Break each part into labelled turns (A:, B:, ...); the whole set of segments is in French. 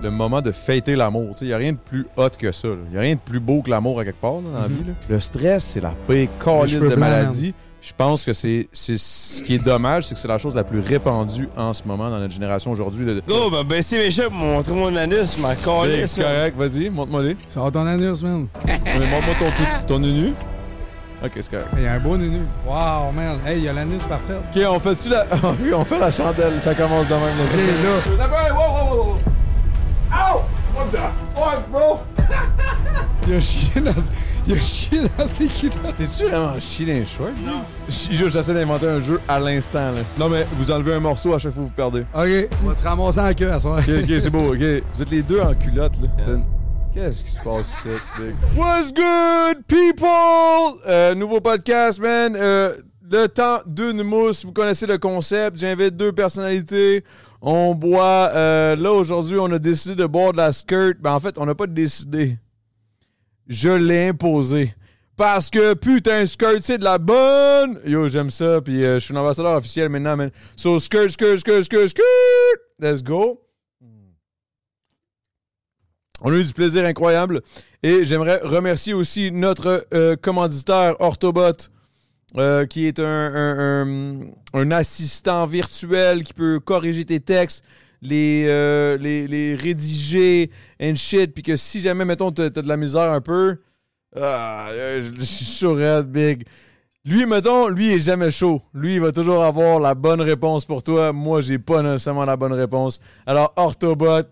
A: le moment de fêter l'amour. Tu sais, Il n'y a rien de plus hot que ça. là. Il n'y a rien de plus beau que l'amour à quelque part là, dans la
B: Mhm.
A: vie. là. Le stress, c'est la pire calice
B: cheveu
A: de
B: blanc,
A: maladie. Je pense que c'est c'est ce qui est dommage, c'est que c'est la chose la plus répandue en ce moment dans notre génération aujourd'hui. là, de-
C: Gros, ben baissez mes cheveux pour montrer mon anus, ma
A: Hey,
C: calisse.
A: C'est correct, vas-y, montre-moi les.
B: Sors ton anus, man.
A: Mais Montre-moi ton, tout- ton unu. Ok, c'est correct.
B: Il y a un beau nunu. Wow, man. Hey, il y a l'anus parfait.
A: Ok, on fait, la... on fait la chandelle, ça commence de même.
B: Il est là. Il a chié dans, il a chié dans ses culottes.
A: T'es-tu vraiment chier les cheveux? Non. J'essaie d'inventer un jeu à l'instant. là. Non, mais vous enlevez un morceau à chaque fois que vous perdez.
B: OK, on va se ramasser en queue à soir.
A: Ok, ok, c'est beau, ok. Vous êtes les deux en culotte, là. Qu'est-ce qui se passe ici, big? What's good, people? Euh, nouveau podcast, man. Euh, le temps d'une mousse. Vous connaissez le concept. J'invite deux personnalités. On boit. euh, là, aujourd'hui, on a décidé de boire de la skirt. Ben, en fait, on n'a pas décidé. Je l'ai imposé. Parce que putain, Skirt, c'est de la bonne! Yo, j'aime ça, puis euh, je suis un ambassadeur officiel maintenant, man. So, Skirt, Skirt, Skirt, Skirt, Skirt! Let's go! On a eu du plaisir incroyable. Et j'aimerais remercier aussi notre euh, commanditaire Orthobot, euh, qui est un, un- un- un assistant virtuel qui peut corriger tes textes, les, euh, les, les rédiger and shit. Puis que si jamais, mettons, t'as t'as de la misère un peu, ah, euh, je je suis chaud, raide, big. Lui, mettons, lui est jamais chaud. Lui, il va toujours avoir la bonne réponse pour toi. Moi, j'ai pas nécessairement la bonne réponse. Alors, Orthobot,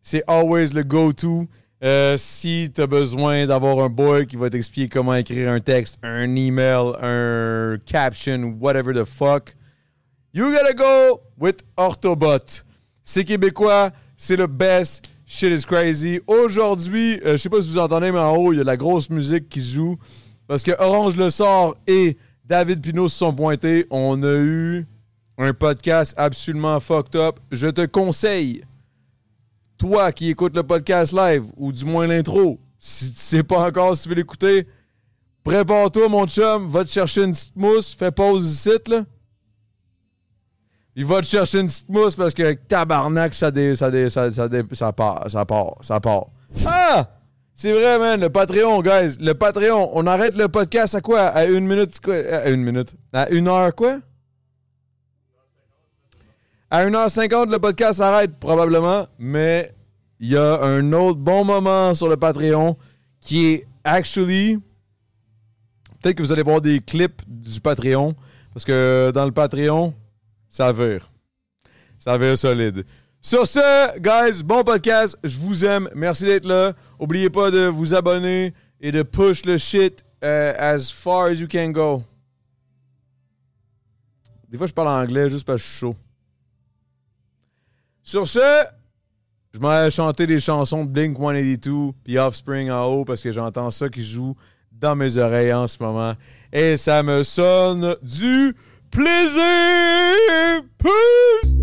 A: c'est always le go-to. Euh, si tu as besoin d'avoir un boy qui va t'expliquer comment écrire un texte, un email, un caption, whatever the fuck, you gotta go with Orthobot. C'est québécois, c'est le best, shit is crazy. Aujourd'hui, euh, je sais pas si vous entendez, mais en haut, il y a de la grosse musique qui se joue. Parce que Orange Le Sort et David Pinault se sont pointés. On a eu un podcast absolument fucked up. Je te conseille toi qui écoutes le podcast live, ou du moins l'intro, si tu sais pas encore si tu veux l'écouter, prépare-toi, mon chum, va te chercher une petite mousse, fais pause ici, là. Il va te chercher une petite mousse parce que tabarnak, ça, dé, ça, dé- ça, ça dé- ça part, ça part, ça part. Ah! C'est vrai, man, le Patreon, guys. Le Patreon, on arrête le podcast à quoi? À une minute, quoi? À une minute. À une heure, quoi? À 1h50, le podcast s'arrête probablement, mais il y a un autre bon moment sur le Patreon qui est actually. Peut-être que vous allez voir des clips du Patreon, parce que dans le Patreon, ça vire. Ça vire solide. Sur ce, guys, bon podcast. Je vous aime. Merci d'être là. Oubliez pas de vous abonner et de push le shit euh, as far as you can go. Des fois, je parle anglais juste parce que je suis chaud. Sur ce, je m'en vais chanter des chansons de Blink 182 puis Offspring en haut parce que j'entends ça qui joue dans mes oreilles en ce moment. Et ça me sonne du plaisir! Peace!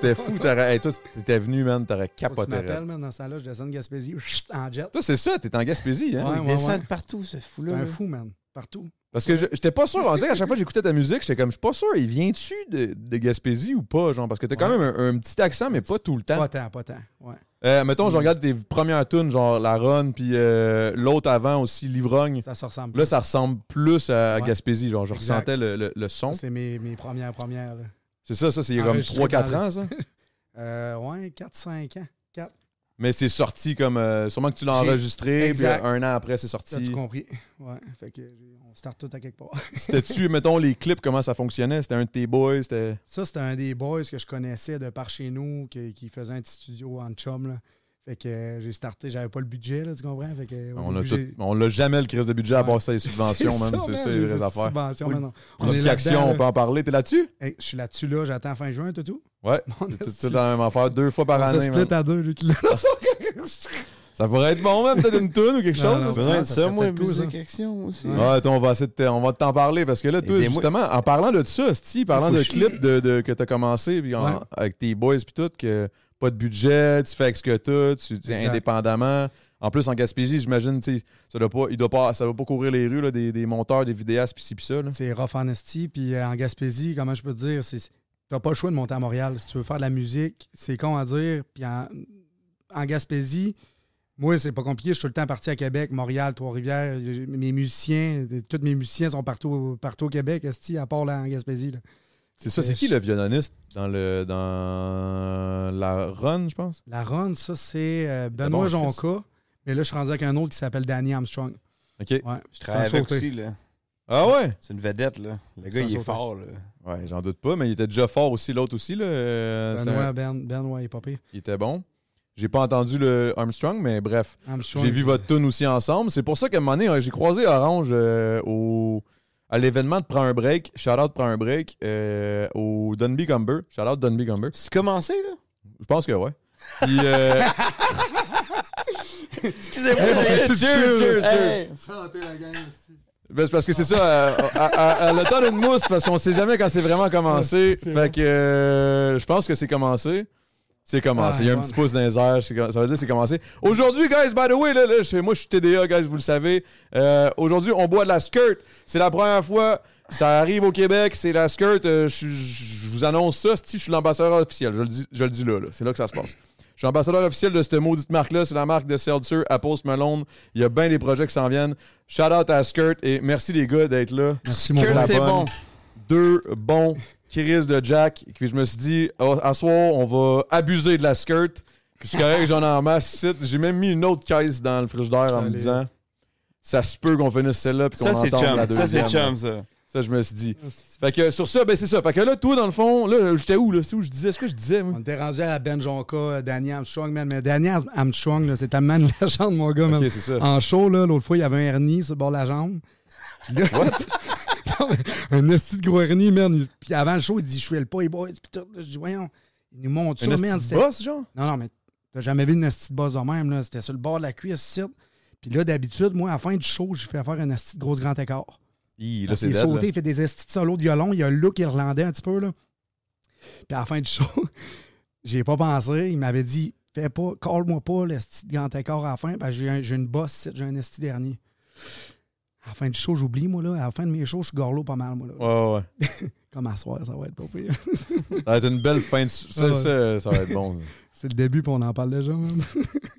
A: T'es fou, t'aurais. hey, toi, t'étais venu, man, t'aurais
B: Faut que Tu
A: capoté.
B: m'appelles, man, dans ce temps-là, je descends de Gaspésie, chut, en jet.
A: Toi, c'est ça, t'es en Gaspésie, hein?
B: Ouais,
C: Il
B: ouais,
C: descend
B: ouais.
C: de partout, ce
B: T'es
C: fou-là.
B: un
C: là.
B: fou, man. Partout.
A: Parce que je- j'étais pas sûr, on dirait qu'à chaque fois que j'écoutais ta musique, j'étais comme, je suis pas sûr, il vient-tu de, de Gaspésie ou pas, genre? Parce que t'as quand
B: Ouais.
A: même un, un petit accent, mais pas tout le temps.
B: Pas tant, pas tant. Ouais.
A: Euh, mettons, je
B: Mm.
A: regarde tes premières tunes, genre La Run, puis euh, l'autre avant aussi,
C: Hum.
A: L'Ivrogne.
B: Ça se ressemble.
A: Là, ça ressemble plus à, à
B: Ouais.
A: Gaspésie. Genre, je
B: Exact.
A: ressentais le, le- le son.
B: C'est mes, mes premières premières. Là.
A: C'est ça, ça, c'est il y a comme
B: Enregistré
A: 3-4
B: dans
A: ans, ça.
B: Euh, ouais, 4-5 ans.
A: Mais c'est sorti comme. euh, sûrement que tu l'as
B: J'ai-
A: enregistré, puis
B: Exact.
A: euh, un an après, c'est
B: T'as tout
A: sorti.
B: compris. Ouais. Fait que j'ai- on start tout à quelque part.
A: C'était-tu, mettons, les clips, comment ça fonctionnait C'était un de tes boys, c'était.
B: Ça, c'était un des boys que je connaissais de par chez nous qui, qui faisait un petit studio en chum. Là. Fait que euh, j'ai starté, j'avais pas le budget, là, tu comprends? Fait que, au
A: On a
B: début,
A: tout-
B: j'ai-
A: on l'a jamais le crise de budget à
B: Ouais.
A: part ça, les subventions,
B: C'est
A: même.
B: ça,
A: C'est
B: man,
A: ça, les vraies
B: petites
A: affaires.
B: subventions,
A: Ou
B: man, non. On est
A: Production,
B: là-dedans,
A: on peut
B: là.
A: en parler. T'es là-dessus
B: Hey, je suis là-dessus, là. J'attends fin juin, tout tout.
A: Ouais.
B: Mon
A: C'est tout
B: esti.
A: la même affaire, deux fois par
B: On se
A: année.
B: split
A: man.
B: à deux, lui qui l'a dans son-
A: Ça pourrait être bon, même, peut-être une toune ou quelque
B: Non,
A: chose.
B: non.
A: ça.
C: besoin
B: ça
C: de ça,
B: serait
C: moi,
B: peut-être cool,
C: musique action aussi.
B: Ouais. Eh
A: Ouais, Ah, toi, on va essayer de te- on va t'en parler parce que là, toi,
C: Aidez-moi.
A: justement, en parlant de ça, Sti, parlant
C: Faut
A: de
C: que je-
A: clips de, de- que t'as commencé puis en-
B: Ouais.
A: avec tes boys puis tout, que pas de budget, tu fais avec ce que t'as, tu tu-
B: Exact.
A: indépendamment. En plus, en Gaspésie, j'imagine, tu sais, ça doit pas, il doit pas, ça doit pas courir les rues là, des, des monteurs, des vidéastes puis ci puis ça. là.
B: C'est rough en esti. Puis euh, en Gaspésie, comment je peux te dire, c'est- t'as pas le choix de monter à Montréal. Si tu veux faire de la musique, c'est con à dire. Puis en, en Gaspésie, moi, c'est pas compliqué. Je suis tout le temps parti à Québec, Montréal, Trois-Rivières. J'ai- Mes musiciens, tous mes musiciens sont partout, partout au Québec, esti, à part là, en Gaspésie. là.
A: C'est ça.
B: Mais
A: C'est qui
B: je-
A: le violoniste dans le dans la run, je pense?
B: La run, ça, c'est euh,
A: bon,
B: Benoît
A: Chris.
B: Jonca. Mais là, je suis rendu avec un autre qui s'appelle Danny Armstrong.
A: Ok.
B: Ouais,
C: Je travaille
B: C'est un
C: avec
B: sauté.
C: aussi, là.
A: Ah ouais?
C: C'est une vedette, là. Le
B: C'est
C: gars,
B: un
C: il est
B: sauté.
C: fort, là.
A: Ouais, j'en doute pas, mais il était déjà fort aussi, l'autre aussi. Là. Euh, c'était
B: Benoît,
A: un-
B: Ben, Benoît, il est pas pire.
A: il était bon. J'ai pas entendu le Armstrong, mais bref.
B: Armstrong.
A: J'ai vu votre tune aussi ensemble. C'est pour ça qu'à un moment donné, euh, j'ai croisé Orange euh, au, à l'événement de Prends un break. Shout out Prends un break euh, au Dunby Gumber. Shout out Dunby Gumber.
C: C'est commencé, là?
A: Je pense que ouais. Puis, euh,
C: Excusez-moi,
A: Hey, on fait tout
C: cheers,
A: cheers,
C: cheers,
A: hey.
C: cheers.
B: Santé, la gang, esti.
A: ben, c'est parce que c'est ça, euh, à- à- à le temps d'une mousse, parce qu'on sait jamais quand c'est vraiment commencé.
B: C'est
A: Fait que euh, je pense que c'est commencé. C'est commencé.
B: Ah,
A: Il y a un
B: bon.
A: petit pouce dans les airs. c'est com- Ça veut dire que c'est commencé. Aujourd'hui, guys, by the way, là, là, je- moi je suis TDA, guys, vous le savez. Euh, Aujourd'hui, on boit de la skirt. C'est la première fois. Ça arrive au Québec. C'est la skirt. Euh, je, je- je vous annonce ça. c'ti, Je suis l'ambassadeur officiel. Je le dis, je le dis là, là. C'est là que ça se passe. Je suis ambassadeur officiel de cette maudite marque-là. C'est la marque de Seltzer, Apple Malone. Il y a bien des projets qui s'en viennent. Shout out à Skirt et merci les gars d'être là
B: Merci, mon
A: Pour la
C: Cheers,
B: gars.
C: c'est
A: bonne.
C: bon.
A: deux bons Chris de Jack. Puis je me suis dit, oh, à soir, on va abuser de la skirt. Puis c'est correct, j'en ai en masse ici. J'ai même mis une autre caisse dans le frigidaire en me
B: Solide.
A: disant, ça se peut qu'on finisse celle-là puis qu'on
C: Ça, c'est
A: entende la
C: chum. Ça,
A: deuxième.
C: c'est chum, ça.
A: Ça, je me suis dit.
B: Esti.
A: Fait que sur ça, ben c'est ça. Fait que là, toi, dans le fond, là, j'étais où, là? C'est où je disais? Est-ce que je disais, moi?
B: On était rendu à la Ben Jonca, euh, Danny Armstrong, man. Mais Danny Am- Armstrong, là, c'est tellement une légende, mon gars, man.
A: Ok, c'est ça.
B: En show, là, l'autre fois, il y avait un hernie sur le bord de la jambe. Puis là- Non, mais un esti de gros hernie, man. Il- Puis avant le show, il dit Je suis le pas, boys. Puis tout, là, je dis Voyons, il nous montre ça,
A: Un
B: man.
A: esti
B: C'était-
A: de boss, genre?
B: Non, non, mais t'as jamais vu une esti de bosse de même, là. C'était sur le bord de la cuisse, ici. Puis là, d'habitude, moi, à la fin du show, j'ai fait faire un esti de grosse grand écart.
A: Hi, là,
B: Parce
A: c'est
B: qu'il est
A: dead,
B: Ah, sauté,
A: là.
B: il fait des estis de solo de violon, il a un look irlandais un petit peu, là. Puis à la fin du show, j'y ai pas pensé, il m'avait dit Fais pas, colle-moi pas l'esti de grand écart à la fin, parce que j'ai un- j'ai une bosse, ici, j'ai un esti dernier. À la fin du show, j'oublie, moi, là. À la fin de mes shows, je suis gorlo pas mal, moi, là.
A: Ouais, ouais.
B: Comme à soir, ça va être pas pire.
A: Ça va être une belle fin de. Ça,
B: Ah, Ouais.
A: ça, ça va être bon. ça.
B: C'est le début, puis on en parle déjà, man.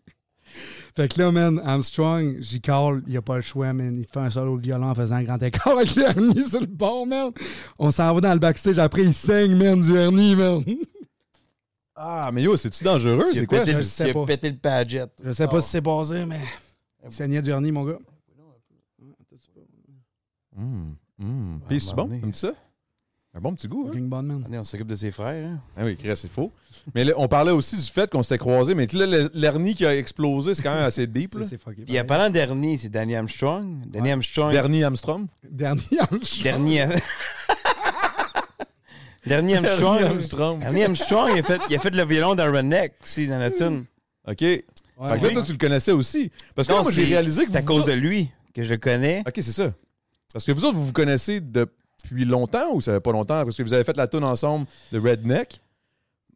B: fait que là, man, Armstrong, j'y call, il a pas le choix, man. Il te fait un solo de violon en faisant un grand écart avec le hernie sur le bord, man. On s'en va dans le backstage, après, il saigne, man, du hernie, man.
A: Ah, mais yo, c'est-tu dangereux?
C: Tu as
A: C'est quoi?
C: pété
A: ça?
B: Je
C: le-
B: sais
C: tu as
B: pas.
C: pété le paget.
B: Je sais pas si c'est basé, mais. Il saignait du hernie, mon gars.
A: Hum, hum.
C: Ah,
A: Puis c'est
C: m'en
A: bon,
C: est.
A: t'aimes ça? Un bon petit goût, hein?
B: Fucking bon, man.
C: Attendez, On s'occupe de ses frères, hein.
A: Ah oui, Chris, c'est faux. Mais là, on parlait aussi du fait qu'on s'était croisés, mais que là, le- l'hernie qui a explosé, c'est quand même assez deep.
B: C'est- C'est fucké.
C: Puis,
B: pareil.
C: en parlant de dernier, c'est Danny Armstrong. Danny
B: Ouais.
C: Armstrong.
A: Dernier Armstrong.
B: Dernier Armstrong.
C: Dernier. Dernier
A: Dernier
C: Armstrong.
A: Armstrong.
C: Dernier Armstrong, il a fait, il a fait le violon dans Redneck aussi dans la tune.
A: OK. Fait
B: Ouais,
A: que là,
B: ouais.
A: toi, tu le connaissais aussi. Parce que là,
C: Non,
A: moi, j'ai
C: c'est-
A: réalisé que
C: C'est à
A: vous
C: cause
A: autres-
C: de lui que je le connais.
A: OK, c'est ça. Parce que vous autres, vous vous connaissez depuis longtemps ou ça fait pas longtemps? Parce que vous avez fait la tune ensemble de Redneck.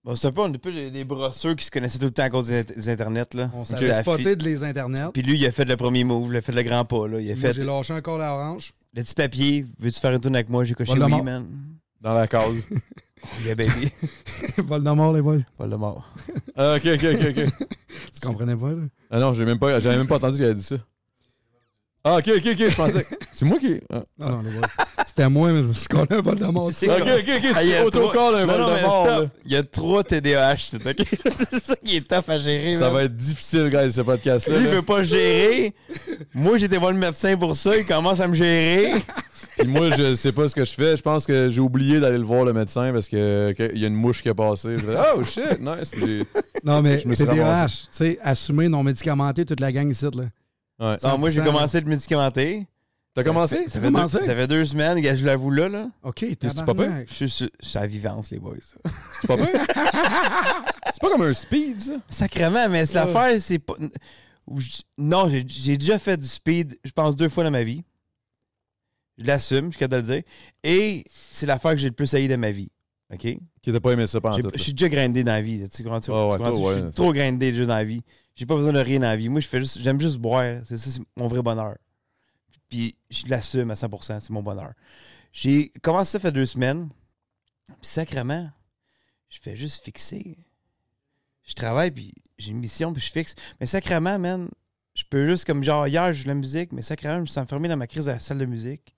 C: On sait pas, on est plus des, des brosseurs qui se connaissaient tout le temps à cause des, int- des internets. Là.
B: On
C: Puis
B: s'avait
C: la fi-
B: spoté de les internets.
C: Puis lui, il a fait le premier move, il a fait le grand pas. Là. Il a
B: Moi,
C: fait
B: J'ai lâché un call à orange.
C: le petit papier. Veux-tu faire une tune avec moi? J'ai coché oui,
B: Voldemort.
C: man.
A: Dans la case.
C: Il a baby.
B: Voldemort, les boys.
C: Voldemort.
A: Ah, OK, OK, OK, OK.
B: Tu comprenais pas, là?
A: Ah non, j'ai même pas, j'avais même pas entendu qu'elle a dit ça. Ah, OK, OK, OK, je pensais. que- C'est moi qui. ah.
B: Non, non, les boys. C'était moi, mais je me suis collé un Voldemort.
C: C'est-
A: OK, OK, OK,
C: Ah, il y
A: tu
C: a
A: autocolles un
C: Non, non, mais
A: Voldemort, là.
C: stop. Il y a trois TDAH, c'est ok? c'est ça qui est tough à gérer.
A: Ça
C: man.
A: va être difficile, guys, ce podcast-là.
C: Lui, il
A: là.
C: veut pas gérer. Moi, j'étais voir le médecin pour ça. Il commence à me gérer.
A: Puis moi, je sais pas ce que je fais. Je pense que j'ai oublié d'aller le voir le médecin parce que que- il y a une mouche qui est passée. Je fais, oh shit, nice. Puis-
B: Non, mais
A: Je me suis
B: TDAH,
A: ramassé.
B: tu sais, assumer non médicamenté, toute la gang ici, là.
A: ouais.
C: Non, moi, j'ai
B: 100%.
C: commencé de médicamenter.
A: T'as commencé?
C: Ça
B: T'as
C: fait, deux,
B: commencé?
C: ça fait deux semaines, gars, je l'avoue là, là.
B: OK,
A: tabarnak. pas peur?
C: Je suis, sur- je suis à vivance, les boys.
A: C'est pas pire? C'est pas comme un speed, ça?
C: Sacrement, mais c'est l'affaire, c'est pas. où je- non, j'ai- j'ai déjà fait du speed, je pense, deux fois dans ma vie. Je l'assume, je suis capable de le dire. Et c'est l'affaire que j'ai le plus haï de ma vie. OK?
A: Qui t'a pas aimé ça pendant
C: J'ai-
A: tout.
C: Je suis déjà grindé dans la vie. là. Tu comprends? tu
A: Ouais, ouais,
C: comprends-
A: toi,
C: je suis
A: ouais.
C: trop grindé déjà dans la vie. J'ai pas besoin de rien dans la vie. Moi, je fais juste, j'aime juste boire. C'est ça, c'est mon vrai bonheur. Puis je l'assume à 100%, c'est mon bonheur. J'ai commencé ça fait deux semaines. Puis sacrément, je fais juste fixer. Je travaille, puis j'ai une mission, puis je fixe. Mais sacrément, man, je peux juste, comme genre, hier, je joue de la musique, mais sacrément, je me suis enfermé dans ma crise de la salle de musique.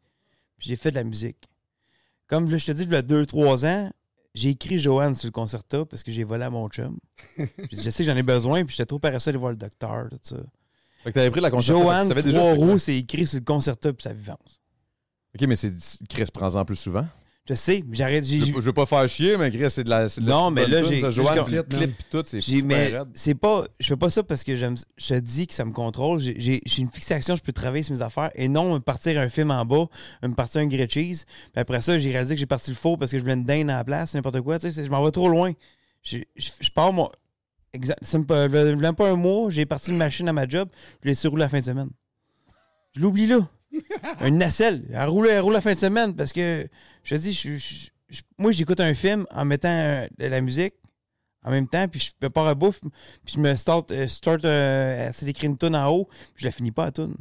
C: Puis j'ai fait de la musique. Comme là, je te dis, il y a 2-3 ans, j'ai écrit Joanne sur le concerto parce que j'ai volé à mon chum. J'ai dit, je sais que j'en ai besoin, puis j'étais trop paresseux d'aller voir le docteur, tout ça.
A: Fait que t'avais pris la concerta. fait que tu
C: Joanne,
A: savais déjà
C: trois
A: c'était quoi.
C: roues, c'est écrit sur le concerto, puis sa vivance.
A: Ok, mais c'est Chris, prends-en plus souvent.
C: Je sais, mais j'arrête. j'ai-
A: Je veux je veux pas faire chier, mais Chris, c'est de la. c'est de la
C: Non,
A: petite
C: mais
A: bonne
C: là,
A: tune,
C: j'ai-
A: ça,
C: j'ai
A: Joanne,
C: compris,
A: le clip
B: man.
A: pis tout, c'est
C: J'ai-
A: super
C: mais
A: raide.
C: c'est pas je fais pas ça parce que j'aime je te dis que ça me contrôle j'ai j'ai- j'ai une fixation je peux travailler sur mes affaires et non me partir un film en bas me partir un grilled cheese puis après ça j'ai réalisé que j'ai parti le faux parce que je voulais une dinde à la place c'est n'importe quoi tu sais c'est- je m'en vais trop loin je, je- je pars moi exact ça me peut- je- je- pas un mois j'ai parti une machine à ma job je l'ai surroulé la fin de semaine je l'oublie là une nacelle elle roule elle roule la fin de semaine parce que je te dis je- je- je- moi j'écoute un film en mettant euh, de la musique en même temps, puis je me pars à bouffe, puis je me start, euh, start euh, à essayer d'écrire une toune en haut, puis je la finis pas à toune.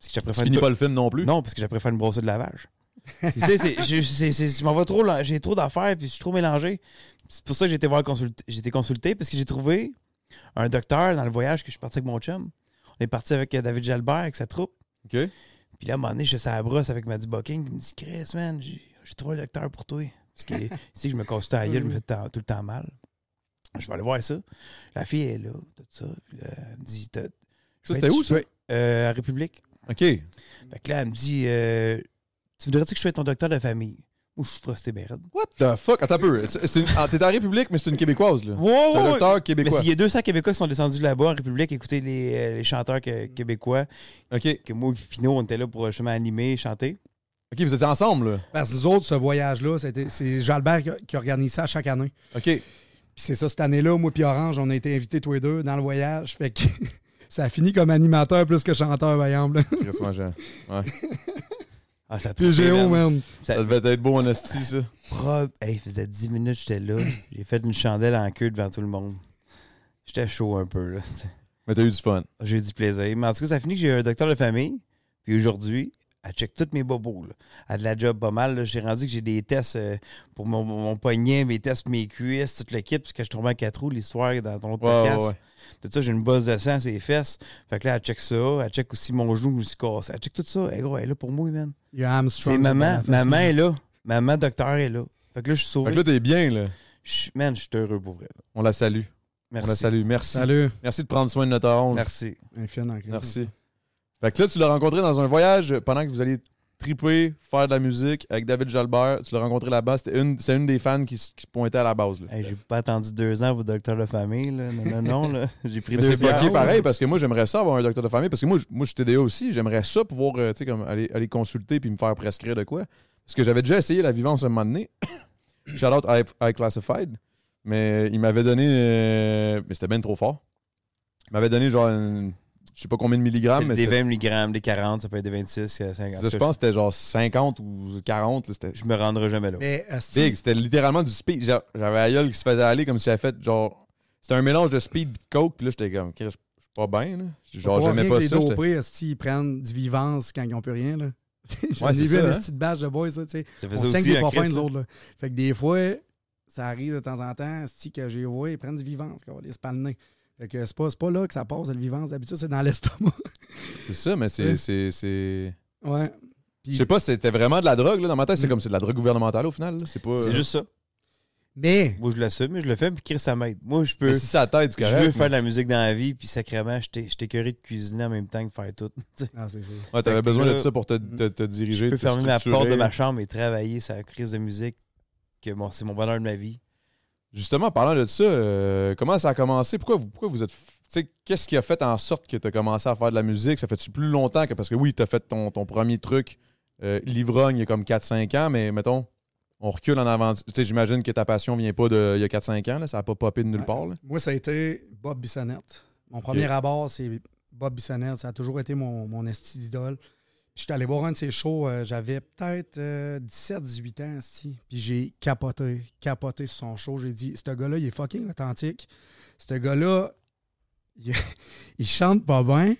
C: Parce que je
A: Tu
C: préfère
A: finis pas le film non plus.
C: non, parce que j'aurais faire une brosse de lavage. tu sais, c'est- je, c'est- c'est- je m'en vais trop, là- j'ai trop d'affaires, puis je suis trop mélangé. C'est pour ça que j'ai été, voir consulter, j'ai été consulté, parce que j'ai trouvé un docteur dans le voyage que je suis parti avec mon chum. On est parti avec euh, David Jalbert, avec sa troupe.
A: Ok.
C: Puis là, à un moment donné, je suis à la brosse avec Maddy Bucking, puis il me dit Chris, man, j'ai j'ai trouvé un docteur pour toi. Parce que, tu sais, je me casse tout à la gueule, je me fait tout le temps- tout le temps mal. Je vais aller voir ça. La fille est là, tout ça. Puis là, elle me dit T'as- ben,
A: Ça, c'était où,
C: tu
A: ça?
C: peux- euh, À République.
A: Ok.
C: Fait que là, elle me dit euh, Tu voudrais-tu que je sois ton docteur de famille Ou je suis frosté ben, bérette.
A: What the fuck? Attends un peu. C'est- c'est une- ah, T'es en République, mais c'est une Québécoise, là.
C: Wow,
A: C'est un docteur
C: Mais
A: québécois.
C: s'il y a 200 Québécois qui sont descendus là-bas en République, écouter les, euh, les chanteurs que- québécois,
A: Ok.
C: que moi et Pino, on était là pour euh, justement animer et chanter.
A: Ok, vous étiez ensemble, là.
B: Parce que les autres, ce voyage-là, c'était- c'est Jalbert qui, qui organise ça à chaque année.
A: Ok.
B: Puis c'est ça, cette année-là, moi puis Orange, on a été invités tous les deux dans le voyage. Fait que ça a fini comme animateur plus que chanteur, voyant. là.
A: Chris, moi, j'ai-
C: Ah, ça a
B: T'es
C: trippé,
B: géo,
C: man.
B: man.
A: Ça devait être beau en esti, ça.
C: Propre. Hey, il faisait 10 minutes, j'étais là. J'ai fait une chandelle en queue devant tout le monde. J'étais chaud un peu, là. tu sais.
A: Mais t'as eu du fun.
C: J'ai eu du plaisir. Mais en tout cas, ça finit que j'ai eu un docteur de famille. Puis aujourd'hui, elle check toutes mes bobos. Là. Elle a de la job pas mal. là. J'ai rendu que j'ai des tests euh, pour mon, mon poignet, mes tests, pour mes cuisses, tout le kit. Parce que je tombe à quatre roues l'histoire dans ton autre
A: Ouais, ouais,
C: podcast.
A: ouais.
C: Tout ça, j'ai une bosse de sang, les fesses. Fait que là, elle check ça. Elle check aussi mon genou, je me suis cassé. Elle check tout ça. Hey, gros, elle est là pour moi, man.
B: Il y a Armstrong.
C: C'est maman.
B: dans la face,
C: Maman
B: man.
C: est là. Maman docteur est là. Fait que là, je suis
A: Fait
C: sauvé.
A: que là, t'es bien, là.
C: Je suis- man, je suis heureux pour vrai.
A: On la salue. On la
C: Merci.
A: salue. Merci.
B: Salut.
A: Merci de prendre soin de notre orange.
C: Merci.
B: Infine en Christ.
A: Merci. Fait que là, tu l'as rencontré dans un voyage pendant que vous alliez triper, faire de la musique avec David Jalbert. Tu l'as rencontré là-bas. C'était une, c'est une des fans qui, s- qui se pointait à la base. Là.
C: Hey, j'ai pas attendu deux ans pour docteur de famille. Là. Non, non, non. là. J'ai pris
A: Mais
C: deux
A: c'est pas
C: ans.
A: ok pareil parce que moi, j'aimerais ça avoir un docteur de famille parce que moi, je- moi je suis TDA aussi. J'aimerais ça pouvoir euh, tu sais, comme aller, aller consulter puis me faire prescrire de quoi. Parce que j'avais déjà essayé la vivance à un moment donné. Shout out I, I Classified. Mais il m'avait donné. euh, mais c'était bien trop fort. Il m'avait donné genre. une- je sais pas combien de milligrammes. mais
C: des
A: c'était-
C: 20 mg, des 40, ça peut être des 26, euh, 50.
A: je pense que c'était genre 50 ou 40. là, C'était
C: Je me rendrai jamais là.
B: Mais asti,
A: Big, c'était littéralement du speed. J'a- J'avais la gueule qui se faisait aller comme si j'avais fait genre. C'était un mélange de speed et de coke. Puis là, j'étais comme, Chris, je suis pas bien. là. Genre,
B: Faut
A: j'aimais
B: rien
A: pas
B: que les
A: ça. j'étais-
B: dopés, asti, ils prennent du vivance quand ils n'ont plus rien, là. J'en
A: Ouais,
B: ai
A: c'est
B: vu
A: ça,
B: une
A: hein.
B: asti de bâche de boys, ça, tu sais.
C: Ça
B: On
C: faisait
B: saigne
C: aussi hein.
B: des
C: un
B: parfums,
C: Christ,
B: nous
C: là.
B: autres, là. Fait que des fois, ça arrive de temps en temps, asti, que j'ai vu, ils prennent du vivance, qu'on les pas le nez. Fait que c'est pas, c'est pas là que ça passe, le vivance. D'habitude, c'est dans l'estomac.
A: C'est ça, mais c'est.
B: Ouais.
A: c'est- c'est-
B: Ouais. Puis-
A: Je sais pas, c'était vraiment de la drogue. Là. Dans ma tête, c'est
B: Mm.
A: comme c'est de la drogue gouvernementale au final. là. C'est pas. euh,
B: euh,
C: C'est juste ça.
B: Mais,
C: Moi, je l'assume, mais je le fais, puis Chris, ça m'aide. Moi, je peux.
A: Mais si c'est à la tête, c'est
C: Je
A: correct.
C: veux
A: mais-
C: faire de la musique dans la vie, puis sacrément, je t'ai je t'ai écœuré de cuisiner en même temps que faire tout. Tu sais,
B: ah, c'est c'est-
A: Ouais, t'avais
C: Fait que
A: besoin de
C: là,
A: ça pour te, te- te diriger.
C: Je peux
A: te
C: fermer ma
A: structurer.
C: porte de ma chambre et travailler sur la crise de musique, que bon, c'est mon bonheur de ma vie.
A: Justement, en parlant de ça, euh, comment ça a commencé? Pourquoi vous, pourquoi vous êtes. f- tu sais, Qu'est-ce qui a fait en sorte que tu as commencé à faire de la musique? Ça fait-tu plus longtemps que. Parce que oui, tu as fait ton, ton premier truc, euh, l'ivrogne, il y a comme 4-5 ans, mais mettons, on recule en avant. Tu sais, j'imagine que ta passion vient pas de il y a 4-5 ans, là, ça n'a pas popé de nulle
B: Ouais.
A: part. là.
B: Moi, ça a été Bob Bissonnette. Mon premier abord, c'est Bob Bissonnette, ça a toujours été mon, mon esti d'idole. Puis J'étais allé voir un de ses shows, euh, j'avais peut-être 17-18 ans, si. Puis j'ai capoté, capoté sur son show. J'ai dit, ce gars-là, il est fucking authentique. Ce gars-là, il, il chante pas bien.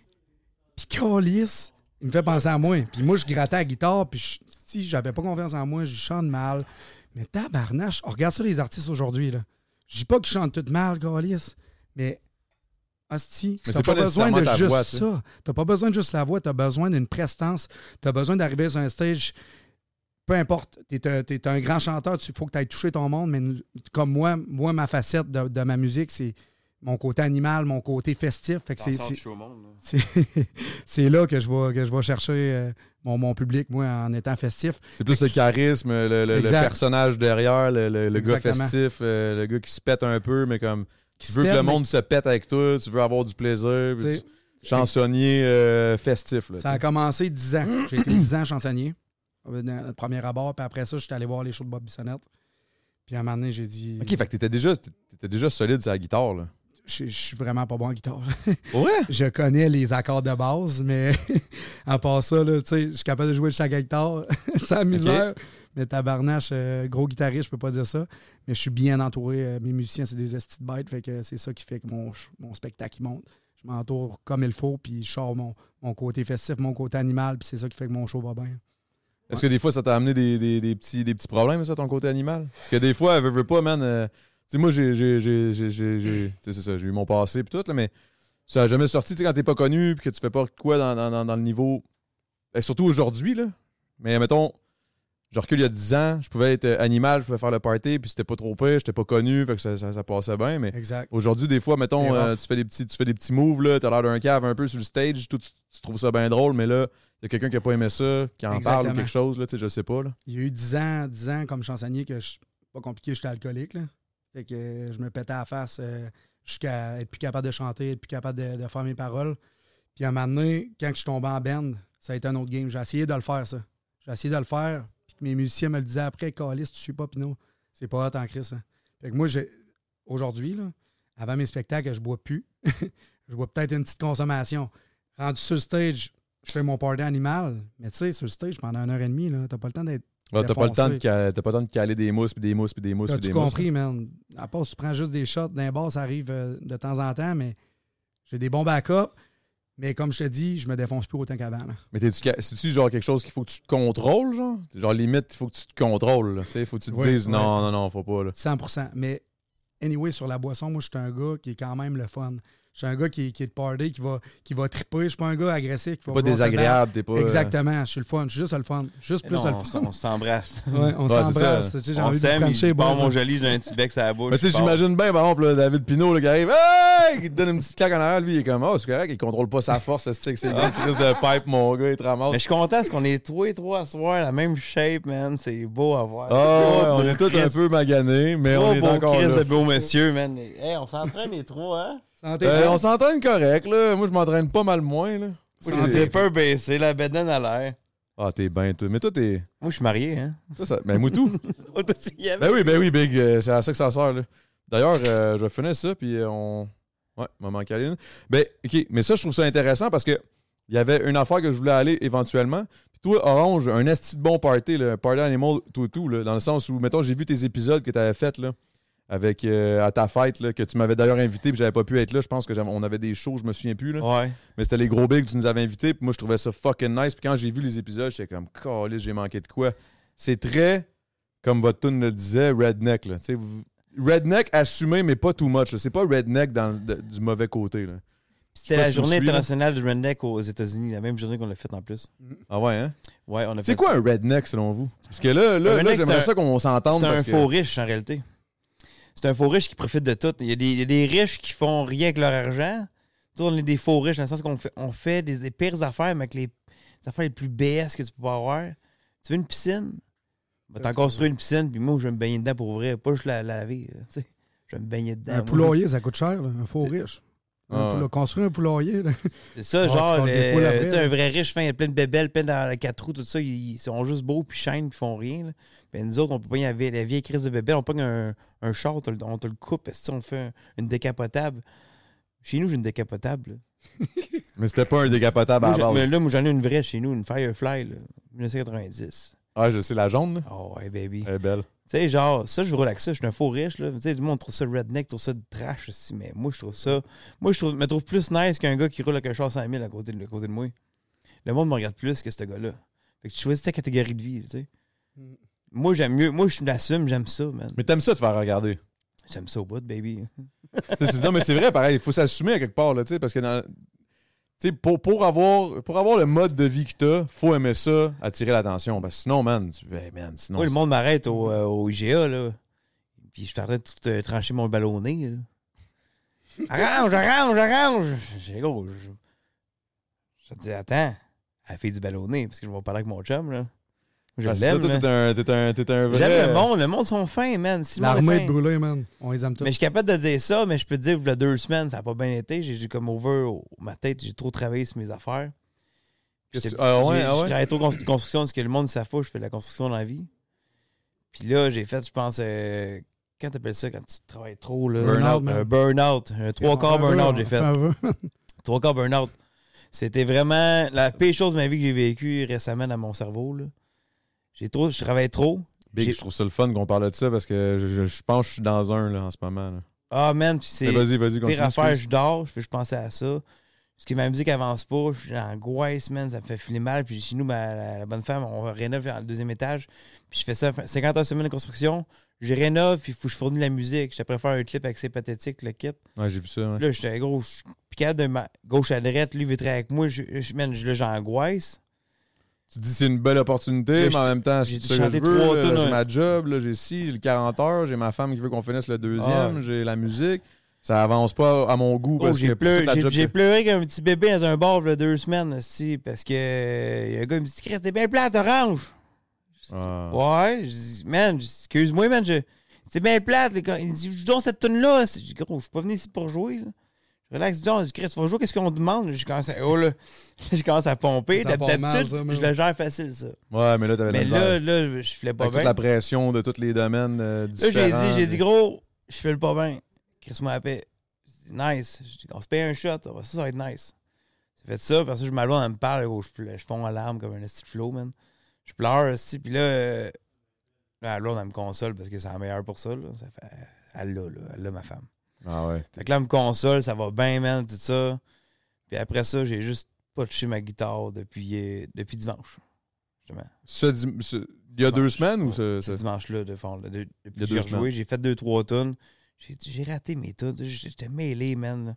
B: Puis câlisse, il me fait penser à moi. Puis moi, je grattais la guitare, puis je- si j'avais pas confiance en moi, je chante mal. Mais tabarnache, on regarde ça les artistes aujourd'hui, là. Je dis pas qu'ils chantent tout mal, câlisse, mais hostie,
A: Mais
B: t'as
A: c'est
B: pas,
A: pas
B: besoin de
A: nécessairement ta
B: juste
A: voix, tu sais.
B: ça. T'as pas besoin de juste la voix, t'as besoin d'une prestance, t'as besoin d'arriver sur un stage... Peu importe, t'es un, t'es un grand chanteur, il faut que tu ailles toucher ton monde, mais nous- comme moi, moi, ma facette de- de ma musique, c'est mon côté animal, mon côté festif. Fait que c'est- c'est-
C: au monde.
B: c'est c'est là que je vais, que je vais chercher euh, mon, mon public, moi, en étant festif.
A: C'est plus le charisme, le, le- le
B: Exact.
A: personnage derrière, le, le- le gars
B: Exactement.
A: festif, euh, le gars qui se pète un peu, mais comme
B: Qui
A: tu
B: se
A: veux que
B: perd,
A: le monde se pète avec toi, tu veux avoir du plaisir.
B: mais,
A: puis
B: tu sais,
A: tu- chansonnier euh, festif. Là,
B: Ça
A: tu
B: a
A: sais.
B: commencé 10 ans. J'ai été 10 ans chansonnier, euh, dans le premier abord. Puis après ça, j'étais allé voir les shows de Bob Bissonnette. Puis à un moment donné, j'ai dit
A: Ok, fait que t'étais déjà, t'étais déjà solide sur la guitare. Là.
B: je je suis vraiment pas bon en guitare.
A: Ouais?
B: je connais les accords de base, mais à part ça, là, tu sais, je suis capable de jouer de chaque guitare sans misère. Mais tabarnache, euh, gros guitariste, je peux pas dire ça. Mais je suis bien entouré. euh, mes musiciens, c'est des estis de bêtes. Fait que c'est ça qui fait que mon, ch- mon spectacle il monte. Je m'entoure comme il faut, puis je sors mon, mon côté festif, mon côté animal, puis c'est ça qui fait que mon show va bien.
A: Est-ce que des fois, ça t'a amené des, des- des petits, des petits problèmes, ça, ton côté animal? Parce que des fois, elle veut, veut pas, man. euh, tu sais, moi, j'ai. j'ai- j'ai- j'ai- j'ai- j'ai- Tu sais, c'est ça, j'ai eu mon passé et tout, là, mais ça a jamais sorti, tu sais, quand t'es pas connu puis que tu fais pas quoi dans, dans- dans- dans le niveau. Et surtout aujourd'hui, là. Mais mettons, je recule il y a 10 ans, je pouvais être euh, animal, je pouvais faire le party, puis c'était pas trop pire, j'étais pas connu, fait que ça, ça- ça passait bien, mais.
B: Exact.
A: Aujourd'hui, des fois,
B: C'est
A: mettons,
B: rough.
A: euh, tu, fais des petits, tu fais des petits moves, là, t'as l'air d'un cave un peu sur le stage, tout, tu, tu trouves ça bien drôle, mais là, il y a quelqu'un qui a pas aimé ça, qui en parle
B: Exactement.
A: ou quelque chose, là, tu sais, je sais pas. Là.
B: Il y a eu 10 ans, 10 ans comme chansonnier que je pas compliqué, j'étais alcoolique. Là. Fait que euh, je me pétais à la face euh, jusqu'à être plus capable de chanter, être plus capable de, de faire mes paroles. Puis à un moment donné, quand je suis tombé en band, ça a été un autre game. J'ai essayé de le faire, ça. J'ai essayé de le faire. Puis que mes musiciens me le disaient après, Calis, tu suis pas Pinot. C'est pas hot en Chris. hein. Fait que moi, j'ai- aujourd'hui, là, avant mes spectacles, je bois plus. je bois peut-être une petite consommation. Rendu sur le stage, je fais mon party animal. Mais tu sais, sur le stage, pendant une heure et demie, là, t'as pas le temps d'être
A: Ah, t'as pas le temps de
B: Défoncé.
A: caler, t'as pas le temps de caler des mousses, puis des mousses, puis des mousses, puis des
B: T'as-tu
A: mousses.
B: compris, man? À part si tu prends juste des shots d'un bar, ça arrive euh, de temps en temps, mais j'ai des bons backups. Mais comme je te dis, je me défonce plus autant qu'avant. là.
A: Mais t'es-tu, ca- c'est-tu genre quelque chose qu'il faut que tu te contrôles, genre? Genre limite, il faut que tu te contrôles, là, tu sais, faut que tu te
B: Ouais,
A: dises
B: ouais.
A: non, non, non, faut pas, là.
B: 100 Mais anyway, sur la boisson, moi, je suis un gars qui est quand même le fun. Je suis un gars qui, qui est de party, qui va, qui va triper. Je suis pas un gars agressif. Qui
A: T'es
B: va
A: pas
B: vouloir se battre.
A: désagréable, t'es pas... euh,
B: Exactement. Je suis le fun. Je suis juste le fun. Juste plus
C: Non,
B: le
C: on s-
B: fun.
C: on s'embrasse.
B: Ouais, on
A: Ouais, c'est
B: s'embrasse.
A: ça.
B: Tu sais, J'ai
C: On
B: envie de
C: s'aime, il
B: franchir,
C: dit, bon,
B: boys.
C: mon joli, j'ai un petit bec sur la bouche.
A: Mais tu sais,
C: je pars.
A: j'imagine bien, par exemple, là, David Pinault, là, qui arrive, hey, qui te donne une petite claque en arrière, lui, il est comme, oh, c'est correct, il contrôle pas sa force, ce stick, c'est une crise de pipe, mon gars, il te ramasse.
C: Mais je suis content parce qu'on est tous et trois à soir, la même shape, man. C'est beau à voir.
A: Ah, ouais, on est tous un
C: Christ.
A: peu maganés, mais
C: Trois
A: on est
C: beaux
A: encore
C: Christ
A: là.
C: de beau monsieur, man. Hey, on s'entraîne les trois, hein?
B: Santé,
A: Euh,
B: frère.
A: on s'entraîne correct, là. Moi, je m'entraîne pas mal moins, là.
B: Santé.
C: Moi, j'ai peur baissé, la bedaine à l'air.
A: Ah, t'es ben, toi. Mais toi, t'es.
C: Moi, je suis marié, hein?
A: toi, ça- Ben, Moutou.
C: Oh, toi aussi, y avait-
A: ben oui, ben oui, Big. euh, c'est à ça que ça sert, là. D'ailleurs, euh, je vais finir ça, puis euh, on. Ouais, maman Caline. Ben, OK. Mais ça, je trouve ça intéressant parce que il y avait une affaire que je voulais aller éventuellement. Puis toi, Orange, un esti de bon party, là. Party Animal Toutou, là. Dans le sens où, mettons, j'ai vu tes épisodes que t'avais fait, là. Avec euh, à ta fête, là, que tu m'avais d'ailleurs invité, puis j'avais pas pu être là. Je pense que j'avais- on avait des shows, je me souviens plus. Là.
C: Ouais.
A: Mais c'était les gros bigs que tu nous avais invités. Puis moi, je trouvais ça fucking nice. Puis quand j'ai vu les épisodes, j'étais comme, calé, j'ai manqué de quoi. C'est très, comme votre tune le disait, redneck. Là. Tu sais, vous- Redneck assumé, mais pas too much. là. C'est pas redneck dans, le- de- du mauvais côté. Là.
C: Puis C'était
A: Je sais pas
C: la
A: si tu me
C: journée
A: suis, là.
C: internationale du redneck aux États-Unis, la même journée qu'on l'a faite en plus.
A: Ah ouais, hein?
C: Ouais, on a
A: C'est
C: fait
A: quoi
C: ça.
A: un redneck selon vous? Parce que là, là,
C: Un
A: là,
C: redneck,
A: j'aimerais
C: c'est un-
A: ça qu'on s'entende.
C: C'est un
A: parce que-
C: faux riche, en réalité. C'est un faux riche qui profite de tout. Il y a des, il y a des riches qui font rien avec leur argent. Nous, on est des faux riches, dans le sens qu'on fait, on fait des, des pires affaires, mais avec les, les affaires les plus BS que tu peux avoir. Tu veux une piscine? Va t'en construire une piscine, puis moi, je vais me baigner dedans pour ouvrir, pas juste la, la laver. là, tu sais. Je vais me baigner dedans.
B: Un
C: moi.
B: poulailler, ça coûte cher, là, un faux
C: C'est-
B: riche. Un
A: Ah ouais.
B: poula- Construire un poulailler, là.
C: C'est ça,
B: Ah, tu
C: genre,
B: parles des hein. poules
C: le-
B: après,
C: tu sais,
B: là.
C: un vrai riche, fin, il y a plein de bébelles, plein dans la quatre roues, tout ça. Ils, ils sont juste beaux, puis chaînent, puis font rien. là. Ben, nous autres, on peut pas y avoir la vieille crise de bébelles, on pogne un, un char, on te le- on te le coupe, si on fait un- une décapotable. Chez nous, j'ai une décapotable. là.
A: Mais c'était pas un décapotable à
C: Moi,
A: la
C: j'en- mais
A: base.
C: là, moi, j'en ai une vraie chez nous, une Firefly, là, 1990.
A: Ah, je sais, la jaune, là.
C: Oh, ouais, baby.
A: Elle est belle.
C: Tu sais, genre, ça, je roule avec ça. Je suis un faux riche, là. Tu sais, du monde trouve ça redneck, trouve ça de trash aussi. Mais moi, je trouve ça. Moi, je trouve, me trouve plus nice qu'un gars qui roule avec un char 100 000 à côté de, à côté de moi. Le monde me regarde plus que ce gars-là. Fait que tu choisis ta catégorie de vie, tu sais.
B: Mm.
C: Moi, j'aime mieux. Moi, je l'assume, j'aime ça, man.
A: Mais t'aimes ça te faire regarder.
C: J'aime ça au bout, baby.
A: T'sais, c'est- non, mais c'est vrai, pareil. Il faut s'assumer à quelque part, là, tu sais, parce que dans- tu sais, pour, pour, avoir, pour avoir le mode de vie que t'as, faut aimer ça, attirer l'attention. Parce que sinon, man, tu, hey, man sinon.
C: moi, le monde m'arrête au, euh, au IGA, là. Puis je suis en train de tout, euh, trancher mon ballonné, là. Arrange, arrange, arrange! J'ai gros, je... je te dis, attends, elle fait du ballonné, parce que je vais parler avec mon chum, là. Je
A: Parce que ça,
C: l'aime,
A: toi,
C: là.
A: t'es un, t'es un, t'es un vrai.
C: J'aime le monde, le monde sont fins, man. Si le monde est
B: L'armée
C: fin-
B: est brûlée, man. On les aime tous.
C: Mais je suis capable de dire ça, mais je peux te dire que a deux semaines, ça n'a pas bien été. J'ai j'ai comme over au- ma tête, j'ai trop travaillé sur mes affaires.
A: Qu'est-ce
C: J'étais-
A: que tu- ah ouais,
C: j'ai-
A: ah
C: Je
A: ouais?
C: travaillais trop en construction, parce que le monde ne savent pas, je fais de la construction dans la vie. Puis là, j'ai fait, je pense, euh, quand t'appelles ça quand tu travailles trop, là?
B: Burnout,
C: Genre,
B: man.
C: Un burn-out. Un trois quarts
B: On fait un vœu,
C: burn-out, j'ai
B: on
C: fait.
B: un vœu.
C: Trois quarts burn-out. C'était vraiment la pire chose de ma vie que j'ai vécue récemment dans mon cerveau. là. J'ai trop, je travaillais trop.
A: Big,
C: J'ai-
A: je trouve ça le fun qu'on parle de ça parce que je, je- je pense que je suis dans un là, en ce moment. là.
C: Ah, man, puis c'est.
A: Mais Vas-y, vas-y, continue.
C: Pire affaire,
A: excuse.
C: je dors, je, fais- je pensais à ça. Parce que ma musique avance pas, je suis dans l'angoisse, man, ça me fait filer mal. Puis chez nous, ma- la, la bonne femme, on rénove dans le deuxième étage. Puis je fais ça 50 heures semaine de construction. Je rénove, puis faut que je fournis la musique. Je préfère un clip avec ses pathétiques, le kit.
A: Ouais, j'ai vu ça. ouais.
C: Là, j'étais gros, je suis plus capable de ma gauche à droite. Lui, il veut travailler avec moi. Je, je, man, je- là, j'angoisse.
A: Tu dis c'est une belle opportunité,
C: Là,
A: mais en
C: j'ai-
A: même temps,
C: j'ai
A: c'est ça que je
C: chanté
A: veux.
C: trois
A: là,
C: tonnes,
A: J'ai
C: ouais.
A: ma job, là, j'ai ci, j'ai le 40 heures, j'ai ma femme qui veut qu'on finisse le deuxième,
C: Ah.
A: j'ai la musique. Ça avance pas à mon goût
C: Oh,
A: parce que
C: j'ai
A: pour toute
C: pleuré,
A: la
C: j'ai-
A: job
C: j'ai
A: que-
C: pleuré comme un petit bébé dans un bar il y a deux semaines, aussi, parce que euh, il y a un gars qui me dit Chris, t'es bien plate, orange.
A: Ah.
C: Ouais, je dis, man, je dis, excuse-moi, man, je... c'est bien plate, les gars. Il dit, joue donc cette tune-là. Je dis, gros, je suis pas venu ici pour jouer, là. Je relaxe, dis, donc, je dis, Chris, tu vas jouer, qu'est-ce qu'on te demande? Je commence à, oh, là, je commence à pomper.
B: Ça part mal,
C: D'habitude,
B: ça, man.
C: je le gère facile, ça.
A: Ouais, mais là, t'avais de la
C: Mais
A: misère.
C: là, là, je filais pas
A: Avec
C: bien.
A: toute la pression de tous les domaines euh,
C: Là, j'ai
A: différents.
C: dit, j'ai dit, gros, je fais le pas bien. Chris m'a appelé. J'ai dit, nice. J'ai dit, on se paye un shot. Ça, va- ça, ça va être nice. J'ai fait ça. Parce que je m'alloue, elle me parle. gros, je, fle- je fonds en larmes comme un esti de flow, man. Je pleure aussi. Puis là, euh, là, l'autre, elle me console parce que c'est la meilleure pour ça. Là. Ça fait, elle l'a, là. Elle l'a, ma femme.
A: Ah ouais.
C: Fait que là, elle me console. Ça va bien, man, tout ça. Puis après ça, j'ai juste pas touché ma guitare depuis, euh, depuis dimanche. Justement.
A: Ce dim- ce- Il y a
C: Dimanche.
A: deux semaines ou
C: Ouais,
A: ce.
C: ce
A: ce-
C: dimanche-là, de fond. là,
A: Il
C: de-
A: y a
C: depuis que
A: deux
C: j'ai
A: semaines.
C: rejoué, j'ai fait deux, trois tonnes. J'ai dit, j'ai raté mes tonnes. J'étais mêlé, man. là.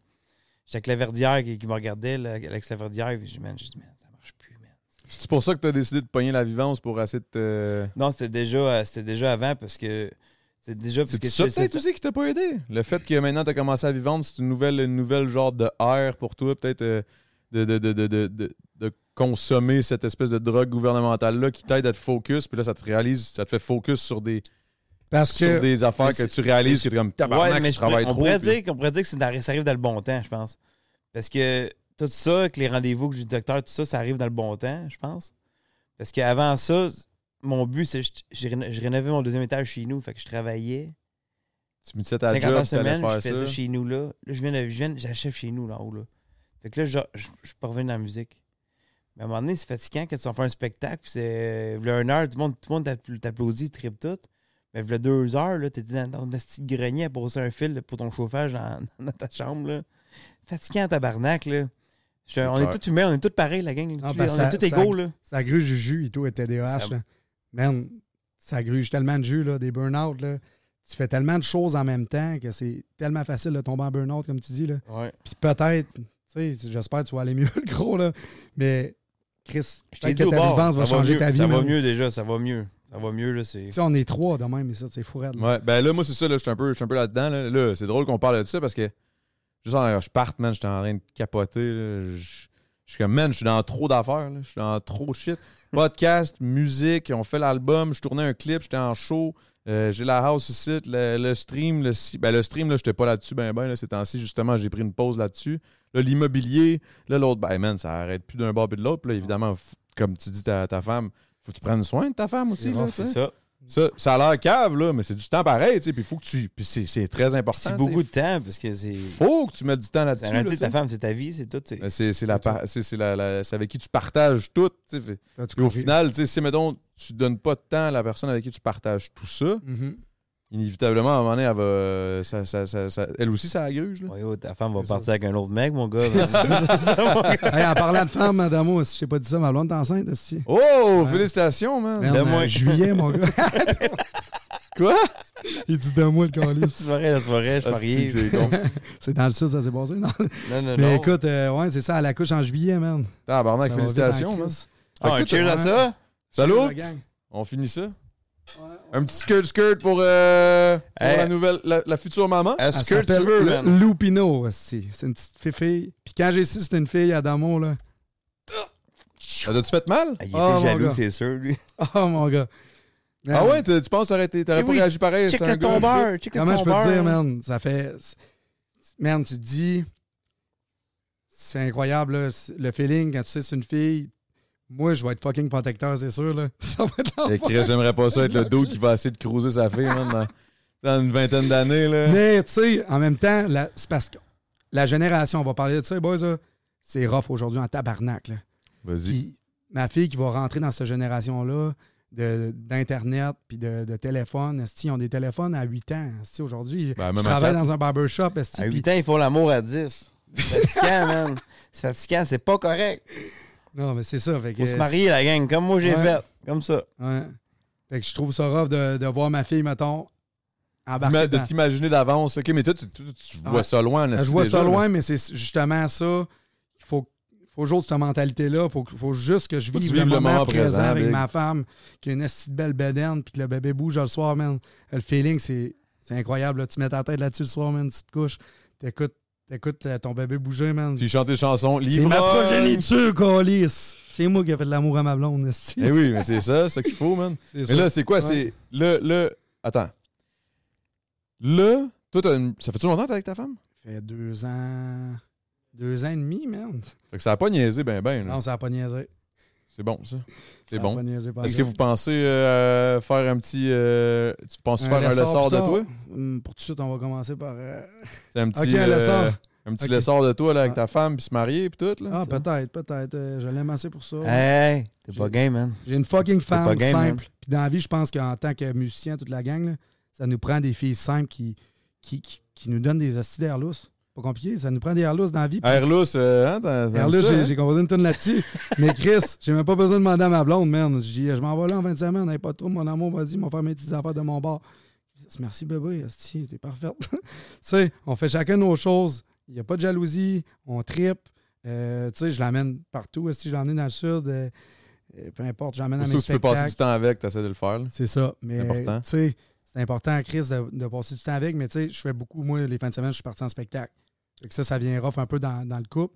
C: J'étais avec la verdière qui, qui me regardait, là, Alex Laverdière. Puis j'ai dit, man, j'ai dit, man, ça marche plus, man.
A: C'est pour ça que t'as décidé de pogner la vivance pour essayer de te.
C: Non, c'était déjà, euh, c'était déjà avant parce que. C'était déjà parce
A: C'est
C: que
A: ça
C: je-
A: peut-être
C: c'est-
A: aussi qui t'a pas aidé. Le fait que maintenant t'as commencé à vivre, c'est une nouvelle, une nouvelle genre de air pour toi, peut-être euh, de, de, de, de, de, de- de consommer cette espèce de drogue gouvernementale-là qui t'aide à te focus, puis là ça te réalise, ça te fait focus sur des,
B: Parce
A: sur
B: que.
A: des affaires
C: mais
A: que
C: c'est-
A: tu réalises que t'es comme tabarnak,
C: Ouais, mais
A: je
C: je
A: travaille
C: pourrais- on,
A: trop.
C: pourrait
A: puis-
C: dire, on pourrait dire que c'est dans- ça arrive dans le bon temps, je pense. Parce que tout ça, avec les rendez-vous que j'ai du docteur, tout ça, ça arrive dans le bon temps, je pense. Parce qu'avant ça, mon but, c'est que je, je réno- je rénovais mon deuxième étage chez nous. Fait que je travaillais.
A: tu me disais ta
C: 50
A: job,
C: heures
A: t'allais
C: semaine, je
A: faire
C: fais
A: ça.
C: ça. chez nous là. Là, je viens de, je viens, de- j'achève chez nous là en haut là. Fait que là, je, je, je peux revenir dans la musique. Mais à un moment donné, c'est fatigant quand tu en fais un spectacle, puis c'est là, une heure, tout le monde, tout le monde t'appl- t'applaudit, tripe tout. Mais là, deux heures, là, t'es dans, dans un petit grenier à poser un fil pour ton chauffage dans, dans ta chambre. Là. Fatigant tabarnak, là. Je- on
A: clair.
C: est tous humains, on est tous pareils, la gang.
B: Non,
C: Tous-
B: parce
C: on
B: que
C: est tous
B: Ah, ben, ça-
C: égaux, là.
B: Ça gruge du jus et tout, et TDAH.
C: Ça-
B: là. Man, ça gruge tellement de jus, là, des burn-out. là. Tu fais tellement de choses en même temps que c'est tellement facile de tomber en burn-out, comme tu dis. Là.
C: Ouais.
B: Puis peut-être, tu sais, j'espère que tu vas aller mieux, le gros, là. Mais Chris,
C: Je t'ai
B: peut-être
C: dit
B: que
C: au
B: ta
C: bord,
B: vivance
C: ça
B: va changer
C: mieux,
B: ta vie.
C: Ça va
B: man.
C: mieux déjà, ça va mieux. Ça va mieux, là, c'est...
B: Tu sais, on est trois de même, mais ça, c'est fou raide, là.
A: Ouais, ben là, moi, c'est ça, là, je suis un peu, je suis un peu là-dedans. Là, Là, c'est drôle qu'on parle de ça parce que juste en je parte, man, j'étais en train de capoter. là. Je je suis comme, man, je suis dans trop d'affaires. là. Je suis dans trop de shit. Podcast, musique, on fait l'album, je tournais un clip, j'étais en show. euh, j'ai la house ici, le, le stream, le si- ben le stream, là, j'étais pas là-dessus ben ben là, ces temps-ci, justement, j'ai pris une pause là-dessus. Là, l'immobilier, là, l'autre, ben man, ça arrête plus d'un bord puis de l'autre. Puis là, évidemment, f- comme tu dis ta, ta femme, faut que tu prennes soin de ta femme aussi.
C: c'est
A: là, tu
C: c'est
A: sais.
C: ça.
A: Ça, ça a l'air cave, là, mais c'est du temps pareil, tu sais. Puis faut que tu. Puis c'est- c'est très important.
C: C'est
A: tu sais.
C: beaucoup de temps parce que c'est.
A: Faut que tu mettes du temps là-dessus.
C: C'est
A: là,
C: la
A: tu
C: réalité de
A: sais.
C: ta femme, c'est ta vie, c'est tout. c'est-
A: Mais C'est c'est la, par- c'est- c'est la- la- c'est avec qui tu partages tout. tu sais. Fait-
B: T'as-tu
A: Puis au
B: compris?
A: final, tu sais, si, mettons, tu donnes pas de temps à la personne avec qui tu partages tout ça,
B: Mhm.
A: inévitablement, à un moment donné, elle va. euh, ça- ça- ça- ça- elle aussi, ça agruge, là.
C: Ouais, oh, ta femme va
B: C'est
C: partir avec un autre mec, mon gars. Ben, C'est ça, mon gars.
B: Hey, en parlant de femme, madame, si je t'ai pas dit ça, ma blonde est enceinte aussi.
A: Oh,
B: Ouais.
A: félicitations, man.
B: Merde,
C: De
B: en
C: moi.
B: juillet, mon gars.
A: Quoi?
B: Il dit de moi, le calice.
C: C'est vrai, la soirée, je
A: Ah, c'est-tu que c'est
C: parie.
A: con.
B: C'est dans le sud, ça s'est passé. Non.
C: Non, non,
B: Mais
C: non.
B: écoute, euh, ouais, c'est ça, elle accouche en juillet, man.
A: Tabarnak,
B: Ça va vite en
A: félicitations, man.
B: crise.
C: Ah, un
A: Écoute,
C: cheers à
B: ouais.
C: ça.
A: Salut!
B: La gang.
A: On finit ça? Un petit skirt-skirt pour, euh, pour
B: Eh.
C: Hey.
A: la nouvelle, la, la future maman?
C: Est-ce
B: Elle
C: que tu
B: s'appelle
C: veux,
B: Lu-
C: man?
B: Lupino aussi. C'est une petite fille. Puis quand j'ai su c'était une fille à Damon, là.
A: Ça tu fait mal?
C: Ah, Il
B: Oh,
C: était
B: mon
C: jaloux,
B: gars.
C: c'est sûr, lui.
B: Oh mon gars.
A: Ah
B: Man,
A: ouais, tu tu penses que t'aurais été- t'aurais
C: Eh
A: pas
C: oui.
A: réagi pareil?
C: Check
A: c'est un
C: le
A: gars.
C: tombeur, check le
B: Comment je peux te dire,
C: tombeur.
B: man? Ça fait. Man, tu te dis. C'est incroyable, là, c- le feeling quand tu sais c'est une fille. Moi, je vais être fucking protecteur, c'est sûr, là. Ça va être
A: Eh,
B: l'enfer.
A: Chris, j'aimerais pas ça être le dos qui va essayer de cruiser sa fille, man, dans, dans une vingtaine d'années, là.
B: Mais, tu sais, en même temps, la- c'est parce que la génération, on va parler de ça, les boys, là, c'est rough aujourd'hui en tabarnak, là.
A: Vas-y.
B: Puis ma fille qui va rentrer dans cette génération-là de- d'Internet puis de, de téléphone, esti, ils ont des téléphones à 8 ans. esti, Aujourd'hui,
A: Ben,
B: je
A: même à
B: travaille
A: quatre.
B: dans un barbershop. esti,
C: À
B: puis-
C: 8 ans, ils font l'amour à 10. C'est fatigant, man. C'est fatigant, c'est pas correct.
B: Non, mais c'est ça. Fait que,
C: Faut se marier, la gang, comme moi j'ai
B: Ouais.
C: fait. Comme ça.
B: Ouais. Fait que je trouve ça rough de, de voir ma fille, mettons,
A: T'ima-
B: embarquer
A: de
B: dans-
A: t'imaginer d'avance. OK, mais toi, tu, tu- tu vois
B: Ah Ouais.
A: ça loin. là,
B: Je
A: c'est
B: vois
A: déjà,
B: ça
A: là.
B: loin, mais c'est justement ça. Il faut, faut jouer de cette mentalité-là. Il faut, que- faut juste que je
A: Faut que
B: vive
A: tu
B: le
A: vives
B: moment, présent avec ma femme, qui a une esti de belle bedaine, puis que le bébé bouge le soir, man. Le feeling, c'est c'est incroyable. là. Tu mets ta tête là-dessus le soir, man, tu te couches. T'écoutes t'écoutes, euh, ton bébé bouger, man.
A: Tu chantes des chansons.
B: C'est
A: Livre.
B: ma progéniture, câlisse. C'est moi qui ai fait de l'amour à ma blonde, esti.
A: Eh oui, mais c'est ça, c'est ça qu'il faut, man.
B: C'est ça.
A: Mais là, c'est quoi?
B: Ouais.
A: C'est le, le... Attends. Là, toi, t'as une- ça fait-tu longtemps que t'es avec ta femme?
B: Ça fait deux ans... Deux ans et demi, man.
A: Fait que ça a pas niaisé ben ben. là.
B: Non, ça n'a pas niaisé.
A: C'est bon, ça. C'est
B: Ça a
A: bon.
B: pas niaisé, pas
A: Est-ce que
B: tout.
A: vous pensez euh, faire un petit... euh, tu penses faire un
B: lessard
A: lessard de
B: plus
A: toi?
B: tard. Hum, Pour tout de suite, on va commencer par... euh,
A: C'est un petit... euh,
B: Ok, un lessard.
A: Un petit
B: Ok.
A: lessard de toi là, avec
B: Ouais.
A: ta femme, puis se marier, puis tout. Là.
B: Ah, peut-être, peut-être. Euh, je l'aime assez pour ça.
A: Hein?
C: Hey, t'es pas game, man.
B: J'ai une fucking
C: pas
B: femme
C: game, hein.
B: simple. Puis dans la vie, je pense qu'en tant que musicien, toute la gang, là, ça nous prend des filles simples qui, qui, qui, qui nous donnent des acides d'air lousse. Pas compliqué, ça nous prend des air lousses dans la vie. Puis
A: Airlus, euh, hein, t'as- t'aimes
B: air lousse,
A: ça,
B: j'ai-
A: hein?
B: j'ai composé une tune là-dessus. Mais Chris, j'ai même pas besoin de demander à ma blonde, man. Je dis, je m'en vais là en 20 semaines, hey, pas trop, mon amour, vas-y, m'en faire mes petites affaires de mon bar. Chris, Merci bébé, esti, t'es parfaite. tu sais, on fait chacun nos choses. Il n'y a pas de jalousie, on tripe. Euh, tu sais, je l'amène partout. Si je l'emmène dans le sud, euh, euh, peu importe, j'emmène à
A: Surtout
B: mes
A: que tu peux passer du
B: spectacles.
A: temps avec, t'essaies de le faire. là.
B: C'est ça. Mais
A: C'est important.
B: tu sais, c'est important, Chris, de, de passer du temps avec. Mais tu sais, je fais beaucoup, moi, les fins de semaine, je suis parti en spectacle. Fait que ça, ça vient rough un peu dans, dans le couple.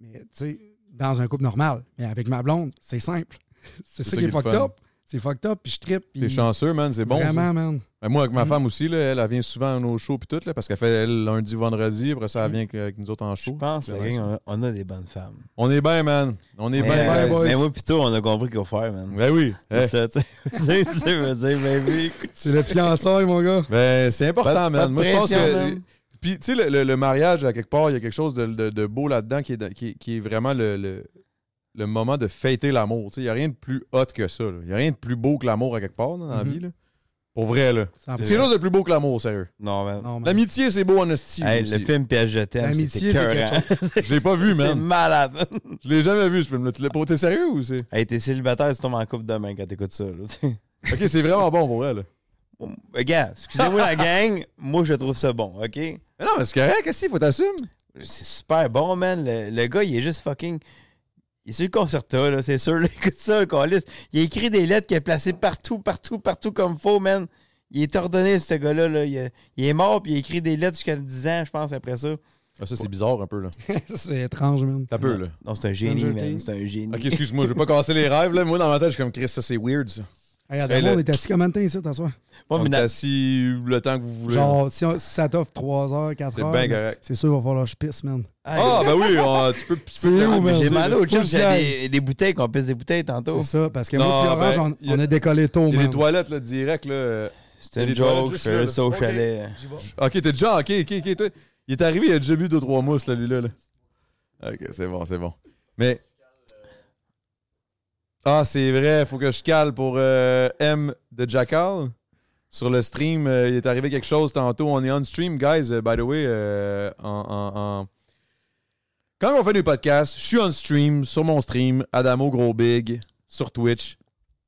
B: Mais tu sais, dans un couple normal. Mais avec ma blonde, c'est simple. c'est ça, qui est
A: le
B: fucked
A: fun.
B: up. C'est fucked up, puis je tripe. puis-
A: T'es chanceux, man, c'est bon. ça.
B: Vraiment, man.
A: Ben, moi, avec ma
B: Mm.
A: femme aussi, là, elle, elle vient souvent à nos shows puis tout, là, parce qu'elle fait elle, lundi, vendredi, après ça, elle
B: Mm.
A: vient avec, avec nous autres en
C: Je
A: show.
C: pense, la
A: Ouais,
C: gang, on a- on a des bonnes femmes.
A: On est bien, man. On est
C: Mais,
A: bien.
B: ben,
C: euh,
B: boys.
C: mais moi, plutôt, on a compris qu'il faut faire, man.
A: Ben oui.
C: C'est
A: Eh,
C: ça, tu sais. Tu sais, tu sais, je veux dire, baby, écoute,
B: C'est le fiançailles, mon gars.
A: Ben, c'est important,
C: Pas-
A: man.
C: pas de
A: moi, je pense
C: pression,
A: que.
C: man.
A: Puis, tu sais, le, le- le mariage, à quelque part, il y a quelque chose de, de- de beau là-dedans qui est, de- qui, qui est vraiment le, le, le moment de fêter l'amour. Tu sais, il n'y a rien de plus hot que ça. là. Il n'y a rien de plus beau que l'amour à quelque part là, dans la
B: Mhm.
A: vie. là. Pour vrai, là.
B: Sans
A: C'est
B: plus.
A: quelque chose de plus beau que l'amour, sérieux.
C: Non, man.
B: Non, man.
A: L'amitié, c'est beau en hostie.
C: Hey,
A: aussi.
C: le film Piège je t'aime,
B: L'amitié,
C: c'était
B: c'est
C: écœurant.
A: Je l'ai pas vu,
C: C'est
A: man.
C: malade.
A: Je l'ai jamais vu, ce film-là. Tu l'as pas- T'es sérieux ou c'est.
C: Hey, t'es célibataire, tu tombes en couple demain quand t'écoutes ça. là, tu sais.
A: Ok, c'est vraiment bon pour elle.
C: Regarde, excusez-moi la gang, moi je trouve ça bon, ok?
A: Mais non, mais c'est correct, qu'est-ce qu'il faut t'assumer?
C: C'est super bon, man. Le, le gars, il est juste fucking. Il est sur le concerto, là, c'est sûr. là. écoute ça, le câlisse. Il a écrit des lettres qu'il a placées partout, partout, partout comme faux, man. Il est ordonné, ce gars-là. Là. Il, a- il est mort, puis il a écrit des lettres jusqu'à 10 ans, je pense, après ça.
A: Ah, ça, c'est bizarre un peu, là.
B: c'est étrange, man.
A: T'as peu, là.
C: Non, c'est un génie,
B: Stranger
C: man.
B: Things.
C: C'est un génie.
A: Ok, excuse-moi, je veux pas casser les rêves, là. Moi, dans ma tête, je suis comme Chris, ça, c'est weird, ça.
B: Hey, Adam,
A: Hey, le-
B: on est assis combien de temps ici, t'as soir?
A: On
C: Ouais, mais
A: est
C: na-
A: assis le temps que vous voulez.
B: Genre, si, on- si ça t'offre 3 heures, 4
A: c'est
B: heures,
A: bien
B: ben,
A: correct.
B: c'est sûr, il va falloir que je pisse, man.
A: Ah, ben oui, on- tu peux. tu peux
B: C'est
A: faire
B: où,
A: un
B: man?
A: petit-
C: J'ai mal au chum,
B: que
C: j'ai
B: j'y aille.
C: des, des bouteilles, qu'on pisse des bouteilles tantôt.
B: C'est ça, parce que
A: Oh. Non,
B: moi, puis Orange,
A: ben,
B: on-
A: y
B: on,
A: a-
B: a décollé tôt,
A: Il y a
B: man.
A: des toilettes, là, direct, là. euh,
C: C'était
A: Les
C: une
A: toilettes
C: joke, je
A: juste
C: faisais
A: là,
C: ça au
A: là.
C: chalet.
A: Ok, t'es déjà. Ok, ok, ok. toi. Il est arrivé, il a déjà bu 2-3 mousses, là, lui-là. là. Ok, c'est bon, c'est bon. Mais. Ah, c'est vrai, faut que je cale pour euh, M de Jackal. Sur le stream, euh, il est arrivé quelque chose tantôt. On est on stream, guys, euh, by the way. euh, en, en- en- Quand on fait des podcasts, je suis on stream, sur mon stream, Adamo Gros Big, sur Twitch,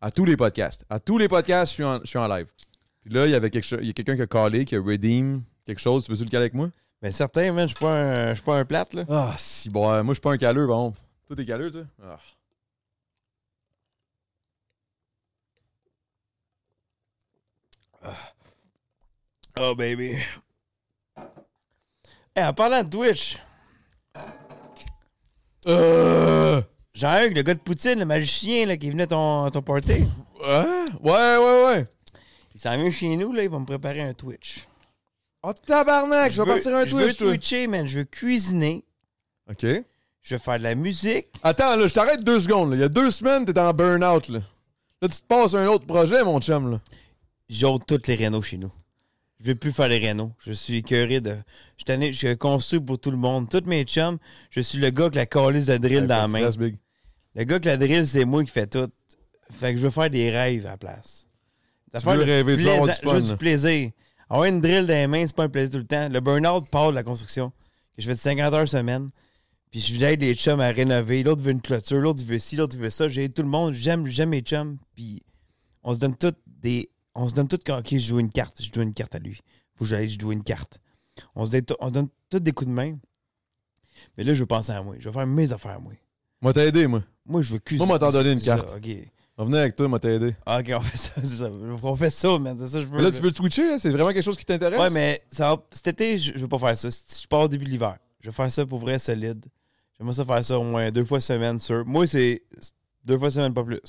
A: à tous les podcasts. À tous les podcasts, je suis en, je suis en live. Puis là, il y avait quelque chose, il y a quelqu'un qui a callé, qui a redeem quelque chose. Tu veux-tu le caler avec moi?
C: Mais certain, man, je suis pas un- je suis pas un plate, là.
A: Ah, si, bon, moi, je suis pas un caleux, bon. Toi, t'es caleux, toi? Ah.
C: Oh, baby. Eh, en parlant de Twitch,
A: Euh,
C: Jean-Hugues, le gars de Poutine, le magicien là, qui venait à ton, ton party,
A: hein? Ouais, ouais, ouais.
C: il s'en vient chez nous, là, il va me préparer un Twitch.
A: Oh, tabarnak, je vais
C: veux-
A: partir un
C: je
A: Twitch,
C: veux
A: toi.
C: Twitcher, man. Je veux cuisiner.
A: OK.
C: Je veux faire de la musique.
A: Attends, là, je t'arrête deux secondes. là. Il y a deux semaines, t'étais en burn-out, là. Là, tu te passes un autre projet, mon chum, là.
C: J'ôte toutes les rénaux chez nous. Je veux plus faire les rénaux. Je suis écœuré de. Je, suis tanné- je construis pour tout le monde. Toutes mes chums, je suis le gars que la calice de drill dans la main.
A: Stress, big.
C: Le gars que la drill, c'est moi qui fais tout. Fait que je veux faire des rêves à la place. Ça
A: veux rêver, tu veux avoir du fun,
C: Juste
A: là.
C: du plaisir. Avoir une drill dans les mains, c'est pas un plaisir tout le temps. Le burn-out part de la construction. Que je fais de 50 heures semaine. Puis je l'aide les chums à rénover. L'autre veut une clôture, l'autre veut ci, l'autre veut ça. J'ai tout le monde. J'aime, j'aime mes chums. Puis on se donne toutes des. On se donne toutes quand ok, je joue une carte. Je joue une carte à lui. Faut que j'aille, je joue une carte. On se donne, on se donne tous des coups de main. Mais là, je veux penser à moi. Je veux faire mes affaires à moi.
A: Moi, t'as aidé, moi.
C: Moi, je veux cuisiner.
A: Moi, m'en t'en donner une
C: C'est ça,
A: carte.
C: OK.
A: On venait avec toi, moi, t'as aidé.
C: Ah, OK, on fait ça, c'est ça. On fait ça, man. C'est ça, que je veux.
A: Mais là, tu veux le switcher, là? C'est vraiment quelque chose qui t'intéresse?
C: Ouais, mais ça va- cet été, je, je veux pas faire ça. Si Je pars au début de l'hiver. Je vais faire ça pour vrai solide. J'aimerais ça faire ça au moins deux fois semaine, sûr. Moi, c'est deux fois semaine, pas plus.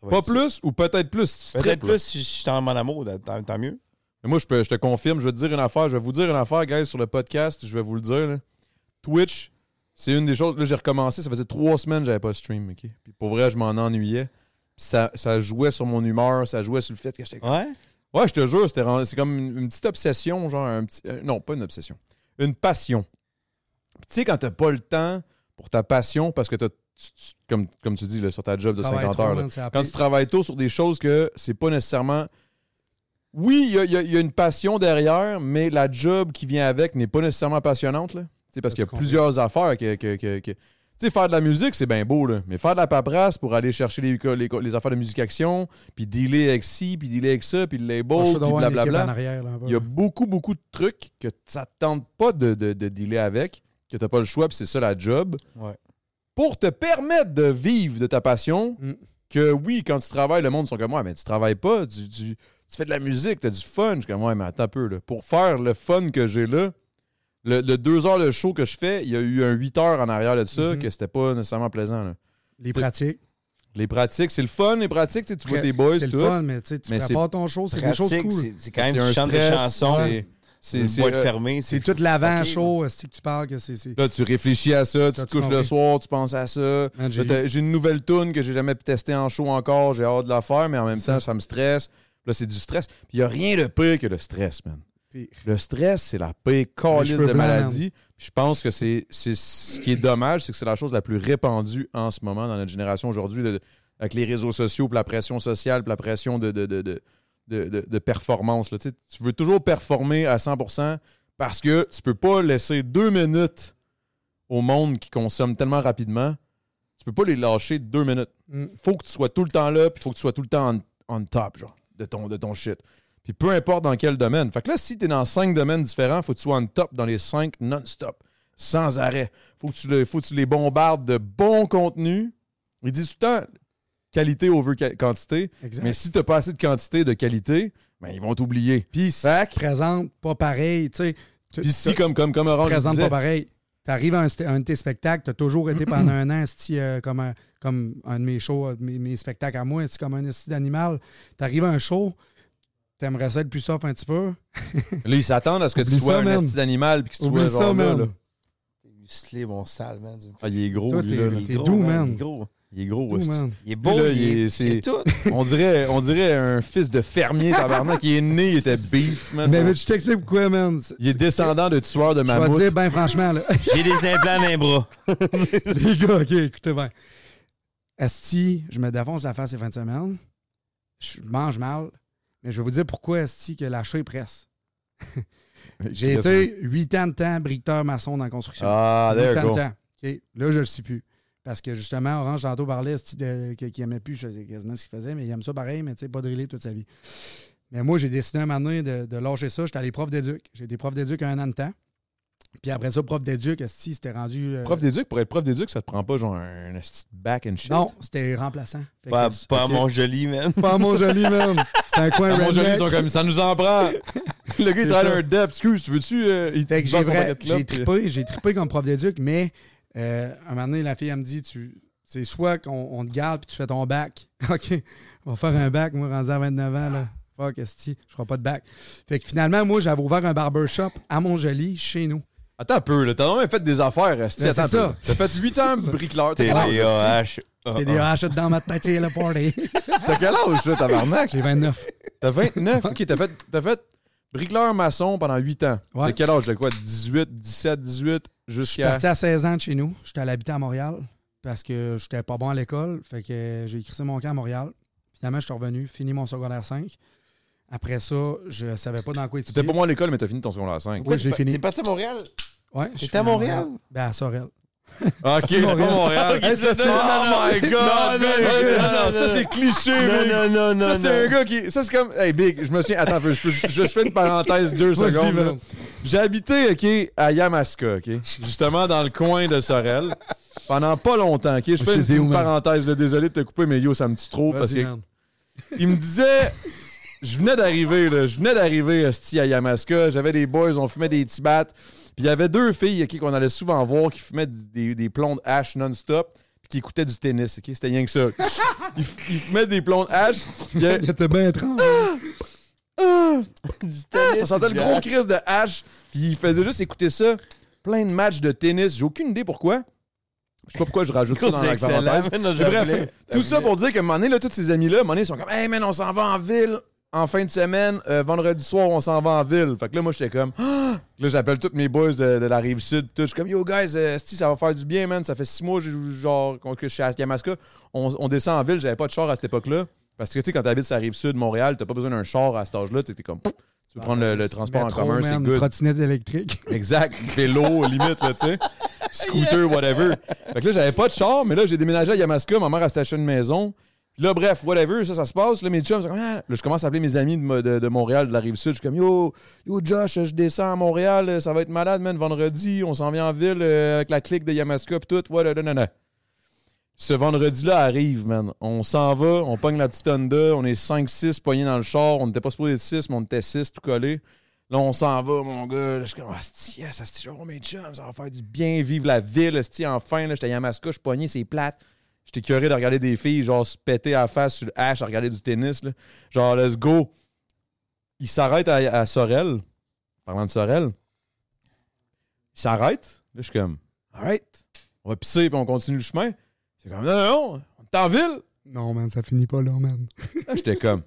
C: Ça va
A: Pas
C: être ça.
A: plus ou peut-être plus? si tu
C: Peut-être
A: triples, là.
C: plus si je suis en mon amour, tant, tant mieux.
A: Mais moi, je, peux- je te confirme, je vais te dire une affaire. Je vais vous dire une affaire, guys, sur le podcast. Je vais vous le dire. là. Twitch, c'est une des choses. Là, j'ai recommencé. Ça faisait trois semaines que j'avais pas de stream. ok? Puis pour vrai, je m'en ennuyais. Puis ça, ça jouait sur mon humeur. Ça jouait sur le fait que j'étais.
C: Ouais?
A: Ouais, je te jure, c'était rendu- c'est comme une, une petite obsession. genre un petit, euh, Non, pas une obsession. Une passion. Puis tu sais, quand t'as pas le temps pour ta passion, parce que t'as. tu- tu- comme, comme tu dis, là, sur ta job de
B: Ça va
A: 50
B: être
A: heures.
B: long,
A: là.
B: man, c'est appelé.
A: Quand tu travailles tôt sur des choses que c'est pas nécessairement. Oui, il y, a- il y a- il y a une passion derrière, mais la job qui vient avec n'est pas nécessairement passionnante. Là. Tu sais, Parce
B: Je
A: qu'il y a
B: comprends.
A: plusieurs affaires que. que- que- que- Tu sais, faire de la musique, c'est bien beau, là. mais faire de la paperasse pour aller chercher les, co- les co- les affaires de musique action, puis dealer avec ci, puis dealer avec ça, puis le
B: Ah, je
A: label,
B: suis
A: puis
B: d'avoir une équipe en
A: blablabla.
B: arrière, là, un peu. hein.
A: Il y a beaucoup, beaucoup de trucs que ça ne tente pas de, de- de dealer avec, que tu pas le choix, puis c'est ça la job.
C: Ouais.
A: Pour te permettre de vivre de ta passion,
B: Mm.
A: que oui, quand tu travailles, le monde sont comme moi, mais tu travailles pas, tu, tu- tu fais de la musique, tu as du fun. Je suis comme ouais, mais attends un peu. là. Pour faire le fun que j'ai là, le, le deux heures de show que je fais, il y a eu un 8 heures en arrière de ça,
B: Mhm.
A: que c'était pas nécessairement plaisant. là.
B: Les pratiques.
A: Les pratiques, c'est le fun, les pratiques, tu sais, tu vois
B: Très-
A: tes boys,
B: C'est
A: tout.
B: le fun, mais tu sais, tu
A: Mais c'est-
B: prépares ton show, c'est des choses
C: Pratique,
B: cool.
C: c'est- C'est quand même
A: C'est
C: du
A: un
C: chant de
A: stress,
C: chansons.
A: c'est-
C: C'est
A: C'est
C: une
A: c'est-
C: boîte
A: euh,
C: fermée.
B: C'est tout l'avant
C: fucké,
B: show, aussi que tu parles, que c'est. c'est-
A: Là, tu réfléchis à ça, tu
B: T'as
A: te
B: tout
A: couches le
B: compris.
A: soir, tu penses à ça.
B: Man,
A: Là,
B: j'ai-
A: t'as- J'ai une nouvelle tune que j'ai jamais testée en show encore, j'ai hâte de la faire, mais en même
B: Ça.
A: temps, ça me stresse. Là, c'est du stress. Puis il n'y a rien de pire que le stress, man.
B: Pire.
A: Le stress, c'est la pire calice
B: cheveux
A: de
B: blancs,
A: maladie. Puis Je pense que c'est c'est ce qui est dommage, c'est que c'est la chose la plus répandue en ce moment dans notre génération aujourd'hui, le- avec les réseaux sociaux, puis la pression sociale, puis la pression de, de, de, de, de- de- de performance. là. Tu sais, tu veux toujours performer à 100 parce que tu peux pas laisser deux minutes au monde qui consomme tellement rapidement. Tu peux pas les lâcher deux minutes.
B: Mm.
A: Faut que tu sois tout le temps là, puis faut que tu sois tout le temps on, on top, genre, de ton, de ton shit. Puis peu importe dans quel domaine. Fait que là, si t'es dans cinq domaines différents, faut que tu sois on top dans les cinq non-stop, sans arrêt. Faut que tu, le- faut que tu les bombardes de bon contenu. Ils disent tout le temps qualité over qua- quantité.
B: Exact.
A: Mais si t'as pas assez de quantité, de qualité, ben ils vont t'oublier.
B: Puis si tu te présentes pas pareil, tu sais. tu-
A: Puis
B: tu-
A: si, comme, comme, comme
B: tu te
A: Orange
B: présentes
A: disait,
B: pas pareil. T'arrives à un, st- un de tes spectacles, t'as toujours été pendant un an esti, euh, comme, un, comme un de mes shows, euh, mes, mes spectacles à moi, c'est comme un esti d'animal. T'arrives à un show, t'aimerais ça être plus soft un petit peu.
A: Là, ils s'attendent à ce que tu
B: Oublie
A: sois
B: ça,
A: un
B: man.
A: asti d'animal puis que tu sois
B: Oublie ça,
A: genre là,
B: man.
A: là.
C: T'es muselé, mon sale, man. Tu me fais-
A: Ah, il est gros,
B: Toi,
A: lui,
B: t'es-
A: là, là.
C: Il est
B: t'es
C: gros,
B: doux, man.
C: Il est gros.
A: Il est gros,
B: Tout,
A: asti.
B: man.
C: Il est beau,
A: là,
C: il,
A: il
C: est,
A: est-
C: il est tout.
A: On dirait, on dirait un fils de fermier tabarnak. Il est né, il était beef, man.
B: Mais, mais je t'explique pourquoi, man. C'est-
A: Il est descendant de tueur de
B: Je vais te
A: mammouth.
B: dire, ben franchement, là,
C: J'ai des implants dans les bras.
B: les gars, OK, écoutez bien. Esti, je me défonce la face ces fins de semaine. Je mange mal. Mais je vais vous dire pourquoi, Esti, que la chair presse. J'ai été 8 ans de temps briqueteur maçon dans la construction.
A: Ah,
B: Huit
A: there
B: ans
A: you
B: de
A: go.
B: temps. OK. Là, je le suis plus. Parce que justement, Orange, tantôt, parlait esti, de- que- qu'il aimait plus je sais quasiment ce qu'il faisait, mais il aime ça pareil, mais tu sais, pas driller toute sa vie. Mais moi, j'ai décidé un moment donné de, de lâcher ça. J'étais allé prof d'éduc. J'ai été prof d'éduc un an de temps. Puis après ça, prof d'éduc, si c'était rendu. euh,
A: Prof d'éduc, pour être prof d'éduc, ça te prend pas genre un asti de back and shit.
B: Non, c'était remplaçant. Fait que-
C: Pas, pas
A: ok.
C: mon joli, man.
B: pas à mon joli, man. C'est un coin
A: À mon joli,
B: redneck.
A: ils sont comme ça nous en prend. Le gars, il
B: C'est
A: travaille
B: ça.
A: un dep. Excuse, tu veux-tu. euh, il
B: Fait que
A: te
B: j'ai
A: vend son
B: vrai-
A: paquet de
B: j'ai
A: clopes, puis-
B: trippé, j'ai trippé comme prof d'éduc, mais euh, un moment donné, la fille, elle me dit tu, c'est soit qu'on on te garde puis tu fais ton bac. OK, on va faire un bac, moi, rendu à 29 ans, là. Fuck, esti, je ferai pas de bac. Fait que finalement, moi, j'avais ouvert un barbershop à Montjoli, chez nous.
A: Attends un peu, là. T'as même fait des affaires, asti.
B: Mais
A: Attends
B: c'est
A: un
B: ça.
A: peu. T'as fait 8 ans bricoleur. T'as quel âge, asti?
C: TDAH. Ah,
B: T'es des
C: ah.
B: rachats dans ma tête, c'est le party.
A: T'as quel âge, là, tabarnak?
B: J'ai 29.
A: T'as 29? ok, t'as fait, t'as fait bricoleur maçon pendant 8 ans.
B: Ouais.
A: T'as quel âge? De quoi? 18, 17, 18,
B: Je suis
A: jusqu'à.
B: parti à 16 ans de chez nous. J'étais allé habiter à Montréal parce que j'étais pas bon à l'école. Fait que j'ai écrit mon camp à Montréal. Finalement, je suis revenu, fini mon secondaire 5. Après ça, je savais pas dans quoi étudier.
A: C'était pas moi à l'école, mais t'as fini ton secondaire 5.
B: Oui, j'ai
C: T'es-
B: fini.
C: T'es parti à Montréal?
B: Ouais, je
C: J'étais
B: suis
C: à Montréal?
B: Ben, à Sorel.
A: Ok, c'est pas Montréal.
C: Ok, ça, c'est-
A: Oh my god!
C: Non, non,
A: man.
C: non,
A: Non, non,
C: non,
A: ça
C: non.
A: c'est cliché, man.
C: Non, non, non, non.
A: Ça, c'est un
C: non.
A: gars qui. Ça, c'est comme. Hey, Big, je me souviens. Attends un peu, je, peux- je- je fais une parenthèse deux
B: Vas-y,
A: secondes.
B: man.
A: là. J'ai habité, OK, à Yamaska, OK, justement dans le coin de Sorel, pendant pas longtemps, OK. Je fais
B: Je sais
A: une,
B: où,
A: une
B: man.
A: parenthèse, là, désolé de te couper, mais yo, ça me tue trop parce
B: Vas-y,
A: que
B: man.
A: il me disait. Je venais d'arriver, là. Je venais d'arriver, esti, à Yamaska. J'avais des boys, on fumait des tibates. Puis il y avait deux filles, OK, qu'on allait souvent voir qui fumaient des, des plombs de hache non-stop. Puis qui écoutaient du tennis, OK? C'était rien que ça. Ils, f- ils fumaient des plombs de hache. puis, euh,
B: Il était bien étrange.
A: Ah!
C: tennis,
A: ça sentait
C: c'est
A: le
C: du
A: gros
C: hache.
A: crise de hache. Puis il faisait juste écouter ça. Plein de matchs de tennis. J'ai aucune idée pourquoi. Je sais pas pourquoi je rajoute ça dans
C: C'est
A: la
C: excellent.
A: parenthèse.
C: man. Non,
A: Mais
C: j'en voulais.
A: bref, tout
C: J'en
A: ça
C: voulais.
A: pour dire que un moment donné, là, tous ces amis-là, un moment donné, ils sont comme Hey man, on s'en va en ville en fin de semaine, euh, vendredi soir, on s'en va en ville. Fait que là, moi, j'étais comme Ah! Là, j'appelle tous mes boys de, de la rive sud. tout. Je suis comme Yo guys, euh, esti, ça va faire du bien, man. Ça fait six mois j'ai- genre, qu'on- que je suis à Yamaska. On, on descend en ville, j'avais pas de char à cette époque-là. Parce que tu sais, quand t'habites sur la rive sud, Montréal, t'as pas besoin d'un char à cet âge-là. T'es t'es comme Pouf! Tu peux prendre le, le transport
B: Ah, Métro,
A: en commun, c'est
B: man,
A: good.
B: Trottinette électrique.
A: Exact. Vélo, limite, là, tu sais. Scooter, whatever. Fait que là, j'avais pas de char, mais là, j'ai déménagé à Yamaska. Ma mère a stationné une maison. Puis là, bref, whatever, ça, ça se passe. Là, mes chums, sont comme, ah. là, je commence à appeler mes amis de, Mo- de- de Montréal, de la rive sud. Je suis comme, yo, yo, Josh, je descends à Montréal. Ça va être malade, man. Vendredi, on s'en vient en ville euh, avec la clique de Yamaska, puis tout. Voilà, non, non, non. Ce vendredi-là arrive, man. On s'en va, on pogne la petite Honda, on est 5-6 poignés dans le char. On n'était pas supposé être 6, mais on était 6 tout collés. Là, on s'en va, mon gars. Là, je suis comme, Ah, Asti, yes, Asti, je vais voir mes chums, ça va faire du bien, vivre la ville, Asti, enfin. Là, j'étais à Yamaska, je suis pogné, c'est plate. J'étais curieux de regarder des filles, genre, se péter à la face sur le hache, à regarder du tennis, là. Genre, let's go. Il s'arrête à, à Sorel. Parlant de Sorel. Il s'arrête. Là, je suis comme, alright, on va pisser, puis on continue le chemin. C'est comme, non, non, non, on est en ville.
B: Non, man, ça finit pas là, man.
A: Là, j'étais comme,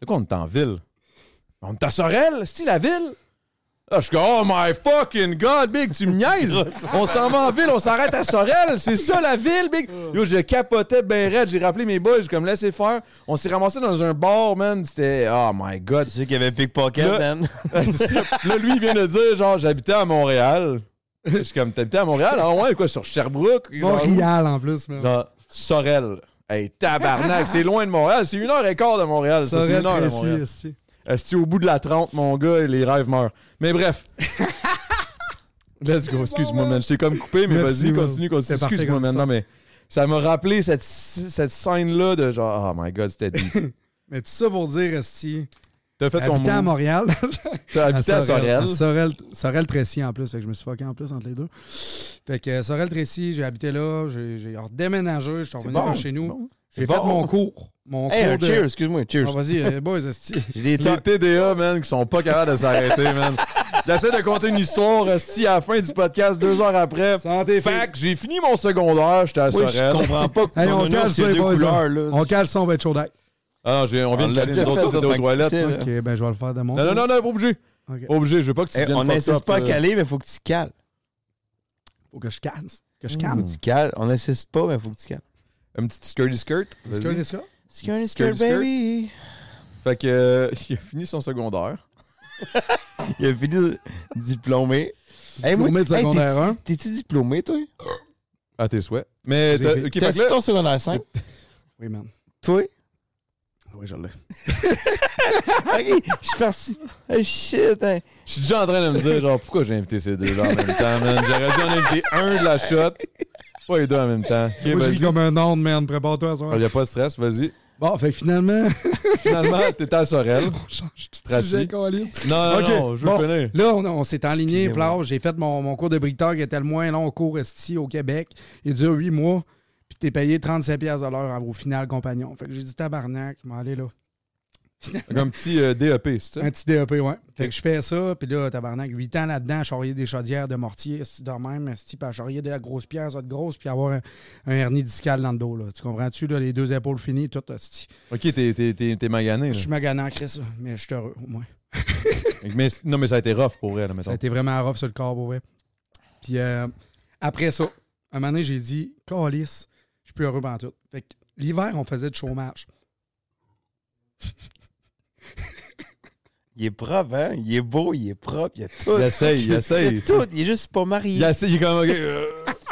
A: de quoi on est en ville? On est à Sorel, c'est la ville? Là, je suis comme, oh my fucking god, Big, tu me niaises! On s'en va en ville, on s'arrête à Sorel, c'est ça la ville, Big! Yo, je capotais ben raide, j'ai rappelé mes boys, j'ai comme laissé faire. On s'est ramassé dans un bar, man, c'était, oh my god.
C: C'est sûr qu'il y avait pickpocket,
A: Là-
C: man.
A: Ouais, c'est ça. Là, lui, il vient de dire, genre, j'habitais à Montréal. Je suis comme, t'habitais à Montréal? Ah ouais, quoi, sur Sherbrooke? Genre,
B: Montréal, en plus, man.
A: Genre, Sorel. Hey, tabarnak, c'est loin de Montréal. C'est une heure et quart de Montréal. ça, c'est
B: Sorel,
A: une heure de
B: précis,
A: Montréal.
B: esti.
A: Est-ce au bout de la 30, mon gars, les rêves meurent. Mais bref. Let's go. Excuse-moi, man. Je t'ai comme coupé, mais
B: Merci,
A: vas-y,
B: man.
A: continue, continue.
B: C'est parfait
A: Excuse-moi,
B: comme
A: man.
B: ça.
A: Non, mais ça m'a rappelé cette, cette scène-là de genre, oh my god, c'était deep.
B: Mais tout ça pour dire, Esti,
A: T'as fait ton
B: Habitant à
A: move.
B: Montréal.
A: T'as habité à Sorel.
B: Sorel, Sorel Tracy en plus. Fait que je me suis fucké en plus entre les deux. Fait que euh, Sorel Tracy, j'ai habité là. J'ai j'ai redéménagé. Je suis revenu
C: bon,
B: par chez nous. J'ai
C: C'est
B: fait
C: bon.
B: mon cours. Mon
C: Hey, un
B: cours de.
C: cheers, excuse-moi,
B: Ah,
C: cheers.
B: vas-y, euh, boys, esti.
C: J'ai des
A: Les
C: tocs.
A: TDA, man, qui sont pas capables de s'arrêter, man. J'essaie de compter une histoire, Resti, à la fin du podcast, deux heures après.
B: Santé,
A: Fait que j'ai fini mon secondaire, j'étais à
C: Moi,
A: Sorel.
C: je comprends pas que
B: Hey,
C: ton
B: on
C: honneur,
B: calme ça,
C: c'est
B: les
C: deux
B: boys,
C: couleurs, là.
B: On cale ça, on va être chaud d'ail.
A: Ah, j'ai- on vient
C: On
A: de
C: l'a
A: nous
C: déjà
A: autres,
C: fait,
A: on était
C: ça,
A: aux
C: Mike
A: toilettes.
C: Suchet, là.
B: Ok, ben je vais le faire de mon.
A: Non, non, non, non, pas obligé.
B: Ok.
A: Pas obligé, je veux pas que tu
C: Hey,
A: viennes
C: Eh, On n'insiste pas à
A: caler.
C: caler, mais faut que tu cales.
B: Faut que je canse. Que je
C: Faut
B: canse.
C: que tu cales. On n'insiste pas, mais faut que tu cales.
A: Un petit skirty skirt.
B: Est-ce
A: vas-y.
B: que- est-ce que-
C: Skirt,
A: Skirt,
C: skirt,
A: skirt.
C: baby.
A: Fait que euh, il a fini son secondaire.
C: Il a fini de- diplômé.
B: Diplômé de secondaire
C: t'es-tu-
B: un.
C: T'es-tu diplômé, toi?
A: À tes souhaits. Mais
B: J'ai
A: t'as-
B: fait-
A: ok, fait
C: T'as-tu
A: que là,
C: ton secondaire 5?
B: Oui, man.
C: Toi?
B: Oui, je l'ai.
C: Ok, je suis parti. Hey, shit, hein.
A: je suis déjà en train de me dire genre pourquoi j'ai invité ces deux-là en même temps, man. J'aurais dû en inviter un de la shot, pas les deux en même temps. Ok,
B: Moi, je
A: vas-y.
B: ris comme un onde, man. Prépare-toi à
A: Ah,
B: ça.
A: y a pas de stress, vas-y.
B: Bon, fait que finalement,
A: Finalement, t'étais à Sorel.
B: on change de
A: Tracy.
B: sujet, câlisse.
A: Non, non,
B: Ok,
A: non, je veux
B: bon.
A: finir.
B: Là, on, on s'est enligné,
C: Excusez-moi.
B: Flash. J'ai fait mon, mon cours de briqueteur qui était le moins long cours ici au Québec. Il dure 8 mois. Puis t'es payé 37$ piastres de l'heure au final, compagnon. Fait que j'ai dit tabarnak, je m'en allais là.
A: Comme petit euh, DEP, c'est ça?
B: Un petit DEP, E ouais. Fait que je fais ça, puis là, tabarnak, 8 ans là-dedans, à charrier des chaudières, de mortier, c'est de même, c'est à charrier de la grosse pierre, ça de grosse, puis avoir un, un hernie discale dans le dos, là. Tu comprends-tu, là, les deux épaules finies, tout, esti.
A: Ok, t'es- t'es t'es- t'es magané.
B: Je
A: là.
B: suis maganant, Chris, là, mais je suis heureux, au moins.
A: Mais, non, mais ça a été rough pour vrai, là,
B: Ça a
A: mettons.
B: été vraiment rough sur le corps, pour vrai. Puis euh, après ça, un moment donné, j'ai dit, Calice, je suis plus heureux pendant tout. Fait que l'hiver, on faisait du chômage.
C: Il est propre, hein? Il est beau, il est propre, il y a tout.
A: Il essaye, il
C: Il y a
A: essaye.
C: tout. Il est juste pas marié.
A: Il essaye, il est comme. ok, euh,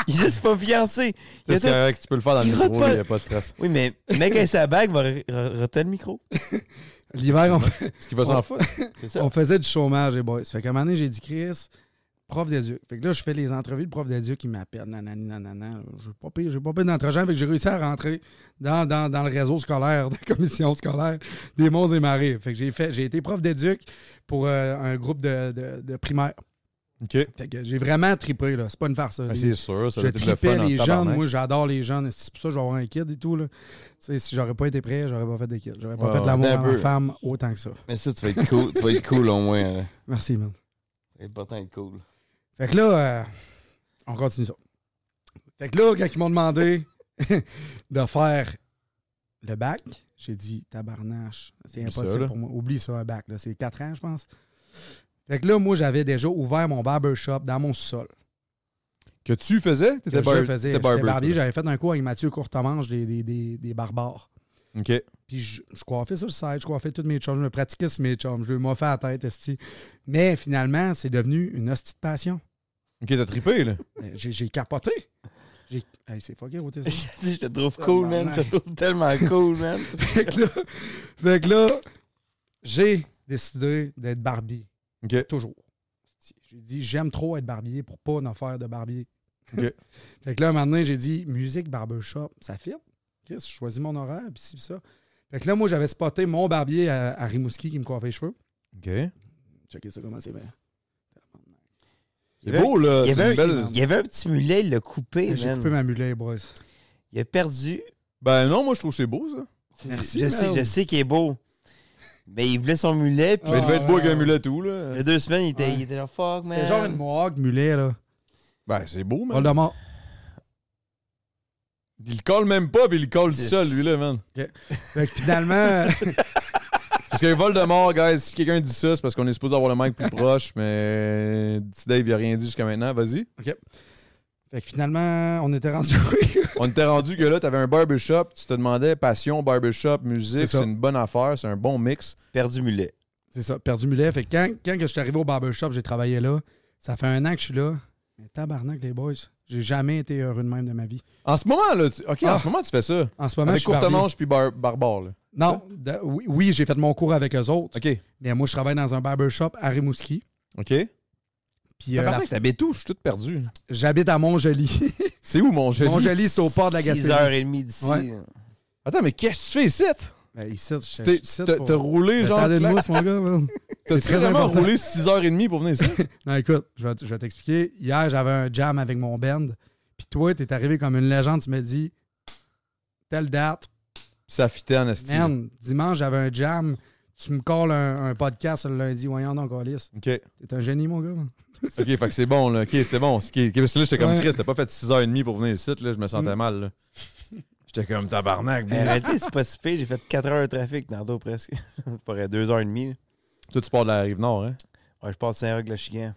C: Il est juste pas fiancé. Il y a
A: C'est
C: tout.
A: correct, tu peux le faire dans le
C: Il
A: micro,
C: rote pas.
A: il n'y a pas de stress.
C: Oui, mais le mec avec sa bague va re- re- retenir le micro.
B: L'hiver, on,
A: Ce qui va s'en foutre.
C: C'est ça.
B: on faisait du chômage, les boys. Fait qu'à un moment donné, j'ai dit, Chris, prof d'éduc. Fait que là, je fais les entrevues de prof d'éduc qui m'appelle. Nanani, nanana. J'ai pas payé, j'ai pas payé d'entregent. Fait que j'ai réussi à rentrer dans, dans- dans le réseau scolaire, de la commission scolaire des Monts et Marais. Fait que j'ai fait, j'ai été prof d'éduc pour euh, un groupe de, de, de primaire.
A: Ok.
B: Fait que j'ai vraiment tripé, là. C'est pas une farce. là.
A: Ben,
B: Les-
A: c'est sûr, ça
B: je
A: va être le fun
B: tripais
A: en
B: les jeunes.
A: tabarnak.
B: Moi, j'adore les jeunes. C'est pour ça que je vais avoir un kid et tout. Là. Tu sais, Si j'aurais pas été prêt, j'aurais pas fait de kid. J'aurais pas
A: Ouais,
B: fait de l'amour
C: ouais, un
B: à ma
C: peu.
B: femme autant que ça.
C: Mais ça, tu vas être cool. tu vas être cool au moins. hein.
B: Merci, man.
C: C'est important d'être cool.
B: Fait que là, euh, on continue ça. Fait que là, quand ils m'ont demandé de faire le bac, j'ai dit tabarnache. C'est
A: Oublie ça,
B: impossible
A: là.
B: pour moi. Oublie ça, un bac. là. C'est 4 ans, je pense. Fait que là, moi, j'avais déjà ouvert mon barbershop dans mon sol.
A: Que tu faisais?
B: Que
A: T'étais
B: je
A: bar-
B: faisais.
A: t'étais
B: J'étais
A: barber,
B: barbier.
A: toi.
B: J'avais fait un cours avec Mathieu Courtemanche des- des- des, des barbares.
A: Ok.
B: Puis je, je coiffais sur le site, je coiffais toutes mes chums, je me pratiquais sur mes chums, je me fait la tête, esti. Mais finalement, c'est devenu une hostie de passion.
A: Ok, t'as trippé, là.
B: Euh, J'ai j'ai capoté. J'ai- Hey, c'est fucké, roter ça.
C: je te trouve cool, man. Je te trouve tellement cool, man.
B: fait que là, fait que là, j'ai décidé d'être barbier,
A: Ok.
B: toujours. Esti, J'ai dit, j'aime trop être barbier pour pas en faire de barbier.
A: Ok.
B: fait que là, un moment donné, j'ai dit, musique, barbershop, ça fit. Chris, je choisis mon horaire, puis ci, puis ça. Fait que là, moi, j'avais spoté mon barbier à, à Rimouski qui me coiffait les cheveux.
A: Ok. C'est
B: Checkez ça, comment c'est bien.
C: Il y avait-
A: beau, là.
C: Il y,
A: C'est
C: avait
A: une
B: un-
A: belle.
C: un, il y avait un petit mulet, il l'a coupé,
B: J'ai
C: man.
B: coupé ma mulet, boys.
C: Il a perdu.
A: Ben non, moi, je trouve que c'est beau, ça.
B: Merci,
C: je,
B: man.
C: sais, je sais qu'il est beau. Mais il voulait son mulet, puis
A: Mais il
B: Ah,
A: devait être beau avec
B: ouais.
A: un mulet tout, là.
C: il y a deux semaines, il était,
B: Ouais.
C: il était là, fuck, man.
B: C'est genre une mohawk mulet, là.
A: Ben, c'est beau, man.
B: Paul de mort.
A: Il le colle même pas, puis il le colle tout
C: C'est-
A: seul, lui, là, man.
B: Fait que finalement,
A: Parce que Voldemort, guys, si quelqu'un dit ça, c'est parce qu'on est supposé avoir le mic plus proche, mais petit Dave, il a rien dit jusqu'à maintenant. Vas-y.
B: fait que finalement, on était rendu.
A: On était rendu que là, t'avais un barbershop, tu te demandais passion, barbershop, musique,
B: C'est ça.
A: c'est une bonne affaire, c'est un bon mix.
C: Perdu mulet.
B: C'est ça, perdu mulet. Fait que quand, quand que je suis arrivé au barbershop, j'ai travaillé là. Ça fait un an que je suis là. Mais tabarnak, les boys. J'ai jamais été heureux de même de ma vie.
A: En ce moment, là, tu- OK,
B: Ah.
A: en ce moment, tu fais ça.
B: En ce moment,
A: Avec
B: je suis. barbier.
A: courte-manche puis bar- barbare, là.
B: Non, de- oui, oui, j'ai fait mon cours avec eux autres.
A: OK.
B: Mais moi, je travaille dans un barbershop à Rimouski.
A: OK.
B: Puis euh,
A: T'as
B: la-
A: parlé que t'habites où? Je suis tout perdu.
B: j'habite à Montjoly.
A: C'est où, mon joli?
B: Montjoly, c'est au port de la Gaspésie.
C: 6h30 d'ici.
B: Ouais.
A: Attends, mais qu'est-ce que tu fais ici?
B: Ben, ici, je-
A: T'es-
B: je- ici,
A: T'as
B: pour-
A: t'as roulé, genre.
B: Attendez de
A: clair-
B: moi, mon gars. man.
A: T'as-tu
B: c'est très
A: vraiment
B: important.
A: roulé 6h30 pour venir ici?
B: Non, écoute, je vais, t- je vais t'expliquer. Hier, j'avais un jam avec mon band. Puis toi, t'es arrivé comme une légende. Tu me dis, telle date,
A: Ça fitait en esti.
B: man, dimanche, j'avais un jam. Tu me calls un, un podcast le lundi. Voyons donc, Alice.
A: OK. OK,
B: T'es un génie, mon gars. man.
A: fait que c'est bon, là. OK, c'était bon. OK, ok, parce que là, j'étais comme
B: Ouais.
A: Chris, t'as pas fait 6h30 pour venir ici, là. Je me sentais mal, là. J'étais comme tabarnak,
C: Mais en
A: bien.
C: réalité, c'est pas si pire. J'ai fait 4 heures de trafic tantôt presque. Ça paraît 2 heures et demie. là.
A: Toi, tu pars de la rive nord, hein?
C: Ouais, je passe Saint-Roch-la-Chigan.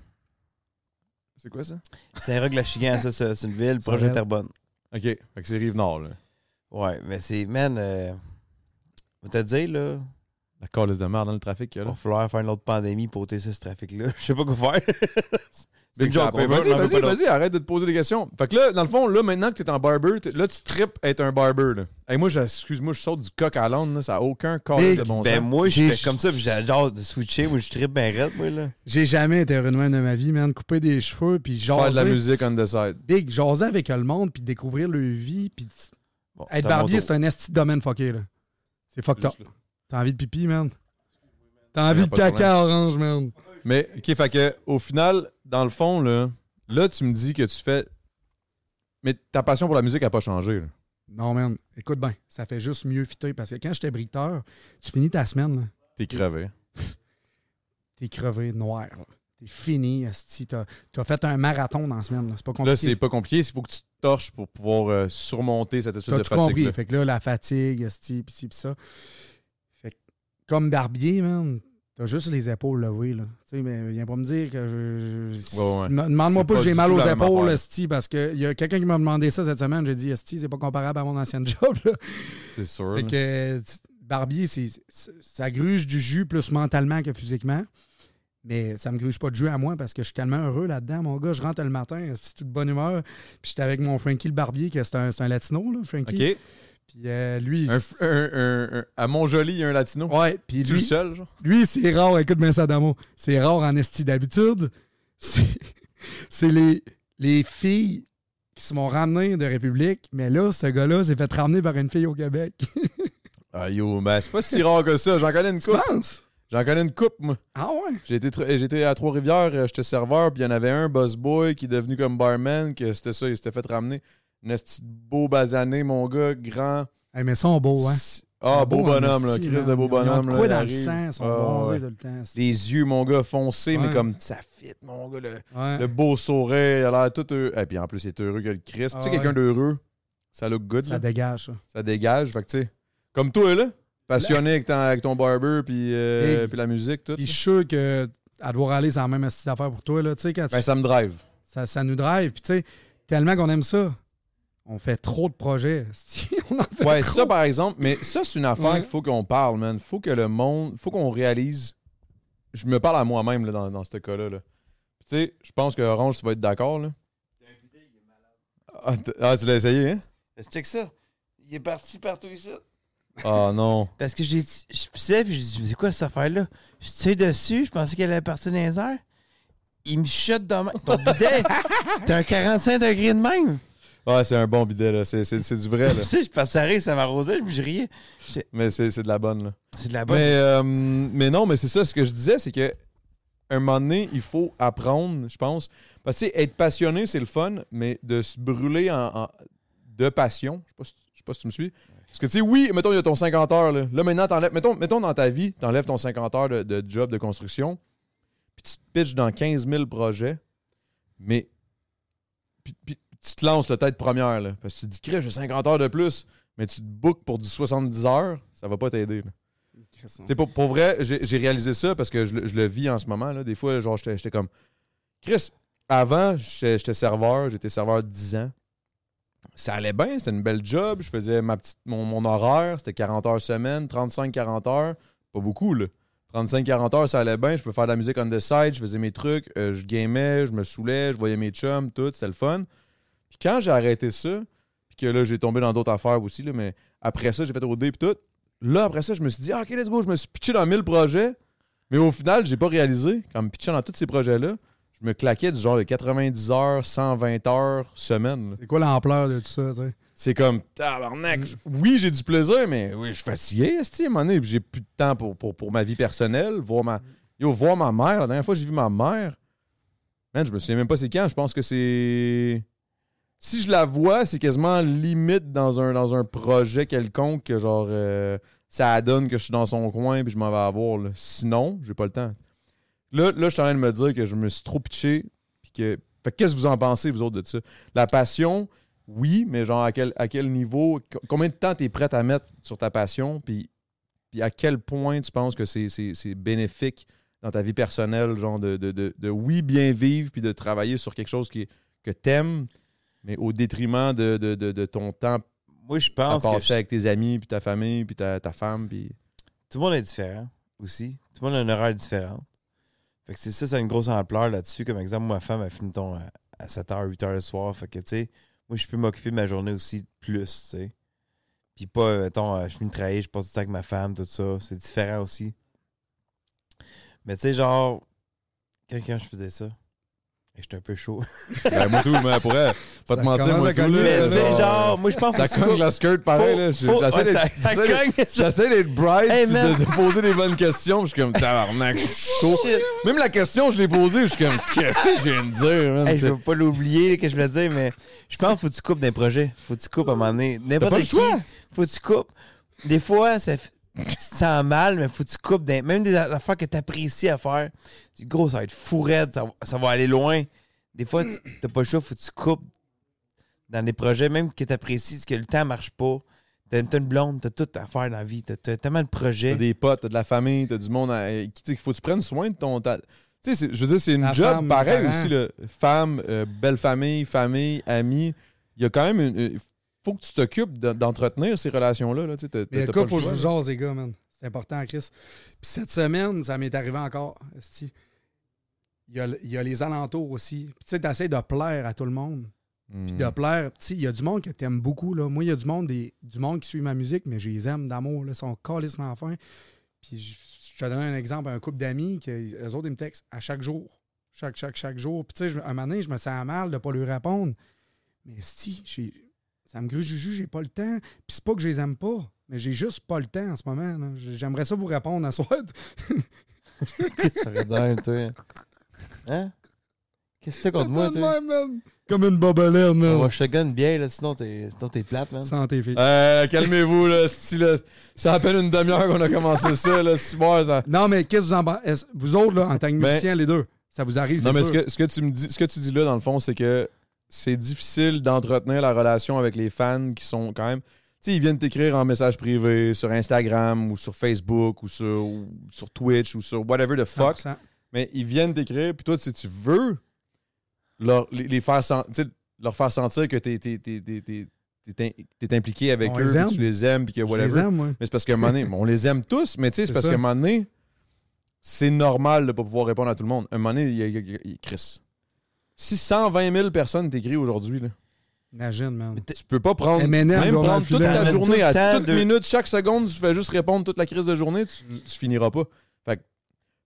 A: C'est quoi ça?
C: Saint-Roch-la-Chigan, ça, c'est c'est une ville
B: C'est
C: proche de
B: vrai.
C: Terrebonne.
A: OK. Fait que c'est rive nord, là.
C: Ouais, mais c'est, man, euh, va te dire, là,
A: La calice de merde dans le trafic, qu'il y a,
C: il
A: là.
C: va falloir faire une autre pandémie pour ôter ça, ce trafic-là. Je sais pas quoi faire. C'est
A: Big
C: que ça
A: job.
C: a pas-
A: Vas-y,
C: j'en veux
A: vas-y,
C: pas d'autre.
A: vas-y, arrête de te poser des questions. Fait que là, dans le fond, là, maintenant que t'es en barber, t'es- là, tu tripes être un barber, là. Hey, moi, je- excuse-moi, je saute du coq à l'âne, là. Ça a aucun corps
B: Big
A: de bon
C: Ben,
A: sens.
C: moi, je
B: J'ai-
C: fais comme ça, puis j'adore de switcher. Moi, je tripe bien raide, moi, là.
B: J'ai jamais été heureux de même de ma vie, man. Couper des cheveux, puis
A: Faire de la
B: jaser.
A: musique on the side.
B: Big, jaser avec le monde, puis découvrir leur vie, puis
C: Bon,
B: Être
C: c'est à mon
B: barbier,
C: tour.
B: c'est un esti de domaine fucké, là. C'est fucked up.
A: Juste là.
B: T'as envie de pipi, man. T'as
A: Y a
B: envie de
A: pas de
B: caca orange, man.
A: Mais, OK, fait que, au final, dans le fond, là, là, tu me dis que tu fais. Mais ta passion pour la musique a pas changé, là.
B: Non, man. Écoute bien, ça fait juste mieux fitter parce que quand j'étais briqueteur, tu finis ta semaine, là,
A: T'es crevé.
B: t'es crevé noir. là. T'es fini, esti. T'as t'as fait un marathon dans la semaine, là. C'est pas
A: Là, c'est
B: compliqué.
A: pas compliqué. Il faut que tu te torches pour pouvoir euh, surmonter cette espèce de
B: T'as tout compris.
A: fatigue-là.
B: Fait que là, la fatigue, esti, pis ci, pis ça. Fait que, comme barbier, man, t'as juste les épaules levées, là. Tu sais, mais viens pas me dire que je... je-
A: Ouais, ouais.
B: Me- Demande-moi
A: C'est
B: pas,
A: pas
B: que j'ai
A: du
B: mal
A: tout
B: aux
A: la même
B: épaules,
A: affaire.
B: esti, parce que y a quelqu'un qui m'a demandé ça cette semaine. J'ai dit, esti, c'est pas comparable à mon ancien job, là.
A: C'est sûr.
B: Fait
A: là.
B: que euh, tu- Barbier, c'est, c'est- ça gruge du jus plus mentalement que physiquement. Mais ça me gruge pas de jus à moi parce que je suis tellement heureux là-dedans, mon gars. Je rentre le matin, c'est toute bonne humeur. Puis j'étais avec mon Frankie le barbier, que c'est un, c'est un latino, là, Frankie.
A: OK.
B: Puis euh, lui,
A: Un, un- un- un- à Montjoli, il y a un latino.
B: ouais, puis
A: Tu le
B: lui,
A: seul, genre.
B: lui, c'est rare, écoute bien ça, Damo. C'est rare en esti d'habitude. C'est, c'est les, les filles qui se font ramener de République. Mais là, ce gars-là s'est fait ramener par une fille au Québec.
A: Ah yo, ben c'est pas si rare que ça. J'en connais une
B: tu
A: coupe.
B: penses?
A: J'en connais une coupe, moi.
B: Ah ouais?
A: J'ai été tr- J'étais à Trois-Rivières, euh, j'étais serveur, puis il y en avait un, boss boy, qui est devenu comme barman, que c'était ça, il s'était fait ramener. Un esti de beau basané, mon gars, grand.
B: Eh, mais sont beaux, hein?
A: Si- Ah,
B: Un
A: beau,
B: en
A: bonhomme, là.
B: esti,
A: Chris
B: man.
A: de beau bonhomme,
B: Ils
A: là.
B: ont de quoi
A: il
B: dans le
A: arrive.
B: sang, ils sont
A: Ah,
B: bronzés
A: ouais.
B: tout le temps. esti.
A: Les yeux, mon gars, foncés, mais
B: Ouais.
A: comme ça fit, mon gars. Le,
B: Ouais.
A: le beau sourire, il a l'air tout heureux. Et puis en plus, il est heureux que le Chris.
B: Ah,
A: tu sais, quelqu'un
B: ouais.
A: d'heureux, ça look good,
B: Ça
A: là.
B: dégage, ça.
A: ça dégage. Fait que, tu sais, comme toi, là, passionné avec ton, avec ton barber, puis euh,
B: Hey.
A: puis la musique, tout.
B: Puis je suis sûr que à devoir aller, c'est la même petite affaire pour toi, là. Tu sais, quand tu-
A: Ben, ça me drive.
B: ça, ça nous drive. Puis tu sais, tellement qu'on aime ça, on fait trop de projets. esti. on en fait
A: Ouais,
B: trop.
A: ça, par exemple, mais ça, c'est une affaire
B: Ouais.
A: qu'il faut qu'on parle, man. Faut que le monde, faut qu'on réalise. Je me parle à moi-même, là, dans, dans ce cas-là. là. Puis, Tu sais, je pense que Orange, tu vas être d'accord, là. Ah, t- ah, tu l'as essayé, hein?
C: Check ça. Il est parti partout ici.
A: Ah non.
C: Parce que j'ai dit- je pissais, puis je dis, c'est quoi cette affaire-là? Je tire dessus, je pensais qu'elle allait partir dans les airs. Il me shot de même. Ton bidet, t'as un 45 degrés de même.
A: Ouais, c'est un bon bidet, là. C'est, c'est- c'est du vrai, là.
C: Tu sais, je passais à rire, ça m'arrosait, je me riais.
A: Mais c'est, c'est de la bonne, là.
C: C'est de la bonne.
A: Mais, euh, mais non, mais c'est ça. Ce que je disais, c'est que un moment donné, il faut apprendre, je pense. Parce que tu sais, être passionné, c'est le fun, mais de se brûler en, en- de passion, je sais pas si- je sais pas si tu me suis. Parce que tu sais, oui, mettons, il y a ton 50 heures. Là, là maintenant, t'enlèves, mettons, mettons dans ta vie, t'enlèves ton 50 heures de, de job de construction, puis tu te pitches dans 15 000 projets, mais puis, puis tu te lances la tête première, là, parce que tu te dis, crée, j'ai 50 heures de plus, mais tu te bookes pour du 70 heures, ça va pas t'aider. là. Tu sais, pour, pour vrai, j'ai j'ai réalisé ça parce que je, le- je le vis en ce moment. Là. Des fois, genre, j'étais j'étais comme. Chris, avant, j'étais j'étais serveur, j'étais serveur 10 ans. Ça allait bien, c'était une belle job. Je faisais ma petite, mon, mon horaire, c'était 40 heures semaine, 35-40 heures. Pas beaucoup, là. 35-40 heures, ça allait bien. Je peux faire de la musique on the side, je faisais mes trucs, euh, je gamais, je me saoulais, je voyais mes chums, tout, c'était le fun. Puis quand j'ai arrêté ça, puis que là, j'ai tombé dans d'autres affaires aussi, là, mais après ça, j'ai fait au dé, puis tout. Là, après ça, je me suis dit, Ah, OK, let's go. Je me suis pitché dans 1000 projets. Mais au final, j'ai pas réalisé qu'en me pitchant dans tous ces projets-là, je me claquais du genre de 90 heures, 120 heures semaine. là.
B: C'est quoi l'ampleur de tout ça, tu sais?
A: c'est comme tabarnak. je- Oui, j'ai du plaisir, mais oui, je suis fatigué, esti, à un moment donné, puis j'ai plus de temps pour, pour, pour ma vie personnelle. Voir ma, yo, voir ma mère, la dernière fois que j'ai vu ma mère, man, je me souviens même pas c'est quand. Je pense que c'est. Si je la vois, c'est quasiment limite dans un, dans un projet quelconque que genre euh, ça donne que je suis dans son coin puis je m'en vais avoir. Là. Sinon, j'ai pas le temps. Là, là, je suis en train de me dire que je me suis trop pitché. Puis que. Fait que qu'est-ce que vous en pensez, vous autres, de ça? La passion, oui, mais genre à quel, à quel niveau, co- combien de temps tu es prête à mettre sur ta passion, puis, puis à quel point tu penses que c'est, c'est- c'est bénéfique dans ta vie personnelle, genre de, de, de- de, oui, bien vivre, puis de travailler sur quelque chose qui, est- que t'aimes, mais au détriment de, de, de- de ton temps
C: Moi, je
A: à
C: pense que
A: passer avec tes amis, puis ta famille, puis ta, ta femme, puis...
C: tout le monde est différent aussi. Tout le monde a une horaire différente. Fait que c'est ça, ça a une grosse ampleur là-dessus. Comme exemple, moi, ma femme, elle finit ton à, 7h, 8h le soir. Fait que, tu sais, moi, je peux m'occuper de ma journée aussi plus, tu sais. Puis pas, euh, mettons, euh, je finis de travailler, je passe du temps avec ma femme, tout ça. C'est différent aussi. Mais tu sais, genre, quelqu'un, je faisais ça. Et j'étais un peu chaud.
A: Ben, moi tout, mais pour elle, pas
B: Ça
A: te mentir,
B: commence
A: moi
B: à
A: tout,
B: cogner,
A: là,
C: Mais tu sais,
A: genre,
C: genre, moi, je pense
A: Ça
C: que
A: cogne la skirt pareil, là. Je-
C: faut-
A: j'essaie
C: ouais,
A: d'être-
C: ça- ça
A: j'essaie d'être-
C: cogne, ça
A: J'essaie d'être bright
C: Hey,
A: pis
C: man.
A: de, de poser des bonnes questions. puis Je suis comme tabarnak, je suis chaud. Même la question, je l'ai posée, je suis comme qu'est-ce que je viens de dire, man?
C: Hey, je
A: C'est-
C: veux pas l'oublier, là, que je voulais dire, mais je pense qu'il faut que tu coupes des projets. Faut que tu coupes à un moment donné.
A: T'as
C: N'importe
A: pas le
C: qui,
A: choix!
C: Faut que tu coupes. Des fois, ça, f- tu te sens mal, mais faut que tu coupes. des- même des affaires que tu apprécies à faire. Du Gros, ça va être fourrette, ça, va- ça va aller loin. Des fois, tu- t'as pas le choix, faut que tu coupes dans des projets, même que tu apprécies, que le temps marche pas. T'as t'as une blonde, t'as tout à faire dans la vie, t'as t'as tellement de
A: T'as
C: projets.
A: des potes, t'as de la famille, t'as du monde. à- qui- tu sais, faut que tu prennes soin de ton. ta- Tu sais, c'est- je veux dire, c'est une
B: La
A: job
B: femme,
A: pareil
B: parents.
A: aussi, là. Femme, euh, belle famille, famille, amis. Il y a quand même une. une- faut que tu t'occupes d'en- d'entretenir ces relations-là. Là. Tu sais, t'as-
B: Mais
A: t'as pas
B: écoute,
A: le
B: faut que je
A: choix,
B: vous
A: là.
B: jase, les gars, man. C'est important, Chris. Puis cette semaine, ça m'est arrivé encore. esti. Il y, a, le- il y a les alentours aussi. Puis tu sais, t'essaies de plaire à tout le monde.
A: Hmm.
B: Puis de plaire. Tu sais, il y a du monde que t'aimes beaucoup, là. Moi, il y a du monde, des, du monde qui suit ma musique, mais je les aime d'amour, là. Ils sont calissement fins. Puis je, je te donne un exemple, un couple d'amis, que eux autres, ils me textent à chaque jour. Chaque, chaque, chaque jour. Puis tu sais, je- un moment donné, je me sens mal de pas lui répondre. Mais si, j'ai- ça me gruge juju, j'ai pas le temps. Puis c'est pas que je les aime pas, mais j'ai juste pas le temps en ce moment. là. J- J'aimerais ça vous répondre à soi.
C: Ça redonne, toi. Hein? Qu'est-ce que t'as contre moi,
B: De
C: toi?
B: même, man. Comme une bobelette,
C: On
B: man.
C: va shotgun bien, là, sinon t'es sinon t'es plate, man.
B: Santé, fille.
A: Euh, Calmez-vous, là. si, là, C'est à peine une demi-heure qu'on a commencé ça, là. Six mois, ça.
B: Non, mais qu'est-ce que vous en pensez? Est-ce- Vous autres, là, en tant que
A: Ben-
B: musiciens, les deux, ça vous arrive,
A: Non,
B: c'est
A: mais
B: sûr.
A: ce que, ce, que tu me dis, ce que tu dis là, dans le fond, c'est que c'est difficile d'entretenir la relation avec les fans qui sont quand même. Tu sais, ils viennent t'écrire en message privé sur Instagram ou sur Facebook ou sur, ou sur Twitch ou sur whatever the fuck.
B: 100%.
A: Mais ils viennent t'écrire, puis toi, si tu veux leur, les, les faire sen- tu sais, leur faire sentir que t'es t'es- t'es- t'es- t'es- t'es in- t'es impliqué avec
B: On
A: eux,
B: les
A: puis
B: aime.
A: tu les aimes, puis que
B: Je
A: whatever.
B: les aime, moi.
A: Mais c'est parce qu'à un moment donné, on les aime tous, mais tu sais, c'est
B: C'est
A: parce
B: ça.
A: qu'à un moment donné, c'est normal de ne pas pouvoir répondre à tout le monde. À un moment donné, il y a, il y a- il y a- Chris. Si 120 000 personnes t'écrivent aujourd'hui, là,
B: Imagine, man.
A: tu peux pas prendre,
B: M&M,
A: même
B: Laurent
A: prendre toute
B: Fulham.
A: ta
C: T'amènes tout
A: journée,
C: le
A: à
C: temps
A: toute
C: de-
A: minute, chaque seconde, tu fais juste répondre toute la crise de journée, tu, tu finiras pas. Fait que,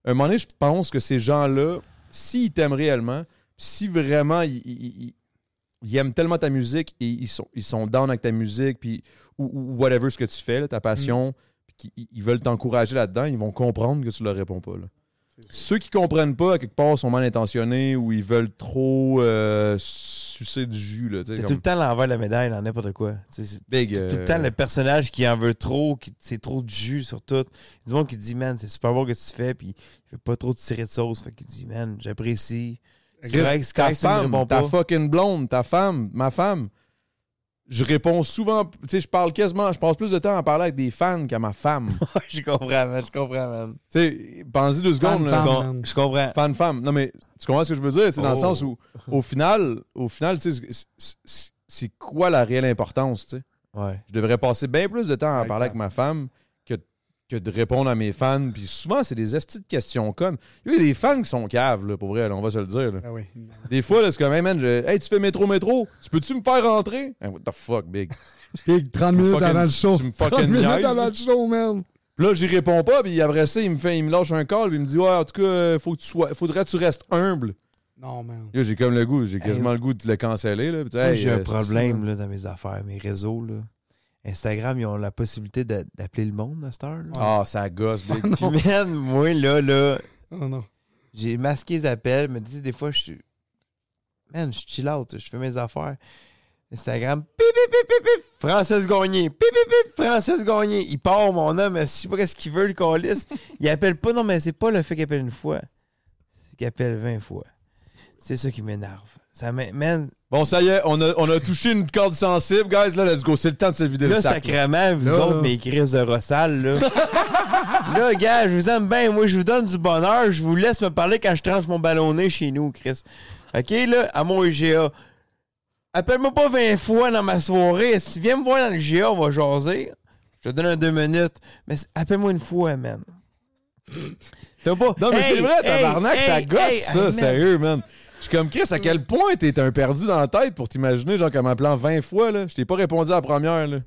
A: à un moment donné, je pense que ces gens-là, s'ils t'aiment réellement, si vraiment ils, ils- ils- ils aiment tellement ta musique et ils sont, ils sont down avec ta musique, puis, ou, ou whatever ce que tu fais, là, ta
C: Mm.
A: passion, puis qu'ils- ils, ils veulent t'encourager là-dedans, ils vont comprendre que tu leur réponds pas. là. Ceux qui comprennent pas, à quelque part, sont mal intentionnés ou ils veulent trop euh, sucer du jus. Là, tu sais,
C: T'as tout
A: comme
C: le temps l'envers de la médaille dans n'importe quoi. Tu sais, c'est-
A: big,
C: Tout le
A: euh,
C: temps le personnage qui en veut trop, qui c'est trop de jus sur tout. Il y a du monde qui dit man, c'est super bon que tu fais, puis il veut pas trop te tirer de sauce. Fait qu'il dit man, j'apprécie. C'est
A: Chris,
C: correct, c'est
A: ta
C: correct si tu me
A: femme,
C: réponds
A: ta
C: pas.
A: fucking blonde, ta femme, ma femme. Je réponds souvent, tu sais, je parle quasiment, je passe plus de temps à parler avec des fans qu'à ma femme. tu
C: je comprends, man, je comprends, man.
A: sais, pense-y deux
B: Fan,
A: secondes. là.
B: fan.
C: Con-
B: man.
C: Je comprends.
A: fan femme. Non, mais tu comprends ce que je veux dire, tu sais, dans le
C: Oh.
A: sens où, au final, au final, tu sais, c'est- c'est- c'est- c'est quoi la réelle importance, tu sais?
C: Ouais.
A: Je devrais passer bien plus de temps à
B: Avec
A: parler
B: ta
A: avec ma femme que, que de répondre à mes fans. Puis souvent, c'est des estis de questions connes. Il y a des fans qui sont caves, là, pour vrai, là, on va se le dire. là.
B: Ah oui.
A: Des fois, là, c'est comme, hey man, je- hey, tu fais métro, métro, tu peux-tu me faire rentrer? Hey, what the fuck, big?
B: Big, 30
A: me
B: minutes
A: fucking-
B: avant le show.
A: tu me fucking
B: 30 minutes
A: niaises,
B: avant
A: là.
B: le show, man.
A: Puis là, j'y réponds pas, puis après ça, il me fait, il me lâche un call, puis il me dit, ouais, en tout cas, euh, faut que tu sois, faudrait que tu restes humble.
B: Non, man.
A: Yo, j'ai comme le goût, j'ai quasiment le goût de le canceller. Là. Puis,
C: Moi,
A: hey,
C: j'ai un
A: euh,
C: problème là, dans mes affaires, mes réseaux. Là. Instagram, ils ont la possibilité d'a- d'appeler le monde à cette heure. là.
A: Ah, ça gosse, big.
C: Puis, man, moi, là, là,
B: Oh non.
C: j'ai masqué les appels, mais tu sais, des fois, je suis. Man, je suis chill out, je fais mes affaires. Instagram, pip, pip, pip, pip, pip, Frances Gagné, pip, pip, pip, Frances Gagné. Il part, mon homme, je sais pas qu'est-ce qu'il veut, le calice. Il appelle pas, non, mais c'est pas le fait qu'il appelle une fois, c'est qu'il appelle 20 fois. C'est ça qui m'énerve. Ça m'é- man,
A: Bon, ça y est, on a, on a touché une corde sensible, guys. Là, let's go. C'est le temps de se vider
C: là,
A: le sac.
C: sacrément, vous
B: Là,
C: autres,
B: là.
C: mes crises de rossales, là. là, gars, je vous aime bien. Moi, je vous donne du bonheur. Je vous laisse me parler quand je tranche mon ballonnet chez nous, Chris. OK, là, à mon IGA. Appelle-moi pas 20 fois dans ma soirée. Si viens me voir dans le GA, on va jaser. Je te donne un deux minutes. Mais c'est- appelle-moi une fois, man. T'as pas.
A: Non, mais
C: Hey,
A: c'est vrai,
C: hey,
A: tabarnak, ça
C: hey,
A: gosse,
C: hey,
A: ça,
C: hey, man.
A: sérieux, man. Je suis comme Chris, à quel point t'es un perdu dans la tête pour t'imaginer, genre, comme m'appelant 20 fois, là. Je t'ai pas répondu à la première, là.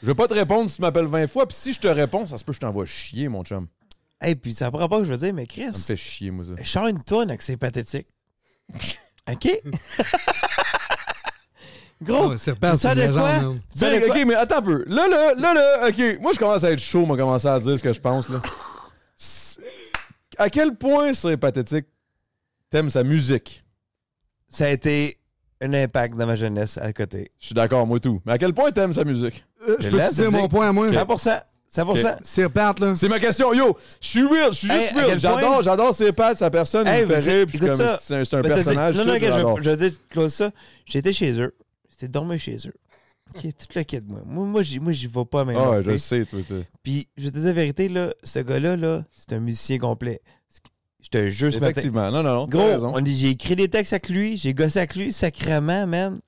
A: Je vais pas te répondre si tu m'appelles 20 fois, puis si je te réponds, ça se peut que je t'envoie chier, mon chum.
C: Hey, puis ça prend pas que je veux dire, mais Chris.
A: Ça me fait chier, moi, ça.
C: Ben, Je sors une tonne avec c'est pathétique. OK?
A: Oh,
C: Gros,
B: Ah c'est hein. pas
C: ça de quoi? Tu sais
A: Ben,
C: de quoi?
A: ok, mais attends un peu. Là, là, là, là, ok. Moi, je commence à être chaud, moi, commencer à dire ce que je pense, là. C'est- À quel point c'est pathétique? T'aimes sa musique.
C: Ça a été un impact dans ma jeunesse à côté.
A: Je suis d'accord, moi, tout. Mais à quel point t'aimes sa musique?
B: Euh, je
C: Mais
B: peux
C: là,
B: te dire
C: ça veut
B: mon
C: dire-
B: point à moi?
C: 100%. 100%.
B: C'est reparti, là.
A: C'est ma question. Yo, je suis real, je suis
C: Hey,
A: juste
C: à
A: real.
C: quel
A: J'adore,
C: point-
A: j'adore ses pattes, sa personne,
C: Hey,
A: il me fait
C: vous-
A: rire, puis je suis
C: écoute
A: comme,
C: ça.
A: c'est un, c'est un
C: Mais t'as dit-
A: personnage.
C: non,
A: tout,
C: non, gars,
A: j'adore.
C: je, je vais dire close ça. J'étais chez eux. J'étais dormi chez eux. OK, toute la quête, moi. Moi, moi, j'y, moi, j'y vais pas à mes
A: Ah, ouais,
C: rentrées.
A: je sais, toi. t'es-
C: Puis, je vais te dis la vérité, là, ce gars-là, là, c'est un musicien complet. Je te jure ce matin.
A: Effectivement. Non, non, non. t'as
C: Gros,
A: raison.
C: on dit- j'ai écrit des textes avec lui, j'ai gossé avec lui, sacrément, man.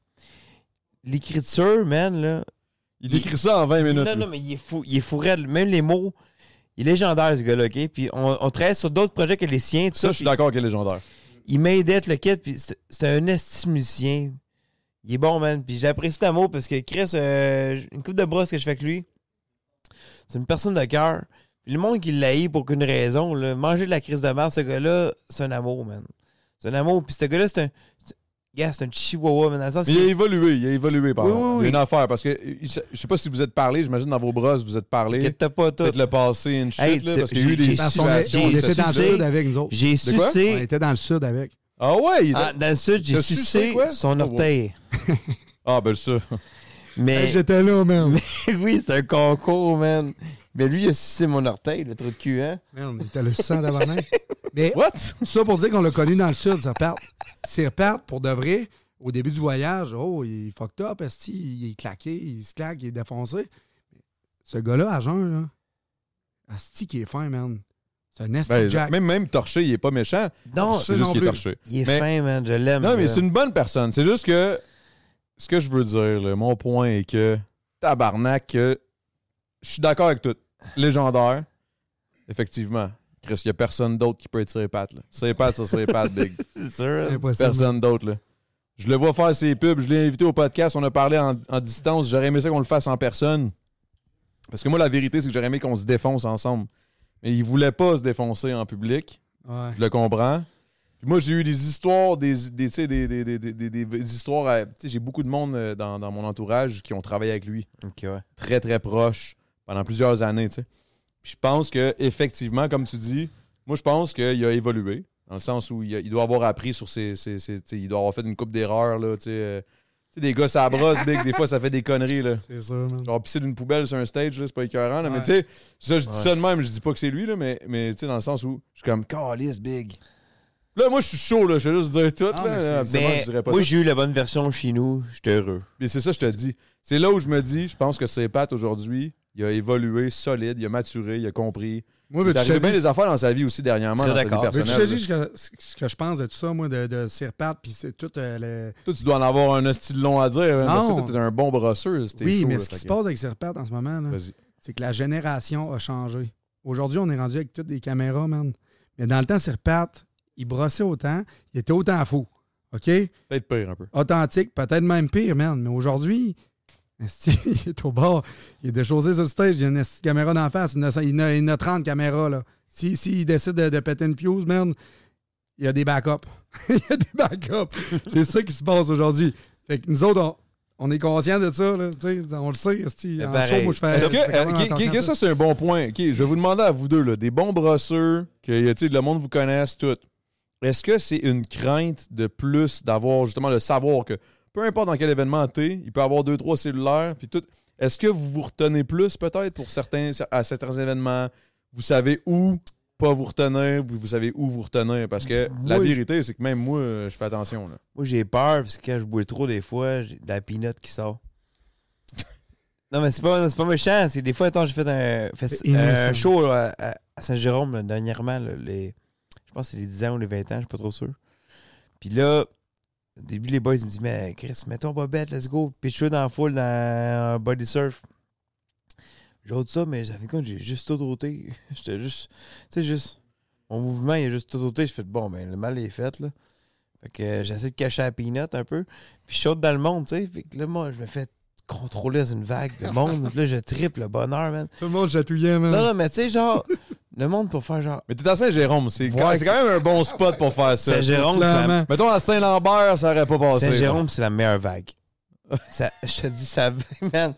C: L'écriture, man, là.
A: Il décrit ça en 20
C: il-
A: minutes.
C: non,
A: lui.
C: non, mais il est fou. Il est fou raide. Même les mots, il est légendaire, ce gars-là, OK? Puis on, on travaille sur d'autres projets que les siens, tout ça.
A: Ça, je suis
C: puis
A: d'accord qu'il est légendaire.
C: il m'aidait, le kit, puis c'est c'est un esti musicien. Il est bon, man. Puis j'apprécie ta mot parce que Chris, euh, une coupe de brosse que je fais avec lui, c'est une personne de cœur. Puis le monde qui l'haït pour qu'une raison, là, manger de la crise de merde, ce gars-là, c'est un amour, man. C'est un amour. Puis ce gars-là, c'est un. c'est- Gars, c'est un chihuahua, man. Dans le sens
A: Mais il a
C: que-
A: évolué, il a évolué, par
C: Oui,
A: exemple.
C: oui,
A: Il y a
C: oui.
A: une affaire, parce que euh, je sais pas si vous êtes parlé, j'imagine dans vos brosses, vous êtes parlé.
C: Inquiète-toi pas, toi.
A: Peut-être le passé, une shit,
C: Hey,
A: là,
C: c'est-
A: parce qu'il y a eu des
C: j'ai-
B: Dans son-
A: situations.
B: on
C: j'ai-
A: ça
B: était dans le
A: suffit.
C: j'ai-
B: sud avec nous autres.
C: J'ai
A: De quoi?
B: On
C: sucé.
B: était dans le sud avec.
A: Ah ouais, il était-
C: Ah, dans le sud, j'ai
A: T'as sucé
C: sucé
A: quoi?
C: son
A: Oh, wow.
C: orteil.
A: Ah, ben ça.
B: Hey,
C: Mais.
B: J'étais là, man.
C: oui, c'est un concours, man. Mais lui, il a sucé mon orteil, le trou de cul, hein.
B: Man, il était le sang d'avant Mais
A: What?
B: tout ça pour dire qu'on l'a connu dans le sud, ça repart. C'est repart pour de vrai. Au début du voyage, oh, il est fucked up, esti, il est claqué, il se claque, il est défoncé. Ce gars-là, à jeun, là, asti qui est fin, man. C'est un esti
A: Ben,
B: Jack.
A: même, même torché, il est pas méchant.
C: Non,
A: C'est
B: ça
A: juste
B: non
A: qu'il est
B: plus.
A: torché.
C: il est
A: mais-
C: fin, man. Je l'aime.
A: Non, mais
C: je
A: c'est
C: l'aime.
A: une bonne personne. C'est juste que ce que je veux dire, là, mon point est que tabarnak, que je suis d'accord avec tout. Légendaire, effectivement. Chris, il n'y a personne d'autre qui peut être sur les pattes. Là. Sur les pattes, ça, sur les pattes, big.
C: C'est
A: Euh,
C: sûr.
B: Impossible.
A: Personne d'autre. là. Je le vois faire ses pubs, je l'ai invité au podcast, on a parlé en, en distance. J'aurais aimé ça qu'on le fasse en personne. Parce que moi, la vérité, c'est que j'aurais aimé qu'on se défonce ensemble. Mais il voulait pas se défoncer en public.
B: Ouais.
A: Je le comprends. Puis moi, j'ai eu des histoires, des, des, tu sais, des, des, des, des- des- des- des histoires. à- tu sais, J'ai beaucoup de monde euh, dans, dans mon entourage qui ont travaillé avec lui
C: Ok, ouais.
A: très, très proche pendant plusieurs années. tu sais. Puis je pense que effectivement, comme tu dis, moi, je pense qu'il a évolué dans le sens où il, a- il doit avoir appris sur ses. ses- ses- tu sais, il doit avoir fait une coupe d'erreurs. là, tu sais, euh, tu sais, des gars, ça brosse, big, des fois, ça fait des conneries. Là.
B: C'est sûr, man.
A: Genre pisser d'une poubelle sur un stage, là, c'est pas écœurant. là, Mais
B: Ouais.
A: tu sais, ça, je dis
C: Ouais.
A: ça de même, je dis pas que c'est lui, là, mais, mais tu sais, dans le sens où je suis comme Calice Big. Là, moi, je suis chaud, là, je vais juste dire tout.
B: Ah,
A: là,
B: mais c'est-
A: là, absolument,
C: Mais
A: je dirais pas
C: moi,
A: tout.
C: j'ai eu la bonne version chez nous. J'étais heureux.
A: Mais c'est ça, je te dis. C'est là où je me dis, je pense que ses pattes aujourd'hui, il a évolué solide, il a maturé, il a compris. Il
B: Moi,
A: est
B: veux-tu que je
A: arrivé
B: te
A: bien
B: dise-
A: des affaires dans sa vie aussi dernièrement,
C: Très
A: dans sa vie
C: d'accord.
B: veux-tu que je te
A: personnelle.
B: dise que- ce que je pense de tout ça, moi, de, de Sirpat, puis c'est tout euh, le,
A: Toi, tu dois en avoir un style long à dire. hein, parce que
B: Non.
A: toi, t'es un bon brosseur. c'était
B: Oui,
A: chaud,
B: mais
A: là,
B: ce qui
A: fait
B: se
A: que-
B: passe avec Serpent en ce moment, là,
A: Vas-y.
B: c'est que la génération a changé. Aujourd'hui, on est rendu avec toutes des caméras, man. Mais dans le temps, Serpent, il brossait autant, il était autant fou. OK?
A: Peut-être pire un peu.
B: Authentique, peut-être même pire, man. Mais aujourd'hui, esti, il est au bord, il est déchaussé sur le stage, il y a une esti de caméra d'en face, il y en a, il y en a- il y en a 30 caméras, là. S'il si, il décide de, de péter une fuse, man, il y a des backups. il y a des backups. C'est ça qui se passe aujourd'hui. Fait que nous autres, on, on est conscients de ça. là, tu sais, on le sait. esti.
C: Mais
B: En
C: pareil.
B: show, moi, je fais-
A: Est-ce
B: je
A: que,
B: fais quand
A: euh,
B: même
A: qui- qui-
B: attention à
A: que ça, c'est un bon point? Ok, je vais vous demander à vous deux, là, des bons brosseurs, que tu sais, le monde vous connaisse tout. Est-ce que c'est une crainte de plus d'avoir justement le savoir que peu importe dans quel événement t'es, il peut avoir deux, trois cellulaires, puis tout. Est-ce que vous vous retenez plus peut-être pour certains à certains événements? Vous savez où pas vous retenir, puis vous savez où vous retenir. Parce que la
C: Mm-hmm. Oui.
A: vérité, c'est que même moi, euh, je fais attention. Là.
C: Moi, j'ai peur parce que quand je bois trop, des fois, j'ai de la pinotte qui sort. Non, mais c'est pas, c'est pas méchant. C'est des fois, attends, j'ai fait un, fait-
B: C'est innocent.
C: un show là, à, à Saint-Jérôme là, dernièrement. là, les, je pense que c'est les 10 ans ou les 20 ans, je suis pas trop sûr. Puis là, au début, les boys ils me disent Mais Chris, mets-toi bobette, let's go. Puis je suis dans la foule dans un body surf. J'ôte ça, mais j'avais compte, j'ai juste tout ôté. J'étais juste. Tu sais, juste. Mon mouvement, il a juste tout ôté. Je fais Bon, ben, le mal est fait, là. Fait que euh, j'essaie de cacher la peanut un peu. Puis je saute dans le monde, tu sais. Fait que là, moi, je me fais contrôler dans une vague de monde. Puis là, je triple le bonheur, man.
B: Tout le monde chatouillait, man.
C: Non, non, mais tu sais, genre, le monde pour faire genre.
A: Mais t'es à Saint-Jérôme, c'est
C: Ouais.
A: quand, c'est quand même un bon spot pour faire ça.
C: Saint-Jérôme, c'est la-
B: Clairement.
A: Mettons à Saint-Lambert, ça aurait pas passé.
C: Saint-Jérôme, c'est la meilleure vague. Ça- je te dis, ça. Man,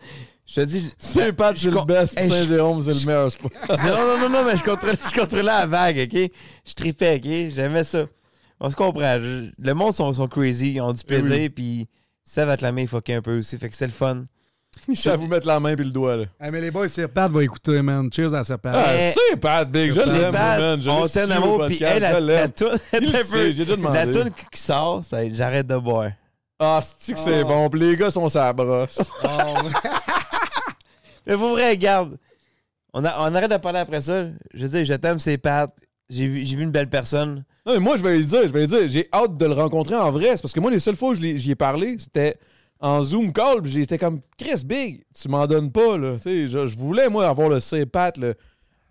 C: je te dis.
A: saint pat
C: je
A: c'est le
C: co-
A: best,
C: Hey, je-
A: Saint-Jérôme, c'est le meilleur spot.
C: non, non, non, non, mais je contrôlais, je contrôlais la vague, OK? Je tripais, OK? J'aimais ça. On se comprend. Je- le monde sont, sont crazy, ils ont du plaisir,
A: Eh oui.
C: puis ça va te la main fucker un peu aussi. Fait que c'est le fun.
A: Ça vous mettre la main puis le doigt, là.
B: Ah, mais les boys, Sir Pat va écouter, man. Cheers à Sir Pat.
A: Ah,
C: Eh,
A: c'est Pat Big, je
C: C'est
A: l'aime,
C: bad.
A: man. Je
C: on
A: l'ai
C: t'aime
A: su au
C: amour, puis
A: podcast,
C: hey, la,
A: je
C: la
A: l'aime.
C: toune,
A: Il le
C: un peu.
A: sait, j'ai déjà demandé.
C: la toune qui qui sort, c'est j'arrête de boire.
A: Ah, c'est que c'est
B: Ah.
A: bon, puis les gars sont sa brosse.
C: Mais pour vrai, regarde, on, a- on arrête de parler après ça. Je veux dire, je t'aime, c'est Pat. J'ai vu, j'ai vu une belle personne.
A: Non, mais moi, je vais lui dire, je vais lui dire, j'ai hâte de le rencontrer en vrai. C'est parce que moi, les seules fois où je l'ai- j'y ai parlé, c'était en Zoom call, puis j'étais comme, Chris Big, tu m'en donnes pas, là. Tu sais, je, je voulais, moi, avoir le CPAT, le,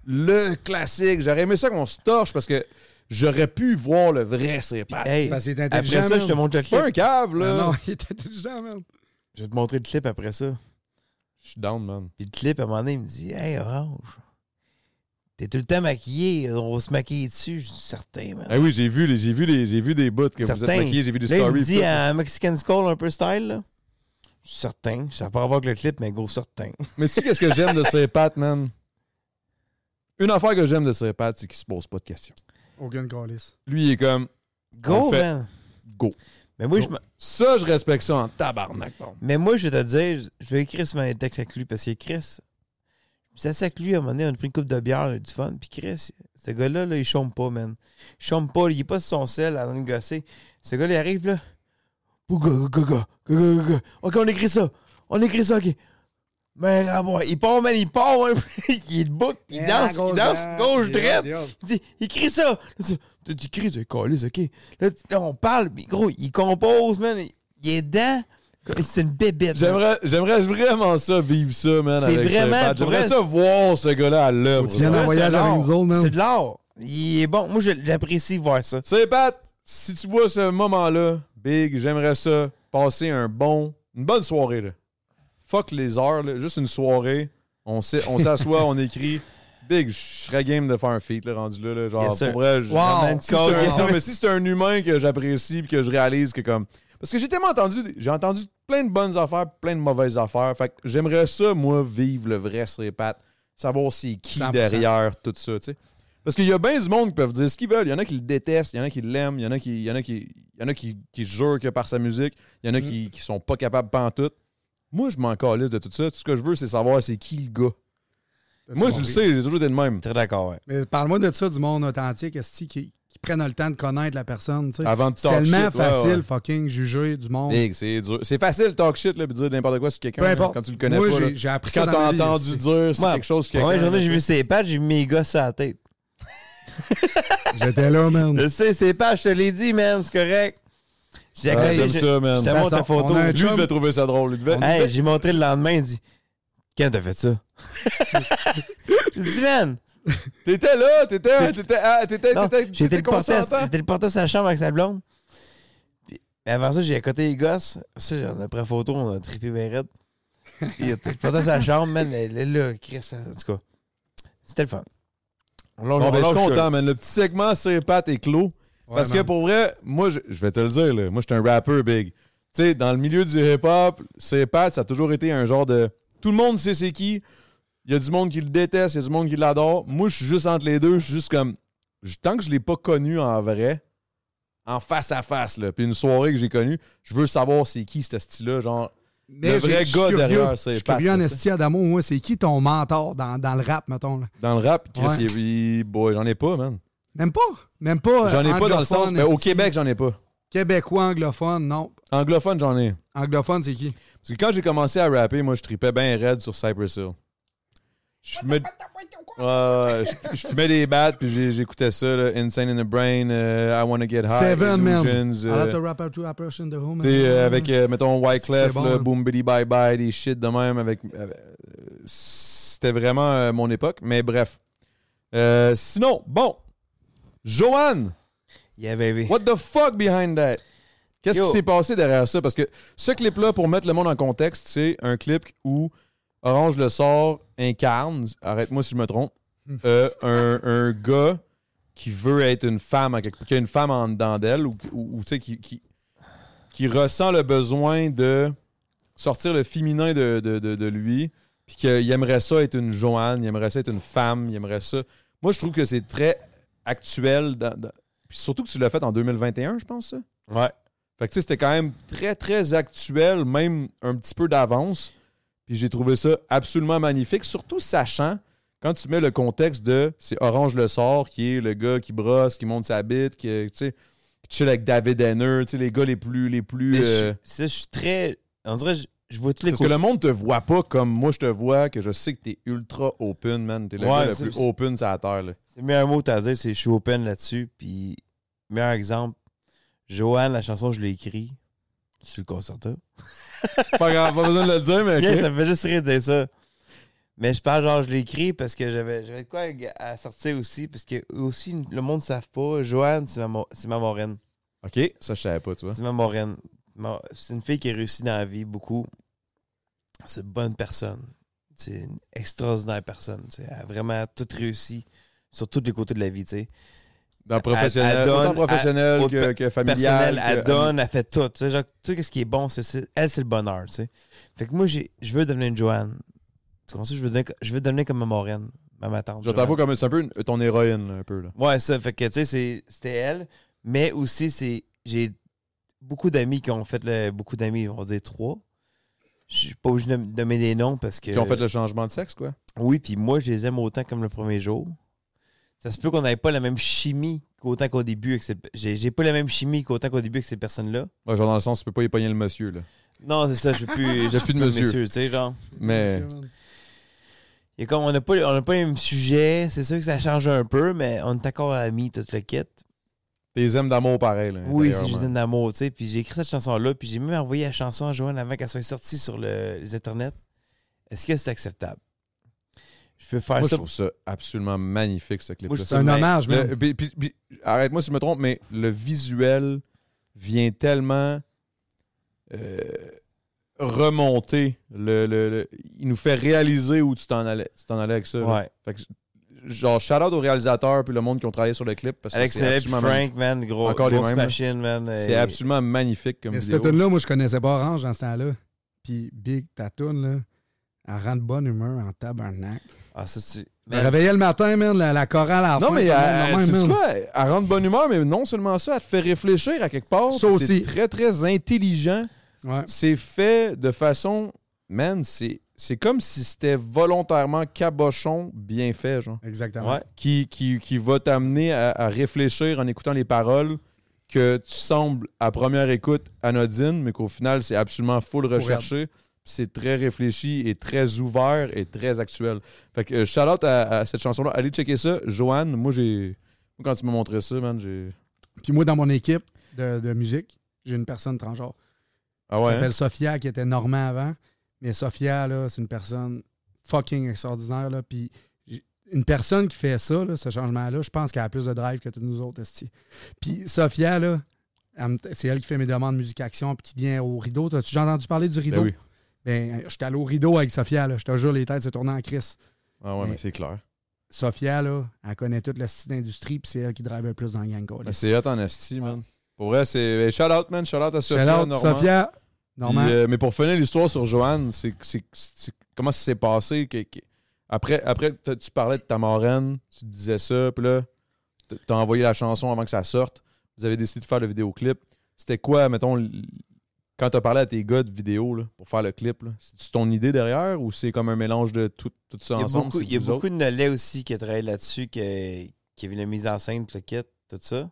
A: le classique. J'aurais aimé ça qu'on se torche parce que j'aurais pu voir le vrai CPAT.
C: Hey,
B: Parce qu'il est intelligent.
C: après ça,
B: man.
C: je te montre le
A: C'est pas
C: clip.
A: un cave, là.
B: Non, Ah, non, il est intelligent, man.
C: Je vais te montrer le clip après ça.
A: Je suis down, man.
C: Puis le clip, à un moment donné, il me dit Hey, Orange, t'es tout le temps maquillé. On va se maquiller dessus. Je suis certain, man.
A: Ah oui, j'ai vu, les- j'ai vu, les- j'ai vu des bouts que vous êtes
C: Certain.
A: maquillés, j'ai vu des
C: Là, il me
A: stories.
C: dit un Mexican Skull un peu style, là. Je suis certain. Ça n'a pas à voir avec le clip, mais gros, certain.
A: Mais tu sais qu'est-ce que j'aime de ces pattes, man? Une affaire que j'aime de ces pattes, c'est qu'il se pose pas de questions.
B: Aucune calice.
A: Lui, il est comme On
C: Go,
A: le fait.
C: man.
A: go.
C: Mais moi,
A: Go.
C: je me-
A: Ça, je respecte ça en tabarnak. bon.
C: Mais moi, je vais te dire, je vais écrire sur mes textes avec lui parce que Chris, je me suis assis avec lui à un moment donné, on a pris une coupe de bière, on a eu du fun. Puis Chris, ce gars-là, là, il chôme pas, man. Il chôme pas, il est pas sur son sel en train de gosser. Ce gars-là, il arrive là. Ouga, ouga, ouga, ouga, ouga. Ok, on écrit ça. On écrit ça, ok. Mais à moi, il part, man, il part, ouais. il est debout,
B: Eh,
C: il danse, il danse, gauche, droite. Il dit, il crie ça. Là, tu t'as dit, crie, c'est calé, ok. Là, tu- là, on parle, mais gros, il compose, man. Il- Il est dedans. C'est une bébête. man.
A: J'aimerais j'aimerais vraiment ça, vivre ça, man.
C: C'est
A: avec ces
C: vraiment,
A: pattes. J'aimerais
C: pour
A: ça
C: vrai,
A: voir ce gars-là à l'œuvre.
B: Faut-il y en
A: ça.
B: a-
C: Là,
B: un voyage
C: c'est de
B: avec
C: l'art.
B: nous autres, man.
C: C'est de l'art. Il est bon. Moi, je- j'apprécie voir ça.
A: Ces pattes, si tu vois ce moment-là, Big, j'aimerais ça passer un bon, une bonne soirée. Là. Fuck les heures, là, juste une soirée. On s'est- on s'assoit, on écrit. Big, je serais game de faire un feat là, rendu là, là, genre
C: Yes, sir.
A: pour vrai, je-
C: Wow.
A: si c'est un-
C: Wow.
A: non, mais si c'est un humain que j'apprécie puis que je réalise que comme parce que j'ai tellement entendu j'ai entendu plein de bonnes affaires, plein de mauvaises affaires. Fait que j'aimerais ça moi vivre le vrai sur pattes, savoir c'est qui
B: 100%.
A: derrière tout ça, tu sais. Parce qu'il y a bien du monde qui peuvent dire ce qu'ils veulent. Il y en a qui le détestent, il y en a qui l'aiment, il y en a qui, il y en a qui, il y en a qui, qui jurent que par sa musique, il y en a
B: Mm.
A: qui, qui sont pas capables pantoute. Moi, je m'en calisse de tout ça. Tout ce que je veux, c'est savoir c'est qui le gars. Moi, je le sais, j'ai toujours été le même.
C: Très d'accord, ouais.
B: Mais parle-moi de ça, du monde authentique, esti, qui, qui prennent le temps de connaître la personne, tu sais.
A: Avant de
B: C'est
A: Ah, talk shit.
B: tellement
A: ouais,
B: facile,
A: ouais.
B: fucking, juger du monde.
A: Big, c'est dur. C'est facile talk shit là, puis dire n'importe quoi sur quelqu'un
B: Peu
A: là,
B: importe.
A: quand tu le connais
B: Moi,
A: pas. là.
B: j'ai- j'ai appris
A: Quand
B: ça dans
A: t'as
B: ma vie,
A: entendu
B: esti.
A: dire c'est
C: Moi,
A: quelque chose que
C: Première
A: quelqu'un.
C: journée, j'ai vu ses pattes, j'ai mis mes gosses à la tête.
B: J'étais là, man.
C: Je sais, ses pattes, je te l'ai dit, man, c'est correct. J'ai
A: Ah,
C: accueilli-
A: j'aime
C: j'ai-
A: ça,
C: je
A: man.
C: te montre
B: Vincent,
C: la photo.
B: on a un
A: Lui
B: chum.
A: devait trouver ça drôle. Il devait-
C: Hey, j'ai montré le lendemain, il dit Quand t'as fait ça Je dis, man,
A: T'étais là, t'étais, t'étais, ah, t'étais,
C: non,
A: t'étais,
C: j'étais
A: t'étais
C: le porter à-
A: consentant.
C: j'étais le porter à sa chambre avec sa blonde. Puis, mais avant ça, j'ai accoté les gosses. Ça, on a pris la photo, on a trippé Bérette. Puis j'étais le porter à sa chambre, man. Là, là, là, Chris, en tout cas, c'était le fun. On lâche-
A: Bon,
C: on
A: ben, je
C: lâche
A: suis
C: ça, là.
A: content, man. Le petit segment sur les pattes est clos.
B: Ouais,
A: Parce que
B: man.
A: pour vrai, moi, je, je vais te le dire, là, moi, je suis un rapper big. Tu sais, dans le milieu du hip-hop, c'est Pat, ça a toujours été un genre de. Tout le monde sait c'est qui. Il y a du monde qui le déteste, il y a du monde qui l'adore. Moi, je suis juste entre les deux. Je suis juste comme. je- Tant que je l'ai pas connu en vrai, en face à face, là, puis une soirée que j'ai connue, je veux savoir c'est qui ce style-là. Genre,
B: Mais
A: le
B: j'ai-
A: vrai
B: je suis
A: gars
B: curieux.
A: derrière, c'est
B: Je suis
A: Pat,
B: curieux en
A: là,
B: esti Adamo, moi, c'est qui ton mentor dans, dans le rap, mettons? là?
A: dans le rap, Chris,
B: Ouais.
A: il est- il- boy, j'en ai pas, man.
B: Même pas. Même pas. euh,
A: J'en ai pas dans le
B: anglophone,
A: sens. mais au
B: esti.
A: Québec, j'en ai pas.
B: Québécois, anglophone, non.
A: Anglophone, j'en ai.
B: Anglophone, c'est qui?
A: Parce que quand j'ai commencé à rapper, moi, je tripais bien raide sur Cypress Hill. Je fumais, Ouais, je, je fumais des battes, puis j'ai- j'écoutais ça, là, Insane in the Brain, euh, I Wanna Get High,
B: Seven, man.
A: Illusions.
B: Alors,
A: euh,
B: t'as rapper to approach in the home.
A: tu sais, euh, avec, euh, mettons, Wyclef,
B: C'est bon,
A: là,
B: hein.
A: Boom Biddy Bye Bye, des shit de même. avec, avec- euh, C'était vraiment euh, mon époque, mais bref. Euh, sinon, bon, Joanne,
C: Yeah, baby.
A: What the fuck behind that? Qu'est-ce
C: Yo.
A: qui s'est passé derrière ça? Parce que ce clip-là, pour mettre le monde en contexte, c'est un clip où Orange le sort incarne, arrête-moi si je me trompe, euh, un, un gars qui veut être une femme, en quelque- qui a une femme en dedans d'elle, ou, ou- ou, tu sais, qui, qui, qui ressent le besoin de sortir le féminin de, de- de- de lui, puis qu'il aimerait ça être une Joanne, il aimerait ça être une femme, il aimerait ça. Moi, je trouve que c'est très actuel dans- dans- puis surtout que tu l'as fait en 2021, je pense. ça.
C: Ouais.
A: Fait que tu sais, c'était quand même très, très actuel, même un petit peu d'avance. Puis j'ai trouvé ça absolument magnifique, surtout sachant, quand tu mets le contexte de c'est Orange Le Sort, qui est le gars qui brosse, qui monte sa bite, qui, euh, tu sais, qui chill avec David Henner, tu sais, les gars les plus. Les plus
C: Mais je-
A: euh,
C: ça, je suis très. On dirait, je, je vois tous les
A: parce que
C: côtés.
A: le monde te voit pas comme moi je te vois, que je sais que t'es ultra open, man. T'es le
C: Ouais,
A: gars le
C: c'est-
A: plus open sur la terre, là.
C: C'est le meilleur mot que t'as à dire, c'est je suis open là-dessus. Puis, meilleur exemple, Joanne, la chanson, je l'ai écrite sur le concerto.
A: Pas grave, pas besoin de le dire, mais.
C: Yeah,
A: ok.
C: ça me fait juste rire de dire ça. Mais je parle genre, je l'ai écrit parce que j'avais j'avais de quoi à- à sortir aussi. Parce que eux aussi, le monde ne savent pas. Joanne, c'est ma, mo- c'est ma moraine.
A: Ok, ça je savais pas, tu vois.
C: C'est ma moraine. Ma- C'est une fille qui a réussi dans la vie beaucoup. C'est une bonne personne. C'est une extraordinaire personne. tu sais. Elle a vraiment tout réussi sur tous les côtés de la vie. tu sais.
A: Dans professionnel,
C: Elle- elle donne-
A: autant professionnel
C: elle-
A: que, que familial.
C: personnel,
A: que-
C: elle donne, elle fait tout. Tu sais, genre, tout ce qui est bon, c'est- c'est- elle, c'est le bonheur. tu sais. Fait que moi, j'ai- je veux devenir une Joanne. Tu comprends ça? Je veux devenir, je veux devenir comme ma moraine, ma ma tante.
A: Je
C: Joanne.
A: t'avoue comme c'est un peu une- ton héroïne, là, un peu. Là.
C: Ouais, ça. Fait que, tu sais, c'est- c'était elle. Mais aussi, c'est j'ai beaucoup d'amis qui ont fait le. Beaucoup d'amis, on va dire trois. Je suis pas obligé de me nommer des noms parce que.
A: Qui ont fait le changement de sexe, quoi.
C: Oui, puis moi, je les aime autant comme le premier jour. Ça se peut qu'on n'avait pas la même chimie qu'autant qu'au début. avec cette- J'ai j'ai pas la même chimie qu'autant qu'au début avec ces personnes-là.
A: Ouais, genre dans le sens, tu peux pas y pogner le monsieur, là.
C: Non, c'est ça, je veux plus.
A: J'ai plus de
C: monsieur.
A: monsieur.
C: tu sais, genre.
A: Mais
C: Et comme on n'a pas, on a pas les mêmes sujets, c'est sûr que ça change un peu, mais on est encore amis, tout le kit.
A: tes aimes d'amour pareil, là.
C: Oui, c'est
A: intérieurement.
C: Justine d'amour, tu sais. Puis j'ai écrit cette chanson-là, puis j'ai même envoyé la chanson à Joanne avant qu'elle soit sortie sur le- les internets. Est-ce que c'est acceptable? Je veux faire
A: Moi, je
C: ça.
A: trouve ça absolument magnifique, ce clip-là.
C: Moi, je
B: C'est un
C: Mais-
B: hommage,
A: Le-
B: man.
A: puis- puis- puis- Arrête-moi si je me trompe, mais le visuel vient tellement euh, remonter. Le, le- le- il nous fait réaliser où tu t'en allais, tu t'en allais avec ça. là.
C: Ouais.
A: Fait que, genre, shout-out aux réalisateurs puis le monde qui ont travaillé sur le clip. Parce que
C: Alex
A: c'est
C: Saleh puis
A: absolument
C: Frank, man, gros,
A: Encore les
C: grosse
A: mêmes, là.
C: machine, man.
A: C'est
C: Et-
A: absolument magnifique comme
B: Mais
A: vidéo.
B: cette tune-là, moi, je connaissais pas Orange dans ce temps-là. Puis Big, ta tune, là, elle rend de bonne humeur en tabarnak.
C: Ah, ça, tu...
B: Je me
C: man,
B: réveillais le matin, man, la, la chorale à la
A: Non,
B: fin,
A: mais euh,
B: tout le monde,
A: elle,
B: même,
A: sais-tu
B: man.
A: quoi? Elle rend de bonne humeur, mais non seulement ça, elle te fait réfléchir à quelque part.
B: Ça
A: puis
B: aussi.
A: C'est très, très intelligent.
B: Ouais.
A: C'est fait de façon... Man, c'est c'est comme si c'était volontairement cabochon bien fait, genre.
B: Exactement.
C: Ouais.
A: Qui, qui, qui va t'amener à, à réfléchir en écoutant les paroles que tu sembles, à première écoute, anodine, mais qu'au final, c'est absolument full recherché. Puis C'est très réfléchi et très ouvert et très actuel. Fait que euh, shout out à, à cette chanson-là. Allez checker ça. Joanne, moi, j'ai. moi, Quand tu m'as montré ça, man, j'ai.
B: Puis moi, dans mon équipe de, de musique, j'ai une personne transgenre.
A: Ah
B: Elle
A: ouais? hein?
B: s'appelle Sophia, qui était normand avant. Mais Sophia, là, c'est une personne fucking extraordinaire, là. Puis j'ai- une personne qui fait ça, là, ce changement-là, je pense qu'elle a plus de drive que tous nous autres, esti. Puis Sophia, là, elle me- c'est elle qui fait mes demandes musique-action, puis qui vient au rideau. T'as-tu déjà entendu parler du rideau?
A: Ben oui.
B: Ben, j'étais allé au rideau avec Sophia, là. Je te jure, les têtes se tournaient en crise.
A: Ah ouais, mais
B: Mais-
A: c'est clair.
B: Sophia, là, elle connaît toute la site d'industrie, puis c'est elle qui drive le plus dans la gang. quoi.
A: Ben, c'est hot en esti, man. Pour vrai, c'est. ben, Shout out, man. Shout out à Sophia.
B: Shout out,
A: Normand.
B: Sophia,
A: Puis,
B: Normand.
A: euh, mais pour finir l'histoire sur Joanne, c'est, c'est- c'est- comment ça s'est passé? que- que- après, après t'as- tu parlais de ta marraine, tu te disais ça, puis là, t- t'as envoyé la chanson avant que ça sorte. Vous avez décidé de faire le vidéoclip. C'était quoi, mettons, l- quand t'as parlé à tes gars de vidéo là, pour faire le clip? là, C'est ton idée derrière ou c'est comme un mélange de tout, tout ça
C: Il y a
A: ensemble?
C: beaucoup,
A: c'est
C: il y a
A: vous
C: beaucoup de Nolais aussi qui a travaillé là-dessus, que- qui a vu la mise en scène, tout le kit, tout ça.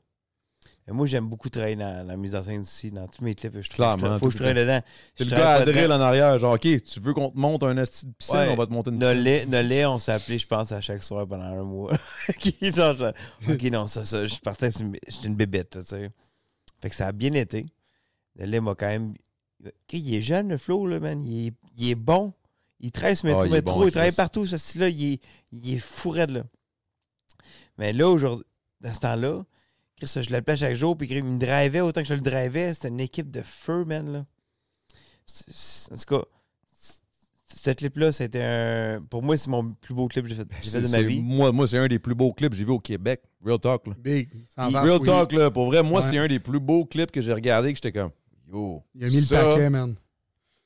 C: Et moi, j'aime beaucoup travailler dans la mise en scène aussi, dans tous mes clips. Je trouve
A: Clairement,
C: faut que je
A: tout
C: travaille dedans.
A: C'est
C: Je
A: le
C: travaille
A: gars à
C: pas dedans.
A: drill en arrière, genre, OK, tu veux qu'on te monte un esti de piscine,
C: Ouais.
A: on va te monter une piscine.
C: Nolais, Nolais, on s'appelait, je pense, à chaque soir pendant un mois. Qui, genre, je- ok, non, ça, ça, je partais, sur mes- j'étais une bébête, tu sais. Fait que ça a bien été. Nolais m'a quand même. Ok, il est jeune, le flow, là, man. Il est, il est bon. Il travaille sur métro,
A: Ah, il est
C: métro,
A: bon,
C: il travaille
A: Chris.
C: partout, ce style-là. Il est, il est fou raide, là. Mais là, aujourd'hui, dans ce temps-là, Chris, je l'appelais chaque jour, puis Chris, il me drivait autant que je le drivais. C'était une équipe de feu, man, là. C'est- c'est- En tout cas, c'est- ce clip-là, c'était un. Pour moi, c'est mon plus beau clip que j'ai fait, j'ai fait
A: Ben, C'est-
C: de ma
A: c'est-
C: vie.
A: Moi, moi c'est un des plus beaux clips que j'ai vu au Québec. Real talk, là.
B: Big. sans
C: Il-
B: vache,
A: Real
B: oui.
A: talk, là. Pour vrai, moi,
B: Ouais.
A: c'est un des plus beaux clips que j'ai regardé que j'étais comme, yo.
B: Il a mis
A: ça,
B: le paquet, man.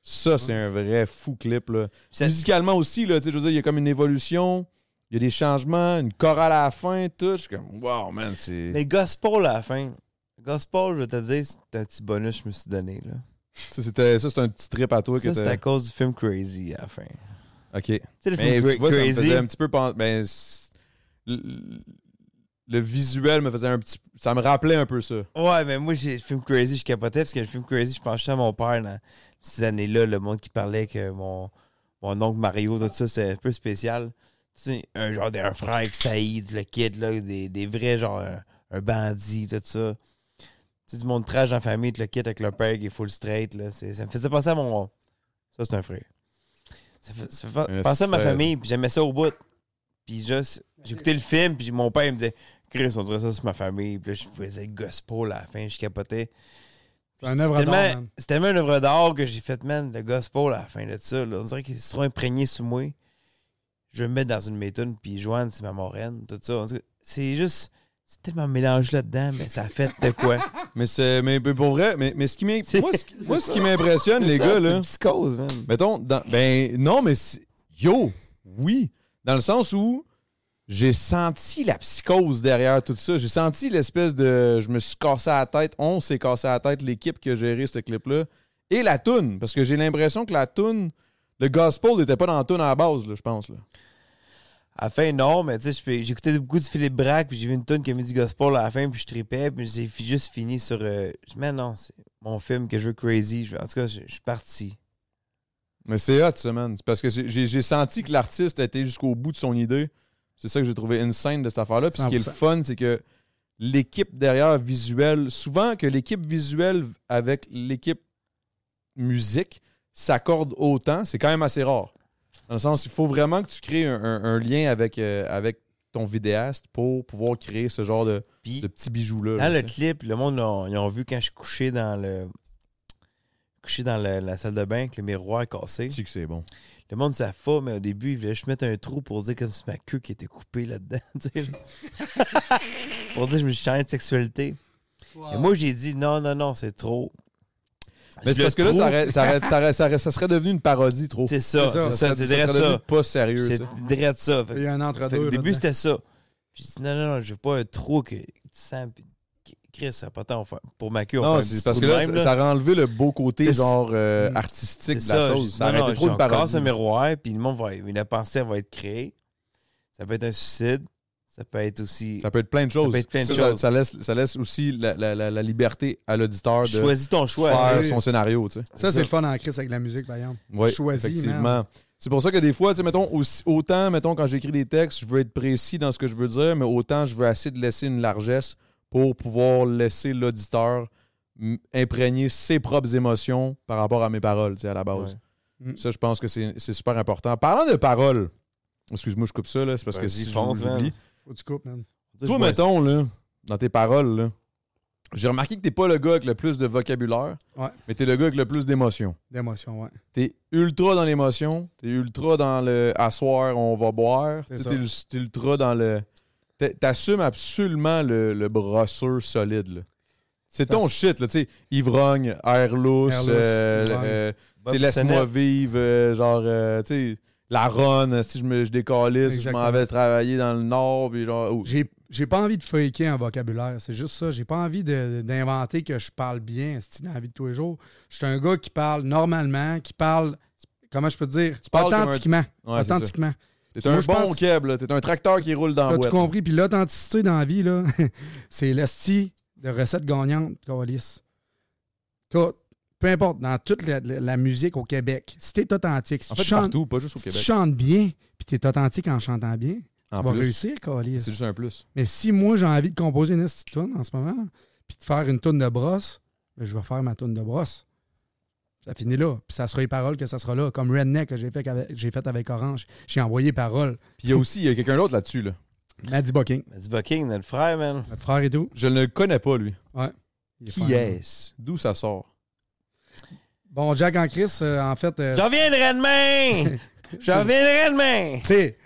A: Ça, c'est un vrai fou clip, là.
C: Ça-
A: Musicalement aussi, là, tu sais, je veux dire, il y a comme une évolution, il y a des changements, une chorale à la fin, tout. Je suis comme, wow, man, c'est.
C: Mais le gospel, à la fin. Le gospel, je vais te dire, c'est un petit bonus que je me suis donné, là.
A: Ça, c'était, ça, c'est un petit trip à toi que
C: ça, c'est
A: t'as.
C: à cause du film Crazy, à la fin. Tu
A: Ok.
C: sais, le
A: Mais
C: film
A: tu
C: Cra-
A: vois, ça me
C: Crazy.
A: faisait un petit peu penser. Ben, c'est- le, le visuel me faisait un petit. Ça me rappelait un peu ça.
C: Ouais, mais moi, j'ai le film Crazy, je capotais parce que le film Crazy, je pensais à mon père dans ces années-là, le monde qui parlait que mon, mon oncle Mario, tout ça, c'est un peu spécial. Tu sais, un genre d'un frère qui saillit, le kid, là, des, des vrais, genre un, un bandit, tout ça. Tu sais, du monde trash en famille, le kid avec le père qui est full straight, là. c'est- Ça me faisait penser à mon. Ça, c'est un frère. Ça fait, ça fait
A: Un
C: penser à ma
A: frère.
C: famille, puis j'aimais ça au bout. Puis juste, j'écoutais le film, puis mon père, il me disait. Chris, on dirait ça sur ma famille. Puis là, je faisais gospel à la fin, je capotais.
B: C'est un œuvre
C: C'est
B: d'art,
C: tellement-
B: man.
C: C'est tellement une œuvre d'art que j'ai fait, man, le gospel à la fin de ça. là. On dirait qu'il s'est trop imprégné sous moi. Je vais me mettre dans une méthode, puis Joanne, c'est ma moraine, tout ça. En tout cas, C'est juste, c'est tellement mélangé là-dedans, mais ça a fait de quoi.
A: Mais c'est mais mais pour vrai, mais, mais ce qui m'im-
C: C'est-
A: moi, ce, qui- moi, ce qui m'impressionne les
C: Ça,
A: gars
C: c'est
A: là,
C: une psychose, man.
A: mettons dans- ben non mais c'est- yo, oui, dans le sens où j'ai senti la psychose derrière tout ça, j'ai senti l'espèce de je me suis cassé à la tête, on s'est cassé à la tête l'équipe qui a géré ce clip là et la toune parce que j'ai l'impression que la toune le gospel n'était pas dans la toune à la base là, je pense là.
C: À la fin, non, mais tu sais, je peux- j'écoutais beaucoup de Philippe Braque, puis j'ai vu une tonne qui a mis du gospel à la fin, puis je tripais, puis j'ai fi- juste fini sur. euh, je dis, man, non, c'est mon film que je veux crazy. Je- en tout cas, je je suis parti.
A: Mais c'est hot, ça, man. C'est Parce que j'ai- j'ai j'ai senti que l'artiste était jusqu'au bout de son idée. C'est ça que j'ai trouvé insane de cette affaire-là. Puis ce qui est le
B: 100%.
A: fun, c'est que l'équipe derrière visuelle, souvent que l'équipe visuelle avec l'équipe musique s'accorde autant, c'est quand même assez rare. Dans le sens, il faut vraiment que tu crées un, un- un lien avec, euh, avec ton vidéaste pour pouvoir créer ce genre de,
C: Puis,
A: de petits bijoux-là.
C: Dans
A: là,
C: Ah, le
A: tu sais.
C: clip, le monde, l'ont- ils ont vu quand je suis couché dans le. couché dans le- la salle de bain avec le miroir cassé.
A: Tu sais que c'est bon.
C: Le monde savent pas, mais au début, ils voulaient juste mettre un trou pour dire que c'est ma queue qui était coupée là-dedans. tu sais, genre. pour dire que je me suis changé de sexualité. Et moi, j'ai dit non, non, non, c'est trop.
A: Mais c'est
C: Le
A: parce que là,
C: trou,
A: ça, aurait- ça, aurait- ça aurait- ça aurait- ça serait devenu une parodie trop.
C: C'est ça,
B: C'est ça,
C: c'est ça, c'est
A: serait
C: direct
A: devenu
C: ça.
A: pas sérieux. tu sais.
C: C'est direct ça. Fait que-
B: Il y a un
C: Fait que
B: entre-deux.
C: au début,
B: là-dedans.
C: c'était ça. Puis j'ai dit, non, non, non, je veux pas un trou que tu sens. Puis, Chris, ça n'a pas tant. Pour ma queue, on
A: Non,
C: fait un
A: c'est
C: petit
A: parce
C: trou
A: que
C: de
A: là,
C: même,
A: ça- ça aurait enlevé le beau côté
C: C'est- Hmm.
A: genre euh,
B: Mm.
A: artistique de
C: C'est
A: la
C: ça,
A: chose.
C: je-
A: Ça aurait
C: non,
A: été
C: non,
A: trop
C: je
A: une
C: casse
A: parodie.
C: un miroir, puis le monde va, la pensée elle va être créée. Ça peut être un suicide. Ça peut être aussi.
A: Ça peut être plein de choses.
C: peut être plein de
A: Ça, ça-
C: choses.
A: ça laisse, ça laisse aussi la, la- la- la liberté à l'auditeur de
C: Choisis ton choix.
A: faire
B: c'est-
A: son scénario. Tu sais.
B: Ça, c'est le fun en crise avec la musique, par exemple.
A: Oui,
B: Choisis,
A: effectivement. C'est pour ça que des fois, tu sais, mettons, aussi- autant, mettons, quand j'écris des textes, je veux être précis dans ce que je veux dire, mais autant je veux assez de laisser une largesse pour pouvoir laisser l'auditeur mm, imprégner ses propres émotions par rapport à mes paroles, tu sais, à la base.
B: Ouais. Mm.
A: Ça, je pense que c'est c'est super important. Parlant de paroles, excuse-moi, je coupe ça, là, c'est parce que
C: Vas-y,
A: si je
C: fonce,
A: vous oublie.
B: Faut que tu coupes, man.
A: Toi, mettons, là, dans tes paroles, là, J'ai remarqué que t'es pas le gars avec le plus de vocabulaire,
B: Ouais.
A: mais t'es le gars avec le plus d'émotion.
B: D'émotion, ouais.
A: T'es ultra dans l'émotion, t'es ultra dans le asseoir, on va boire.
B: C'est
A: Tu sais,
B: ça.
A: T'es ul- t'es ultra dans le. t'es- T'assumes absolument le, le brosseur solide. là. C'est ton
B: Parce-
A: shit, là, tu sais. Ivrogne, air lousse,
B: Air lousse,
A: euh,
B: ivrogne.
A: euh,
C: Bob
B: Bah,
A: Tu sais, laisse-moi
C: Bissonnette.
A: vivre, euh, genre, euh, tu sais, la run, si je, me- je décalisse, je m'en
B: Exactement.
A: vais travailler dans le nord, puis genre, oh,
B: J'ai j'ai pas envie de faker un vocabulaire, c'est juste ça. J'ai pas envie de- d'inventer que je parle bien, c'est dans la vie de tous les jours. Je suis un gars qui parle normalement, qui parle, comment je peux te dire,
A: Tu parles comme un-
B: authentiquement.
A: ouais, c'est ça.
B: authentiquement.
A: T'es
B: Moi,
A: un
B: je
A: bon
B: pense-
A: keb, là. T'es un tracteur qui roule dans la boîte.
B: T'as-tu compris? Puis l'authenticité dans la vie, là, c'est l'esti de recettes gagnantes, Colis. Tout. Peu importe, dans toute la, la- la musique au Québec, si t'es authentique, si,
A: En
B: tu,
A: fait,
B: chantes,
A: partout, pas juste au
B: si tu
A: Québec.
B: chantes bien, puis t'es authentique en chantant bien,
A: En
B: tu vas
A: plus,
B: réussir, Colis.
A: c'est juste un plus.
B: Mais si moi, j'ai envie de composer une petite tune en ce moment, là, puis de faire une tune de brosse, ben, je vais faire ma tune de brosse. Ça finit là. Puis ça sera les paroles que ça sera là. Comme Redneck que j'ai fait avec, j'ai fait avec Orange. J'ai envoyé paroles.
A: Puis il y a aussi il y a quelqu'un d'autre là-dessus, là.
B: Maddie Bucking,
C: Mads Bucking, notre frère, man.
B: notre frère et tout.
A: Je ne le connais pas, lui.
B: il est hein.
A: Qui
B: fort.
A: est-ce? D'où ça sort?
B: Bon, Jack en Chris, euh, en fait, euh,
C: J'en viendrai demain! J'en viendrai demain!
B: tu sais.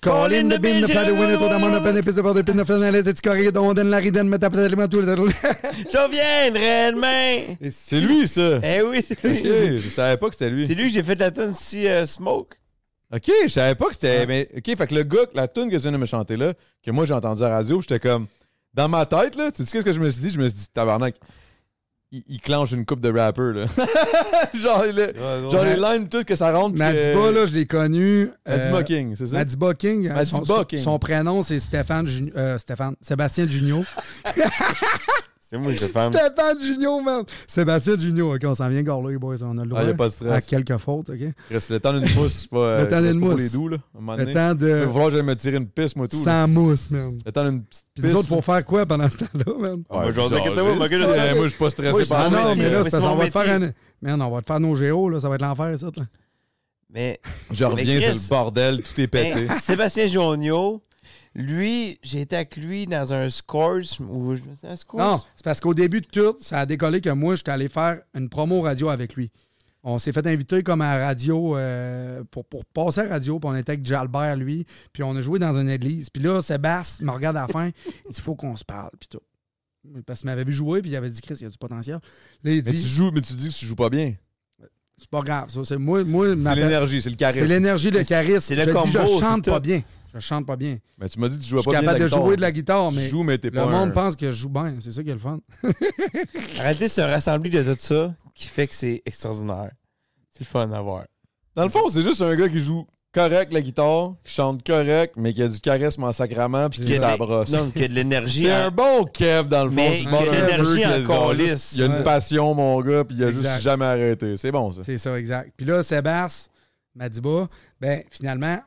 B: Colin de Bin, de Paddy Winnet, au Damon, de Pen, épice de Bord de Pin, de Fennel, de Ticoré, de Onden, Larry, de Metapel, de Léman, tout le tout le-
C: J'en viendrai demain!
A: C'est lui, ça!
C: Eh oui, c'est
A: Ok,
C: lui.
A: je savais pas que c'était lui.
C: C'est lui que j'ai fait de la tune si euh, Smoke.
A: Ok, je savais pas que c'était.
B: Ouais.
A: Mais, ok, fait que le gars, la tune que tu viens de me chanter là, que moi j'ai entendu à la radio, j'étais comme. Dans ma tête, là, tu sais ce que je me suis dit? Je me suis dit, tabarnak, il, il clenche une coupe de rappeur, là. genre, il est- genre les lines, tout, que ça rentre.
B: Madiba, là, je l'ai connu.
A: Maddie
B: euh,
A: Mocking, c'est ça?
B: Madiba King. hein,
A: Madiba
B: son- son-
A: King.
B: Son prénom, c'est Stéphane Juni- euh, Stéphane. Sébastien Junio.
C: C'est moi, cette femme.
B: Stéphane Junio, man. Sébastien Junio. OK, on s'en vient encore là, les boys. On a le droit.
A: Ah, y a pas de stress.
B: à quelques fautes, OK?
A: Reste le temps d'une mousse, c'est pas.
B: Le temps
A: c'est
B: d'une
A: pas pour
B: mousse.
A: les doux, là. à un moment
B: Le
A: donné.
B: temps
A: Il va
B: de...
A: falloir que j'aille me tirer une piste, moi, tout. là.
B: Sans mousse, man.
A: Le temps d'une petite
B: Puis
A: piste.
B: nous autres,
A: là.
B: faut faire quoi pendant ce temps-là, man?
C: Moi, j'en
A: bizarre,
C: inquiète-toi,
A: juste,
C: moi, que je
A: euh,
C: dis-
A: Moi, je suis pas
C: Moi, je
A: stressé
C: suis
B: Ah
A: par
C: en
B: non,
A: non.
C: métier.
B: mais là,
C: Mais
B: c'est parce
C: c'est
B: qu'on
C: mon
B: va te faire
C: métier.
B: un... Man, on va te faire nos géos, là. Ça va être l'enfer, ça. là.
C: Mais,
A: Je reviens,
C: Mais
A: c'est
C: Chris-
A: le bordel, tout est pété.
C: mais Ben, Sébastien Jonio, lui, j'ai été avec lui dans un Scorch. Ou, un Scorch?
B: Non, c'est parce qu'au début de tout, ça a décollé que moi, j'étais allé faire une promo radio avec lui. On s'est fait inviter comme à la radio euh, pour, pour passer à la radio, puis on était avec Jalbert, lui, puis on a joué dans une église. Puis là, Sébastien me regarde à la fin, il dit faut qu'on se parle, puis tout. Parce qu'il m'avait vu jouer, puis il avait dit Chris, il y a du potentiel. Là, il
A: Mais tu
B: dit
A: joues, mais tu dis que tu joues pas bien.
B: c'est pas grave, ça, c'est moi, moi
A: C'est
B: ma-
A: l'énergie, c'est le
B: c'est
A: charisme.
B: l'énergie, le
C: Mais c'est-
B: charisme.
C: c'est le
B: je dis,
C: combo,
B: je chante
C: c'est
B: pas
C: tout.
B: bien. Je chante pas bien.
A: Mais tu m'as dit que tu
B: Je
A: jouais
B: suis
A: pas bien.
B: capable de
A: guitare.
B: jouer de la guitare,
A: Tu
B: mais
A: joues, mais t'es
B: le
A: pas.
B: monde
A: un-
B: pense que je joue bien. C'est ça qui est le fun.
C: Arrêtez de se rassembler de tout ça qui fait que c'est extraordinaire. C'est le fun à voir.
A: Dans le fond, c'est juste un gars qui joue correct la guitare, qui chante correct, mais qui a du charisme en sacrament, puis qui
C: Que- mais-
A: s'abrosse.
C: Non, mais que de l'énergie.
A: C'est
C: en-
A: un bon Kev, dans le fond.
C: Mais
A: sur le
C: il
A: bord
C: y a
A: d'un
C: l'énergie
A: feu, puis il y a
C: en
A: genre
C: calice.
A: juste- Il y a une
B: Ouais.
A: passion, mon gars, puis il a juste
B: Exact.
A: jamais arrêté. C'est bon, ça.
B: C'est ça, exact. Puis là, Sébastien, Madiba, ben finalement,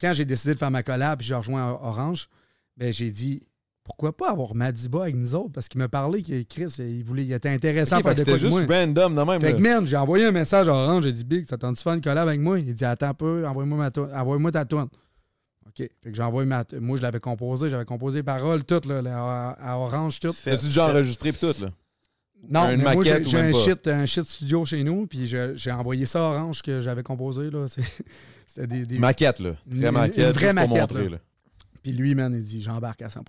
B: quand j'ai décidé de faire ma collab puis j'ai rejoint O- Orange, ben j'ai dit pourquoi pas avoir Madiba avec nous autres parce qu'il me parlait que Chris, il voulait, il était intéressant
A: Ok,
B: par
A: fait que
B: des
A: C'était
B: de moi.
A: juste random, de
B: Fait
A: même.
B: que,
A: là.
B: man, j'ai envoyé un message à Orange, j'ai dit Big, t'attends-tu faire une collab avec moi? Il dit Attends un peu, envoie-moi ma tou- envoie-moi ta toune. OK. Fait que j'ai envoyé ma tou- Moi, je l'avais composé, j'avais composé les paroles, tout, là, là, à à Orange, tout.
C: Fait-
A: T'as-tu déjà enregistré, pis tout, là?
B: Non,
A: Une
B: mais moi,
A: maquette
B: j'ai-
A: ou
B: j'ai
A: même
B: un
A: pas?
B: shit, un shit studio chez nous, puis je- j'ai envoyé ça à Orange que j'avais composé. là. C'est- C'était des. des-
A: Maquette, là.
B: Une-
A: Vraie
B: une
A: maquette,
B: vraie
A: juste pour
B: maquette,
A: montrer,
B: là.
A: là.
B: Puis lui, man, il dit j'embarque à 100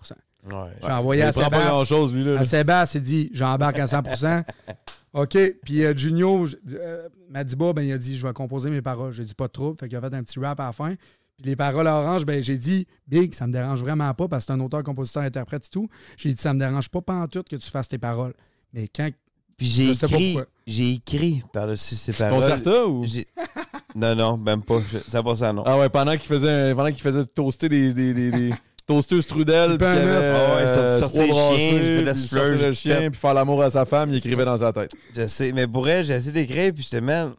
C: Ouais.
B: J'ai envoyé à
A: Il prend pas
B: Sébastien.
A: grand-chose, lui, là.
B: À Sébastien, il dit j'embarque à 100 OK. Puis euh, Junio, j- euh, Madiba, ben, il a dit je vais composer mes paroles. J'ai dit pas de trouble. Fait qu'il a fait un petit rap à la fin. Puis les paroles à Orange, ben, j'ai dit Big, ça me dérange vraiment pas parce que c'est un auteur, compositeur, interprète et tout. J'ai dit ça me dérange pas, pas en tout que tu fasses tes paroles. Mais quand.
C: Puis j'ai
B: Je sais pas
C: écrit,
B: pourquoi.
C: j'ai écrit par-dessus ces paroles.
A: Concerta ou?
C: J'ai- Non, non, même pas. Je- Ça passe à non.
A: Ah ouais, pendant qu'il faisait, pendant qu'il faisait toaster des, des, des, des toasteux strudel,
B: Le
A: puis
B: pain
A: qu'il
B: neuf.
A: avait,
C: Ah ouais,
A: euh,
C: sortir
A: trois
C: le chien,
A: brassées,
C: je fais de la
A: puis
C: splurge,
A: sortir le
C: je
A: chien,
C: fais-
A: puis faire l'amour à sa femme, il écrivait dans sa tête.
C: Je sais, mais pour elle, j'ai essayé d'écrire, puis j'étais, man,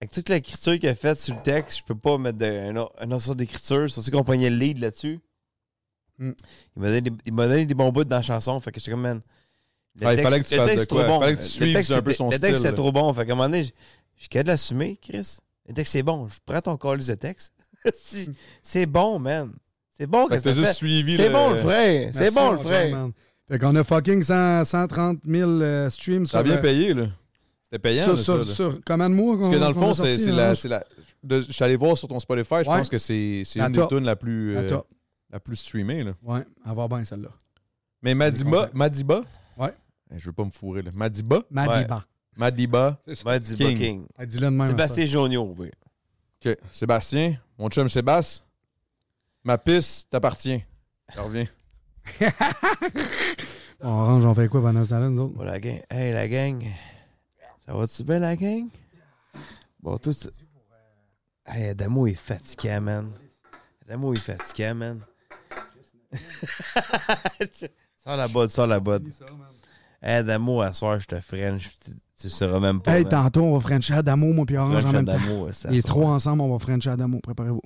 C: avec toute l'écriture qu'il a faite sur le texte, je peux pas mettre de, un, autre- un autre sort d'écriture, surtout qu'on prenait le lead là-dessus.
B: Mm.
C: Il m'a donné, des- il m'a donné des bons bouts dans la chanson, fait que j'étais comme, man, le
A: Ouais, il fallait que tu
C: le
A: fasses de
C: texte est
A: quoi,
C: trop bon.
A: fallait que tu
C: Le
A: suives
C: texte
A: un peu
C: était-
A: son
C: Le texte,
A: style,
C: c'est
A: là.
C: trop bon, fait qu'à un moment donné, j'ai- j'ai qu'à de l'assumer, Chris. Le texte, c'est bon, je prends ton call de texte.
B: Hmm.
C: Si, c'est bon, man. C'est bon
A: Fait
C: que
A: que t'as
C: ça
A: juste
C: fait.
A: suivi
C: C'est
A: le-
C: bon, le frère. C'est
B: Merci,
C: bon,
B: mon
C: le
B: chum,
C: frère.
B: man. Fait qu'on a fucking 100 130 000 euh, streams
A: Ça a
B: sur,
A: bien
B: euh,
A: payé, là. C'était payant,
B: sur,
A: là,
B: sur-
A: ça, là.
B: sur- combien de mois qu'on
A: Parce que dans le
B: qu'on
A: fond,
B: a
A: c'est
B: sorti,
A: c'est
B: hein?
A: la. c'est la- de- je suis allé voir sur ton Spotify, je
B: Ouais.
A: pense que c'est c'est
B: La
A: une
B: top.
A: des tunes la plus, euh,
B: La top.
A: la plus streamée. Là.
B: Ouais, elle va bien celle-là.
A: Mais Madiba.
B: content.
A: Madiba
B: Ouais.
A: Eh, Je veux pas me fourrer. Là. Madiba.
B: Madiba.
A: Madiba.
C: Ben, dis
A: King.
C: King.
B: Elle dit là de même. à ça.
C: Sébastien Jonio, oui.
A: OK. Sébastien, mon chum Sébastien, ma piste t'appartient. Ça revient.
B: On range, on fait quoi pendant ce temps-là, nous autres?
C: Bon, la gang. Hey, la gang. Ça va-tu bien, la gang? Bon, tout ça. Hey, Adamo est fatigué, man. Adamo est fatigué, man. sors la botte, sors la botte. Hey, Adamo, à soir, je te French. Tu, tu le sauras même pas.
B: Hey,
C: man.
B: tantôt, on va French Adamo, moi, puis Orange
C: French
B: en même temps.
C: Adamo, ouais, c'est à
B: Les
C: soir.
B: trois ensemble, on va French Adamo. Préparez-vous.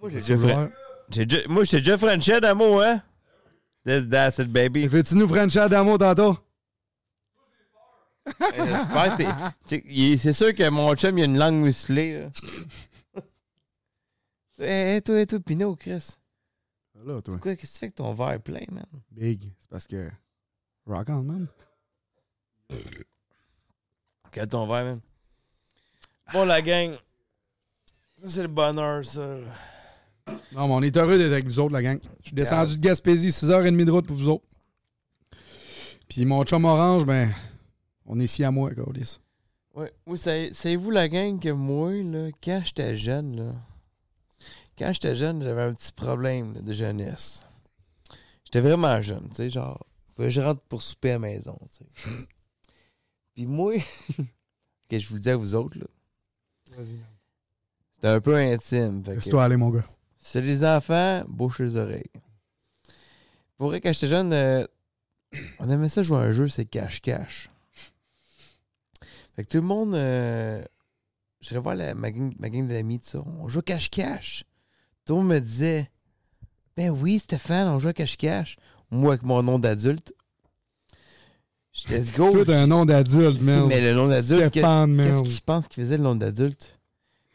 C: Moi, j'ai déjà, Fren-
B: Veux-
C: j'ai déjà- moi, j'ai déjà French Adamo, hein? That's, that's it, baby.
B: Veux-tu nous French Adamo tantôt?
C: Hey, J'espère que t'es- tu sais, il est- C'est sûr que mon chum, il a une langue musclée. là. Hey, hey, toi, hey, toi, Pinot, Chris.
B: Là, toi.
C: C'est quoi, qu'est-ce que tu fais que ton verre est plein, man?
B: Big. C'est parce que. Rock on, man.
C: Quel ton verre, man? Bon, la gang. Ça, c'est le bonheur, ça. là.
B: Non, mais on est heureux d'être avec vous autres, la gang. Je suis descendu de Gaspésie, 6h30 de route pour vous autres. Puis mon chum Orange, ben, on est ici à moi, Carlis.
C: Ouais, oui, c'est- savez-vous, la gang, que moi, là, quand j'étais jeune, là, quand j'étais jeune, j'avais un petit problème là, de jeunesse. J'étais vraiment jeune, tu sais, genre, faut que je rentre pour souper à la maison, tu sais. Puis moi, que je vous le dis à vous autres, là,
B: Vas-y.
C: C'était un peu intime. Fait que,
B: Laisse-toi aller, mon gars.
C: c'est les enfants, bouche les oreilles. Pour vrai, quand j'étais jeune, euh, on aimait ça jouer à un jeu, c'est cache-cache. Fait que tout le monde, euh, je vais voir la- ma gang, ma gang d'amis, tout ça. On joue à cache-cache. Tout le monde me disait, ben oui, Stéphane, on joue à cache-cache. Moi, avec mon nom d'adulte, Oh, je let's go.
B: Toi, t'as un nom d'adulte,
C: Si,
B: man.
C: mais le nom d'adulte, que-
B: Stéphane,
C: Qu'est-ce
B: man.
C: qu'il pense qu'il faisait le nombre d'adultes?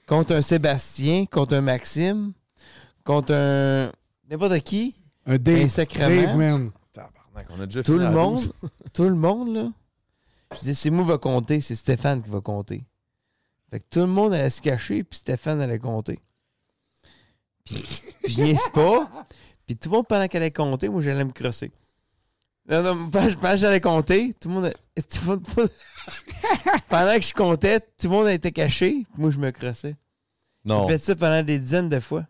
C: Contre un Sébastien, contre un Maxime, contre un. N'importe qui,
B: Un
C: un
B: Dave. Dave,
C: sacrement.
B: man.
A: Tabarnak, on a déjà
C: tout
A: fini
C: le
A: à
C: monde,
A: 12.
C: tout le monde, là. Je disais, c'est moi qui va compter, c'est Stéphane qui va compter. Fait que tout le monde allait se cacher, puis Stéphane allait compter. Puis, puis je niaise pas. Puis tout le monde, pendant qu'elle allait compter, moi, j'allais me crosser. Non, non, pendant pendant que j'allais compter, tout le monde. a- tout le monde- tout le monde- pendant que je comptais, tout le monde était caché, puis moi, je me crossais.
A: Non.
C: J'ai fait ça pendant des dizaines de fois.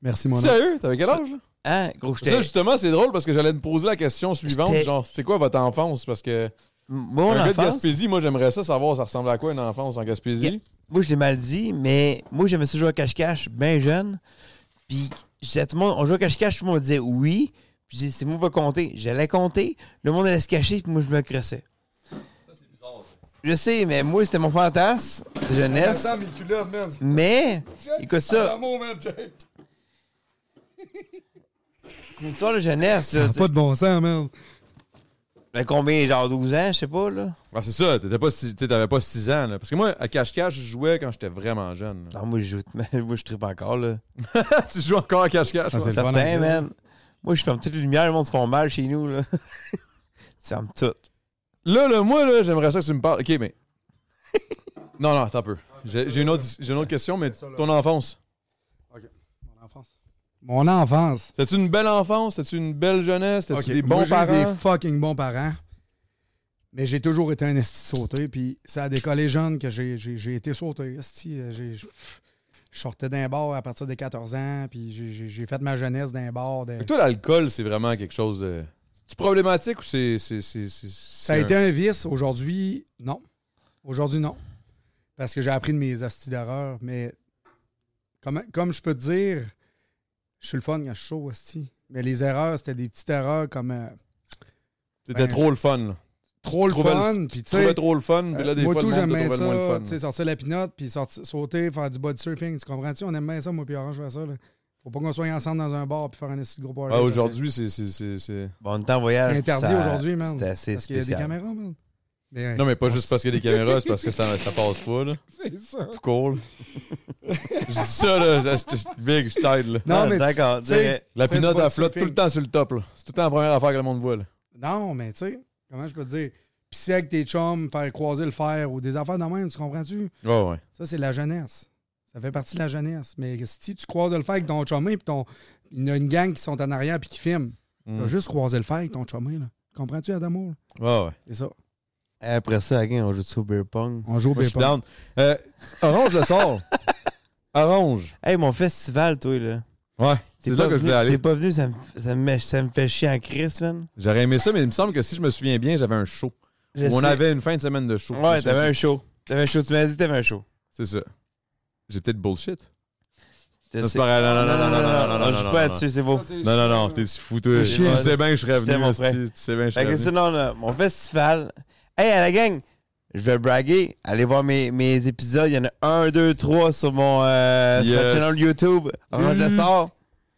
B: Merci, mon homme.
A: Sérieux? T'avais quel âge, là?
C: Hein, gros, j'étais.
A: Ça, justement, c'est drôle parce que j'allais te poser la question suivante.
C: J'étais-
A: Genre, c'est quoi votre enfance? Parce que.
C: Mon
A: un gars de
C: enfance,
A: Gaspésie, moi, j'aimerais ça savoir, ça ressemble à quoi une enfance en Gaspésie?
C: Yeah. moi, je l'ai mal dit, mais moi, j'aimais ça jouer à cache-cache bien jeune. Puis, je disais à tout le monde, on joue à cache-cache, tout le monde disait oui. Puis, je disais, c'est moi qui va compter. J'allais compter, le monde allait se cacher, puis moi, je me crossais. Je sais, mais moi, c'était mon fantasme de jeunesse. Mais, écoute ça, c'est une histoire de jeunesse. Là,
B: Ça a pas de bon sens, man.
C: J'avais combien, genre 12 ans, je sais pas, là.
A: Ah, c'est ça, t'étais pas six- t'sais, t'avais pas 6 ans. Là. Parce que moi, à cache-cache, je jouais quand j'étais vraiment jeune. là.
C: Non, moi, je joue, moi, je tripe encore, là.
A: tu joues encore à cache-cache?
B: Ah,
A: ouais.
B: c'est- le bon
C: Certain,
B: angle.
C: man. Moi, je ferme toutes les lumières, le monde se font mal chez nous, là. tu fermes tout.
A: Là, là, moi, là, j'aimerais ça que tu me parles. OK, mais... non, non, attends un peu. J'ai j'ai une, autre- j'ai une autre question, mais ton enfance.
B: Mon enfance. Mon enfance.
A: T'as-tu une belle enfance? T'as-tu une belle jeunesse? T'as-tu
B: Ok,
A: des
B: moi,
A: bons
B: j'ai
A: parents?
B: des fucking bons parents. Mais j'ai toujours été un esti sauté. Puis ça a décollé jeune que j'ai, j'ai- j'ai été sauté. Esti, euh, j'ai- je je sortais d'un bar à partir de 14 ans. Puis j'ai, j'ai- j'ai fait ma jeunesse d'un bar. de-
A: Fait que Toi, l'alcool, c'est vraiment quelque chose de... C'est-tu problématique ou c'est... c'est- c'est- c'est-
B: Ça a
A: c'est
B: été un vice. Aujourd'hui, non. Aujourd'hui, non. Parce que j'ai appris de mes astis d'erreur. Mais comme, comme je peux te dire, je suis le fun quand je suis chaud, esti. Mais les erreurs, c'était des petites erreurs comme euh,
A: C'était
B: ben,
A: trop le fun. là.
B: trop le
A: trouvais le-
B: fun. puis
A: Tu
B: tu sais- euh,
A: trouvais trop le fun, puis là, des
B: moi,
A: fois,
B: tout,
A: le monde te
B: j'aimais
A: trouvait le moins le
B: ça,
A: fun.
B: tu sais, sortir la pinotte, puis sorti- sauter, faire du body surfing, tu comprends-tu? On aimait ça, moi puis Orange, faire ça. Là. Faut pas qu'on soit ensemble dans un bar puis faire un esti de gros party.
A: Ah, aujourd'hui, c'est- c'est- c'est... c'est-
C: Bon, on est en voyage.
B: C'est interdit
C: ça-
B: aujourd'hui, man.
C: C'était assez
B: Parce qu'il y a des
C: spécial.
B: caméras, man. Mais, ouais.
A: Non, mais pas juste parce qu'il y a des caméras, c'est parce que ça, ça passe pas, là.
B: C'est ça.
A: Tout cool. je dis ça, là. Je, je- je- big, je t'aide, là.
B: Non,
C: Ah,
B: mais tu-
C: D'accord,
B: tu sais-
C: direct.
A: La
B: C'est
A: pinotte,
B: pas
A: elle
B: du
A: flotte tout
B: surfing.
A: le temps sur le top, là. C'est tout le temps la première affaire que le monde voit, là.
B: Non, mais tu sais, comment je peux te dire? Pis c'est avec tes chums, faire croiser le fer ou des affaires de même, tu comprends-tu?
A: Ouais, ouais.
B: Ça, c'est la jeunesse. Ça fait partie de la jeunesse. Mais si tu croises le fer avec ton chumé, puis ton... il y en a une gang qui sont en arrière puis qui filment,
A: Mm.
B: t'as juste croisé le fer avec ton chumé, là. Comprends-tu, Adamo? là?
A: Ouais, ouais.
B: C'est ça.
C: Après ça, again, on joue sur beer pong.
B: On joue au
A: Moi, je suis
B: baseball.
A: down. Euh, orange le sort. Orange.
C: Hey, mon festival, toi, là.
A: Ouais. C'est
C: T'es
A: là
C: pas
A: que je
C: venu-
A: voulais aller.
C: T'es pas venu, ça me, ça me, ça me fait chier en crise, man.
A: J'aurais aimé ça, mais il me semble que si je me souviens bien, j'avais un show.
C: Je
A: on
C: sais.
A: avait une fin de semaine de show.
C: Ouais,
A: C'est
C: t'avais
A: ça.
C: un show. T'avais un show, tu m'as dit que t'avais un show.
A: C'est ça. J'ai peut-être bullshit.
C: Je
A: Non,
C: sais.
A: c'est pas grave. Non, non, non, non, non, non, non,
C: Je
A: non,
C: suis
A: non,
C: pas
A: non.
C: là-dessus, c'est beau.
A: Non, non, non, t'es fou, toi. Tu
B: Shit.
A: sais bien que je serais
C: J'étais
A: venu.
C: mon
A: hostie.
C: frère.
A: Tu sais bien que je
C: Fait
A: serais
C: que
A: venu.
C: sinon, là, mon festival. Hey, à la gang, je vais braguer. Allez voir mes, mes épisodes. Il y en a un, deux, trois sur mon euh, sur ma
A: Yes. Mmh.
C: channel YouTube. Orange
A: Yes.
C: le sort.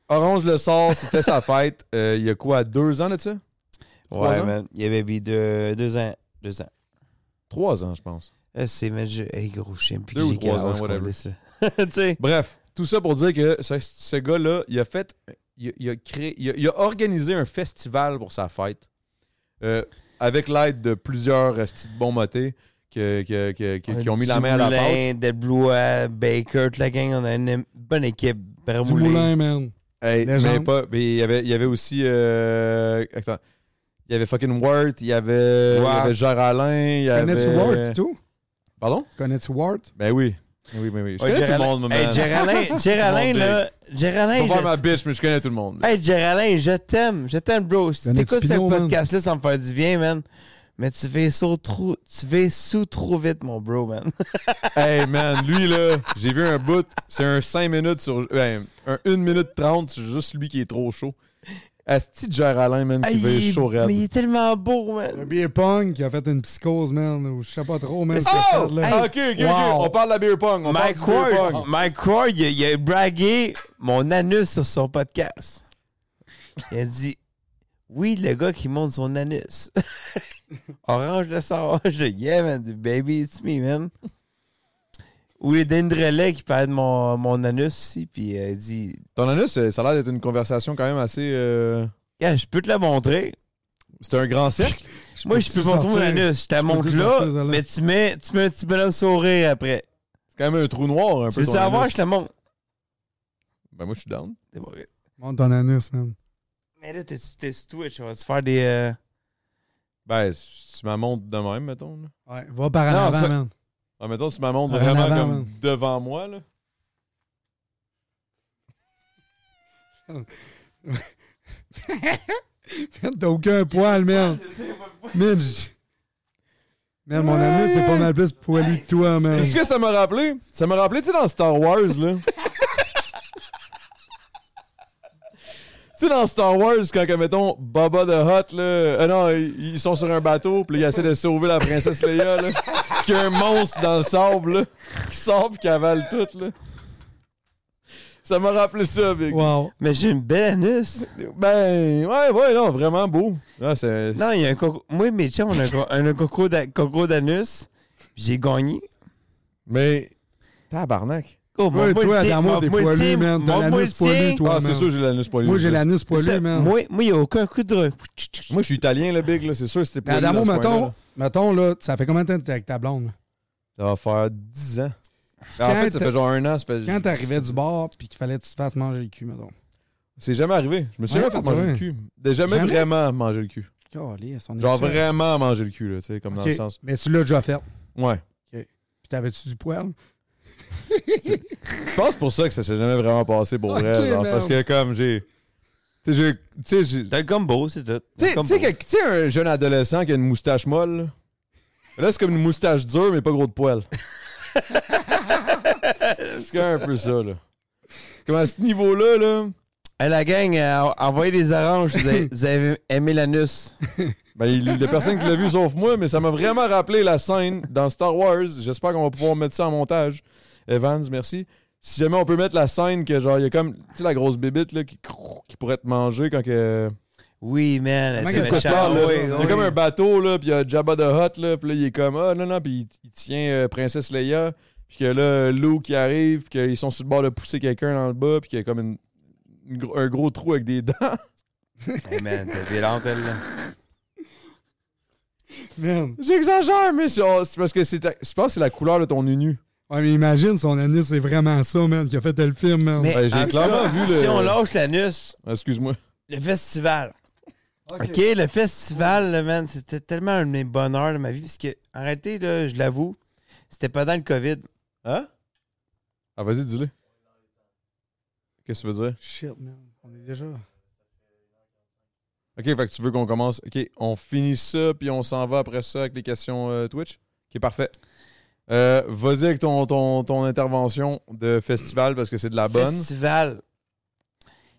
A: Orange le sort, c'était sa fête. Euh, Il y a quoi, deux ans de ça? Trois
C: Ouais,
A: ans?
C: man. Il y avait mis deux, deux ans. Deux ans.
A: Trois ans, je pense.
C: Là, c'est, man, je... hey, gros, je sais même plus.
A: Deux ou
C: j'ai quel
A: trois ans,
C: âge qu'on
A: whatever.
C: est, ça. tu sais.
A: Bref, tout ça pour dire que ce, ce gars-là, il a fait, il, a- il a créé, il a, il a organisé un festival pour sa fête euh, avec l'aide de plusieurs euh, petits bons motés que- que- que- que- qui ont mis la main à la pâte.
C: Dumoulin, Delblois, Baker, toute la gang, on a une bonne équipe.
B: Du
C: Vermoulet.
B: moulin, man.
A: Hey, mais
B: Légende.
A: pas, mais il y avait, il y avait aussi, euh, attends, il y avait fucking Worth, il y avait, il y
C: Worth.
A: avait Gérard Alain, il y
B: Tu connais-tu
A: avait-
B: Ward, du tout?
A: Pardon?
B: Tu connais-tu Ward?
A: Ben oui. Ben Oui, ben oui. Je
C: Ouais,
A: connais tout le
C: Géraldin-
A: monde, maman.
C: Oh, Hey, Géraldin, Géraldin,
A: Tout le monde
C: là.
A: Je
C: Géraldin,
A: vais faire
C: je-
A: ma bitch, mais je connais tout le monde.
C: Hey, Géraldin, je t'aime. Je t'aime, bro. Si
B: Yannick
C: t'écoutes ce
B: Pinault, man.
C: podcast-là sans me faire du bien, man. Mais tu vas sous trop, tu vas sous trop vite, mon bro, man.
A: Hey man, lui là, j'ai vu un bout, c'est un 5 minutes sur. ben, un 1 minute 30 sur juste lui qui est trop chaud. Asti de Gérard Alain, man, qui
C: Hey,
A: veut
C: Ah, il est-
A: chaud raide.
C: mais il est tellement beau,
B: Le
C: man.
B: beer pong qui a fait une psychose, man, ou je sais pas trop, man.
C: Mais
B: cette
C: c'est-
A: Oh!
B: affaire-là.
A: Ah, ok, ok, ok.
B: Wow.
A: On parle de la beer pong. On parle
C: Mike
A: du beer
C: Ward,
A: pong.
C: Mike Ward, il, a- il a bragué mon anus sur son podcast. Il a dit, oui, le gars qui monte son anus. Orange le sort. Je dis, yeah, man, baby, it's me, man. Ou les Dendrelais qui parlent de mon, mon anus aussi, puis euh, il dit,
A: Ton anus, c'est- ça a l'air d'être une conversation quand même assez. euh,
C: Gars, je peux te la montrer.
A: C'est un grand cercle.
C: Moi, je peux montrer mon
B: sortir?
C: anus. Je te la montre
B: peux-tu
C: là,
B: sortir ça, là?
C: mais tu mets, tu mets un petit bonhomme sourire après.
A: C'est quand même un trou noir un
C: Tu
A: peu.
C: veux
A: ton
C: savoir,
A: anus.
C: je te la montre.
A: Ben moi je suis down.
C: C'est bon, gars.
B: Monte ton anus, man.
C: Mais là, t'es t'es sur Twitch. On va se faire des. euh,
A: Ben, si tu m'as montre de même, mettons. Là.
B: Ouais, va par en
A: Non,
B: avant,
A: ça-
B: man.
A: Ah, mettons, si tu m'as montre
B: En
A: vraiment
B: avant,
A: comme
B: man.
A: devant moi, là.
B: Man, T'as aucun poil, man. Man, j- man, mon anus, c'est pas mal plus poilu que toi, man.
A: C'est ce que ça m'a rappelé. Ça m'a rappelé, tu sais, dans Star Wars, là. tu sais, dans Star Wars, quand, comme, mettons, Baba the Hutt, là. euh, non, ils ils sont sur un bateau, puis là, ils essaient de sauver la princesse Leia, là. Puis qu'il y a un monstre dans le sable, là, qui sort, puis qui avale tout, là. Ça m'a rappelé ça, Big.
B: Wow.
C: Mais j'ai une belle anus.
A: Ben, ouais, ouais, non, vraiment beau. Ah, c'est.
C: Non, il y a un coco. Moi, et mes chums, on a un, co- on a un coco d'a- coco d'anus. J'ai gagné.
A: Mais. Tabarnak.
C: Oh,
B: Ouais,
C: moi,
B: toi,
C: le tien,
B: Adamo,
C: moi,
B: t'es
C: moi, le
B: poilu,
C: tien,
B: man. T'as
C: moi, moi, le
B: l'anus poilu,
C: tien.
B: toi,
A: Ah, c'est
B: man.
A: sûr, j'ai l'anus poilu.
B: Moi, j'ai
A: je-
B: l'anus
C: Ça,
B: poilu, man.
C: Moi, moi, il n'y a aucun coup de.
A: Moi, je suis italien, le Big, là. C'est sûr, c'était
B: Mais
A: poilu.
B: Adamo,
A: dans ce coin-là, là.
B: mettons, mettons, là, ça fait combien de temps que t'es avec ta blonde?
A: Ça va faire 10 ans. Ben,
B: Quand
A: en fait, ça
B: t'as-
A: fait genre un an. Ça fait...
B: Quand t'arrivais du bar puis qu'il fallait que tu te fasses manger le cul, mettons.
A: C'est jamais arrivé. Je me suis
B: Ouais,
A: jamais fait manger le
B: ouais.
A: cul. J'ai Jamais,
B: Jamais?
A: vraiment mangé le cul.
B: Calisse, on est
A: Genre
B: sûr.
A: vraiment mangé le cul, là, tu sais, comme dans
B: Ok,
A: le sens.
B: Mais tu l'as déjà fait.
A: Ouais.
B: Puis t'avais-tu du poil?
A: Je pense pour ça que ça s'est jamais vraiment passé pour
B: Ok,
A: vrai. genre,
B: man.
A: parce que comme j'ai. Tu sais, j'ai- tu sais, j'ai-
C: T'as un combo, c'est tout.
A: tu
C: T'as
A: sais,
C: un
A: tu sais
C: combo.
A: que- tu sais, un jeune adolescent qui a une moustache molle. Là, Là, c'est comme une moustache dure, mais pas gros de poil. c'est quand même un peu ça, là. Comme à ce niveau-là, là.
C: Hey, la gang, euh, envoyez des oranges. Vous avez, vous avez aimé l'anus.
A: Ben, il il y a personne qui l'a vu sauf moi, mais ça m'a vraiment rappelé la scène dans Star Wars. J'espère qu'on va pouvoir mettre ça en montage. Evans, merci. Si jamais on peut mettre la scène que genre, il y a comme, tu sais, la grosse bébite là, qui, qui pourrait te manger quand que.
C: Oui, man.
B: Comment
C: c'est
B: que ça
C: méchant.
B: se parle, là?
C: Oui,
A: Il y
C: oui.
A: a comme un bateau, là, puis il y a Jabba the Hutt, là, puis là, il est comme, ah, non, non, puis il, il tient euh, Princesse Leia, puis que là, Lou qui arrive, puis qu'ils sont sur le bord de pousser quelqu'un dans le bas, puis qu'il y a comme une- une gro- un gros trou avec des dents.
C: Hey, man, t'es violente, elle, là.
B: Man.
A: J'exagère, mais c'est oh, c'est parce que c'est ta- je pense que c'est la couleur de ton unu.
B: Ouais, mais imagine son année, c'est vraiment ça, man, qui a fait le film, man.
C: Mais
A: Ben, j'ai
C: en tout
A: clairement
C: cas,
A: vu
C: si
A: le-
C: on lâche l'anus,
A: Ah, Excuse-moi.
C: le festival.
B: OK.
C: OK, le festival, là, man, c'était tellement un de mes bonheurs de ma vie. Parce que, en réalité, là, je l'avoue, c'était pendant le COVID.
A: Hein? Ah, vas-y, dis-le. Qu'est-ce que tu veux dire?
B: Shit, man. On est déjà.
A: Ok, fait que tu veux qu'on commence. Ok, on finit ça, puis on s'en va après ça avec les questions euh, Twitch. Ok, parfait. Euh, vas-y avec ton, ton, ton intervention de festival parce que c'est de la Ah bonne.
C: Festival.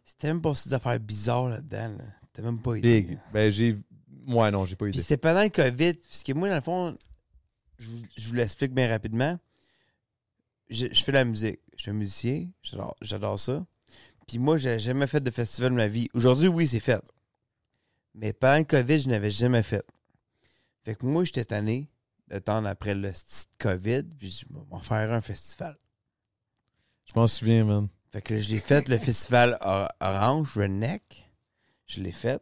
C: C'était même pas ces affaires bizarres là-dedans. Là. T'as même pas idée.
A: Big.
C: là.
A: Ben, j'ai. Ouais, non, j'ai pas
C: Puis
A: idée.
C: c'était pendant le COVID. Parce que moi, dans le fond, je vous, je vous l'explique bien rapidement. Je, je fais de la musique. Je suis un musicien. J'adore, j'adore ça. Puis moi, j'ai jamais fait de festival de ma vie. Aujourd'hui, oui, c'est fait. Mais pendant le COVID, je n'avais jamais fait. Fait que moi, j'étais tanné d'attendre après le petit COVID. Puis je dis, Bon, on va faire un festival.
A: Je m'en souviens, man.
C: Fait que là, je l'ai fait, le festival Or- Orange, Redneck. Je l'ai fait.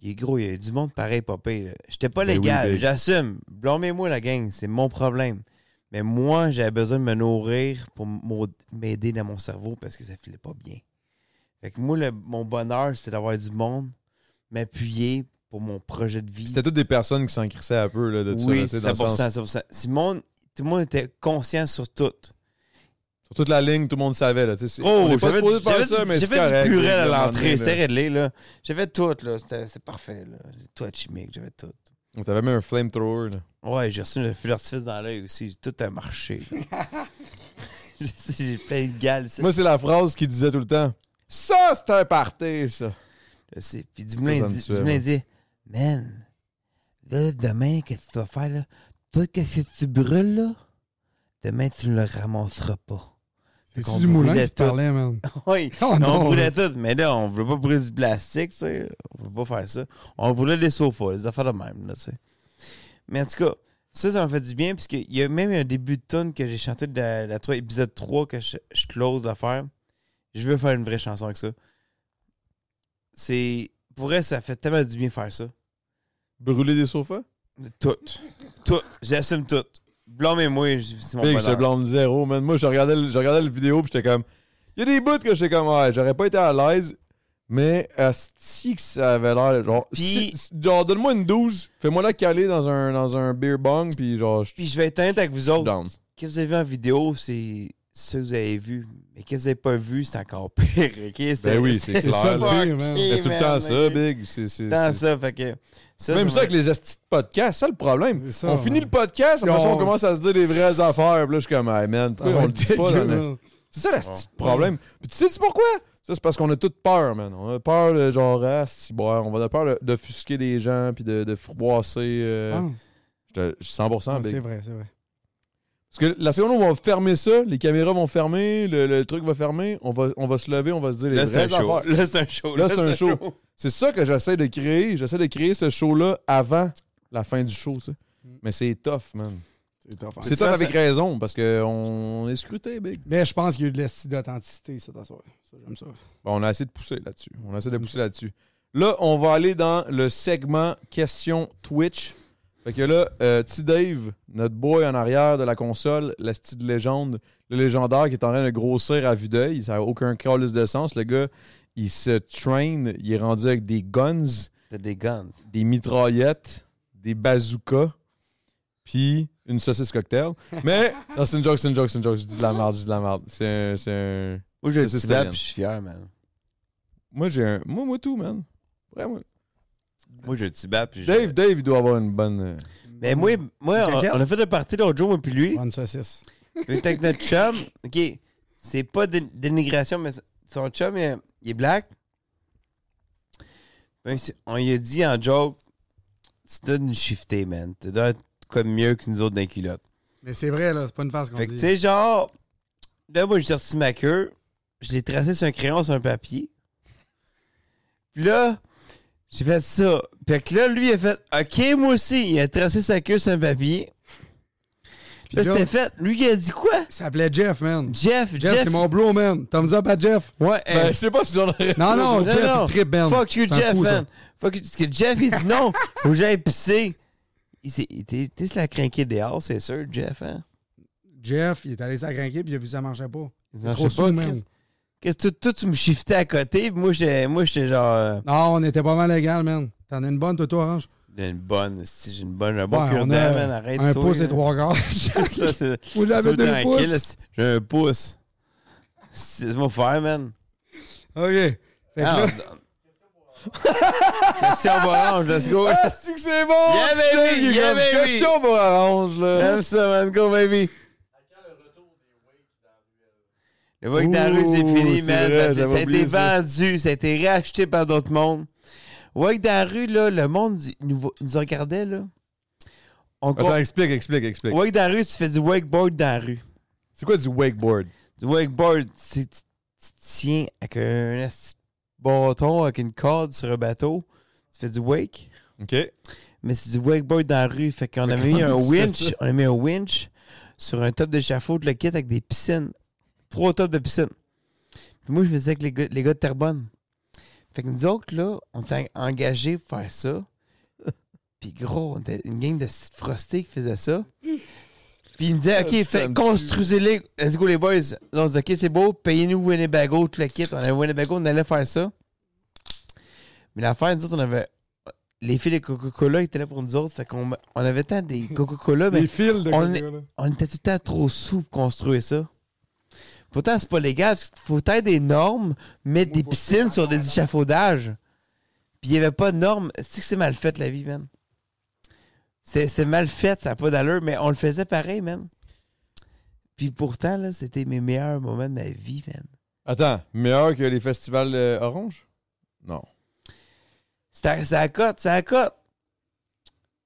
C: Il est gros, il y a eu du monde pareil, popé. J'étais pas
A: Ben oui,
C: légal,
A: ben-
C: j'assume. Blâmez-moi, la gang, c'est mon problème. Mais moi, j'avais besoin de me nourrir pour m'au- m'aider dans mon cerveau parce que ça filait pas bien. Fait que moi, le- mon bonheur, c'était d'avoir du monde, m'appuyer pour mon projet de vie.
A: C'était toutes des personnes qui s'en crissaient un peu là, de ça, là,
C: oui,
A: tu sais, dans le
C: 100%,
A: sens-
C: 100%. Si le monde- tout le monde était conscient sur tout.
A: Sur toute la ligne, tout le monde savait. Là, tu sais, c'est- on
C: Oh,
A: est pas
C: j'avais
A: supposé
C: du-
A: faire
C: j'avais
A: ça, mais
C: du, j'ai
A: c'est
C: fait
A: correct,
C: du purée
A: là,
C: à
A: un moment donné,
C: l'entrée,
A: là.
C: c'était réglé, là. J'avais tout, là. C'était c'est parfait, là. J'ai tout à chimique, j'avais tout.
A: On t'avait mis un flamethrower. Là.
C: Ouais, j'ai reçu le feu d'artifice dans l'œil aussi. J'ai- Tout a marché. J'ai- j'ai plein de gales, ça.
A: Moi, c'est la phrase qu'il disait tout le temps. Ça, c'est un party, ça.
C: Là, c'est- Puis
A: Ça,
C: Dumoulin
A: ça me
C: dit,
A: tue,
C: Dumoulin
A: ouais.
C: dit, man, là, demain, qu'est-ce que tu vas faire, là? Tout ce que tu brûles, là, demain, tu ne le ramasseras pas.
B: C'est
C: qu'on
B: du moulin
C: brûlait
B: qui te parlait, man.
C: Oui.
B: Oh
C: on
B: non.
C: brûlait tout, mais là, on voulait pas brûler du plastique, tu sais. On veut pas faire ça. On brûlait des sofas, des affaires de même, là, tu sais. Mais en tout cas, ça, ça m'a fait du bien, parce qu'il y a même un début de tonne que j'ai chanté de la, la trois- épisode 3 que je, je close l'affaire. Je veux faire une vraie chanson avec ça. C'est. Pour vrai, ça fait tellement du bien faire ça.
A: Brûler des sofas?
C: Tout. Tout. J'assume tout. Blâmez-moi, je- c'est mon
A: Big, je te
C: bonheur.
A: blâme zéro, man. Moi, je regardais, le- je regardais la vidéo, puis j'étais comme. Il y a des bouts que j'étais comme, ouais, j'aurais pas été à l'aise, mais asti que ça avait l'air. Genre,
C: Puis-
A: si- genre donne-moi une 12, fais-moi la caler dans un, dans un beer bong, puis genre, je
C: Puis je vais être honnête avec vous
A: suis
C: autres.
A: down.
C: que vous avez vu en vidéo, c'est ce que vous avez vu. Mais que vous n'avez pas vu, c'est encore pire. ok? C'est-
A: Ben oui, c'est
B: C'est
A: clair, là.
B: ça le pire, man.
C: Fuck.
A: C'est tout le temps
C: man,
A: ça,
C: man.
A: Big. C'est, c'est-
C: C'est dans
A: c'est-
C: ça, fait que. ça,
A: Même
C: je-
A: ça avec les astis de podcast, ça le problème.
B: C'est ça,
A: on
B: man.
A: finit le podcast, après
B: Puis
A: ça, on
B: on-
A: commence à se dire les vraies affaires, puis là, je suis comme, hey, man,
B: Ah,
A: pourquoi on le dit pas, dans le- C'est ça le petit problème. Puis tu sais -tu pourquoi? Ça, c'est parce qu'on a toute peur, man. On a peur de genre, ah, si, bon, on va de peur de- d'offusquer des gens puis de, de froisser. euh,
B: Ah,
A: je te- je suis
C: Ah,
A: 100% big.
B: c'est vrai, c'est vrai.
A: Parce que la seconde, où on va fermer ça, les caméras vont fermer, le, le truc va fermer, on va, on va se lever, on va se dire les
C: Là, c'est un
A: vraies
C: show.
A: affaires.
C: Là, c'est un show.
A: Là, c'est un show. C'est ça que j'essaie de créer. J'essaie de créer ce show-là avant la fin du show, tu sais.
B: Mm.
A: Mais c'est tough, man. C'est
C: Tu
A: tough
C: vois,
A: avec raison, parce qu'on est scruté, big.
B: Mais je pense qu'il y a eu de l'esti d'authenticité cette soirée. Ça, j'aime ça.
A: Bon, on a essayé de pousser là-dessus. On a essayé de pousser là-dessus. Là, on va aller dans le segment questions Twitch. Fait que là, euh, T. Dave, notre boy en arrière de la console, la style légende, le légendaire qui est en train de grossir à vue d'œil, ça n'a aucun calice de sens. Le gars, il se train, il est rendu avec des guns,
C: T'as des guns.
A: des mitraillettes, des bazookas, puis une saucisse cocktail. Mais, non, c'est une joke, c'est une joke, c'est une joke. Je dis de la merde, je dis de la merde. C'est un- c'est un
C: Moi, j'ai
A: Ça,
C: un
A: c'est
C: petit bat,
A: Stallion.
C: puis je suis fier, man.
A: Moi, j'ai un. Moi, moi, tout, man. Vraiment.
C: Moi, j'ai un petit bat, puis je-
A: Dave, Dave, il doit avoir une bonne. euh,
C: Mais moi, ben- moi
B: Une
C: on,
B: coquette.
C: on a fait un party l'autre jour, moi, puis lui.
B: Bonne saucisse.
C: Il était avec notre chum. OK. C'est pas dé- dénigration, mais son chum, il, il est black. Ben, c'est- On lui a dit en joke, tu donnes une shiftée, man. Tu donnes comme mieux que nous autres dans les culottes.
B: Mais c'est vrai, là, c'est pas une farce qu'on
C: Fait que, tu
B: dit.
C: sais, genre, là, moi, j'ai sorti ma queue. Je l'ai tracé sur un crayon, sur un papier. Puis là, j'ai fait ça. Fait que là, lui, il a fait OK, moi aussi. Il a tracé sa queue sur un papier.
B: Puis
C: Là,
B: là,
C: c'était fait. Lui, il a dit quoi?
B: Ça s'appelait Jeff, man.
C: Jeff, Jeff.
B: Jeff, c'est mon bro, man. Thumbs up à Jeff.
C: Ouais,
A: Ben,
C: hey,
A: je sais pas si j'en aurais.
B: Non, non,
C: Non,
B: Jeff,
C: non.
B: il trippe, man.
C: Fuck you,
B: C'est un
C: Jeff,
B: fou, ça.
C: man. Fuck you. Parce que Jeff, il dit non. Faut que j'aille pisser. Il s'est il était- il était se la crinquer dehors, c'est sûr, Jeff, hein?
B: Jeff, il est allé s'agrinquer puis il a vu que ça marchait pas.
C: Non, je
B: Trop
C: sais pas,
B: sous, man.
C: Qu'est-ce que tu- toi, tu me shiftais à côté, puis moi, j'étais moi, j'étais genre. euh,
B: Non, on était pas mal légal, man. T'en as une bonne, toi, toi, Orange?
C: J'ai une bonne, si j'ai une bonne, un bon
B: Ouais, on
C: cure-dent,
B: a
C: man, arrête.
B: un
C: toi,
B: pouce
C: là.
B: et trois quarts.
C: Ça, c'est.
B: Moi,
C: ça
B: j'avais
C: veut dire
B: deux
C: un
B: pouces.
C: kill, là, c'est- J'ai un pouce. C'est mon frère, man.
B: OK. Fait que là,
C: Ah, on- Question orange, let's go.
A: Ah, c'est que c'est bon!
C: Yeah,
A: C'est
C: baby,
A: dingue,
C: yeah,
A: comme
C: baby.
A: Question pour Orange, là.
C: J'aime ça, man, go, baby. Le vogue dans la rue, c'est
A: Ouh,
C: fini,
A: c'est
C: man.
A: vrai,
C: ça, ça
A: j'avais
C: a été
A: oublié ça.
C: vendu, ça a été racheté par d'autres mondes. Vogue dans la rue, là, le monde il nous, vo- il nous regardait, là. On
A: Attends, explique, explique, explique.
C: Wake dans la rue, tu fais du wakeboard dans la rue.
A: C'est quoi du wakeboard?
C: Du wakeboard, c'est tu tu tiens avec un esti de bâton, avec une corde sur un bateau. Tu fais du wake.
A: OK.
C: Mais c'est du wakeboard dans la rue. Fait qu'on a
A: Mais
C: mis un
A: comment tu fais
C: winch.
A: ça?
C: On a mis un winch sur un top d'échafaud de le kit avec des piscines. Trois tops de piscines. Puis moi, je faisais avec les gars, les gars de Terrebonne. Fait que nous autres, là, on était engagés pour faire ça. Puis gros, on était une gang de petits frostés qui faisait ça. Puis ils me disaient,
A: Ah, tu
C: OK,
A: fais un
C: fait,
A: petit-
C: construisez-les. Let's go, les boys. Donc, on disait, OK, c'est beau. Payez-nous Winnebago, tout le kit. On avait Winnebago, on allait faire ça. Mais l'affaire, nous autres, on avait. Les filles de Coca-Cola étaient là pour nous autres. Fait qu'on on avait tant des Coca-Cola, mais
B: les fils de
C: on est- Ah,
B: Coca-Cola.
C: on était tout le temps trop sous pour construire ça. Pourtant, c'est pas légal. parce qu'il Faut être des normes, mettre des piscines sur des échafaudages. Puis il n'y avait pas de normes. C'est que c'est mal fait, la vie, man. C'était c'était mal fait, ça n'a pas d'allure, mais on le faisait pareil, man. Puis pourtant, là, c'était mes meilleurs moments de ma vie, man.
A: Attends, meilleur que les festivals euh, Orange? Non.
C: C'était ça cote, ça cote.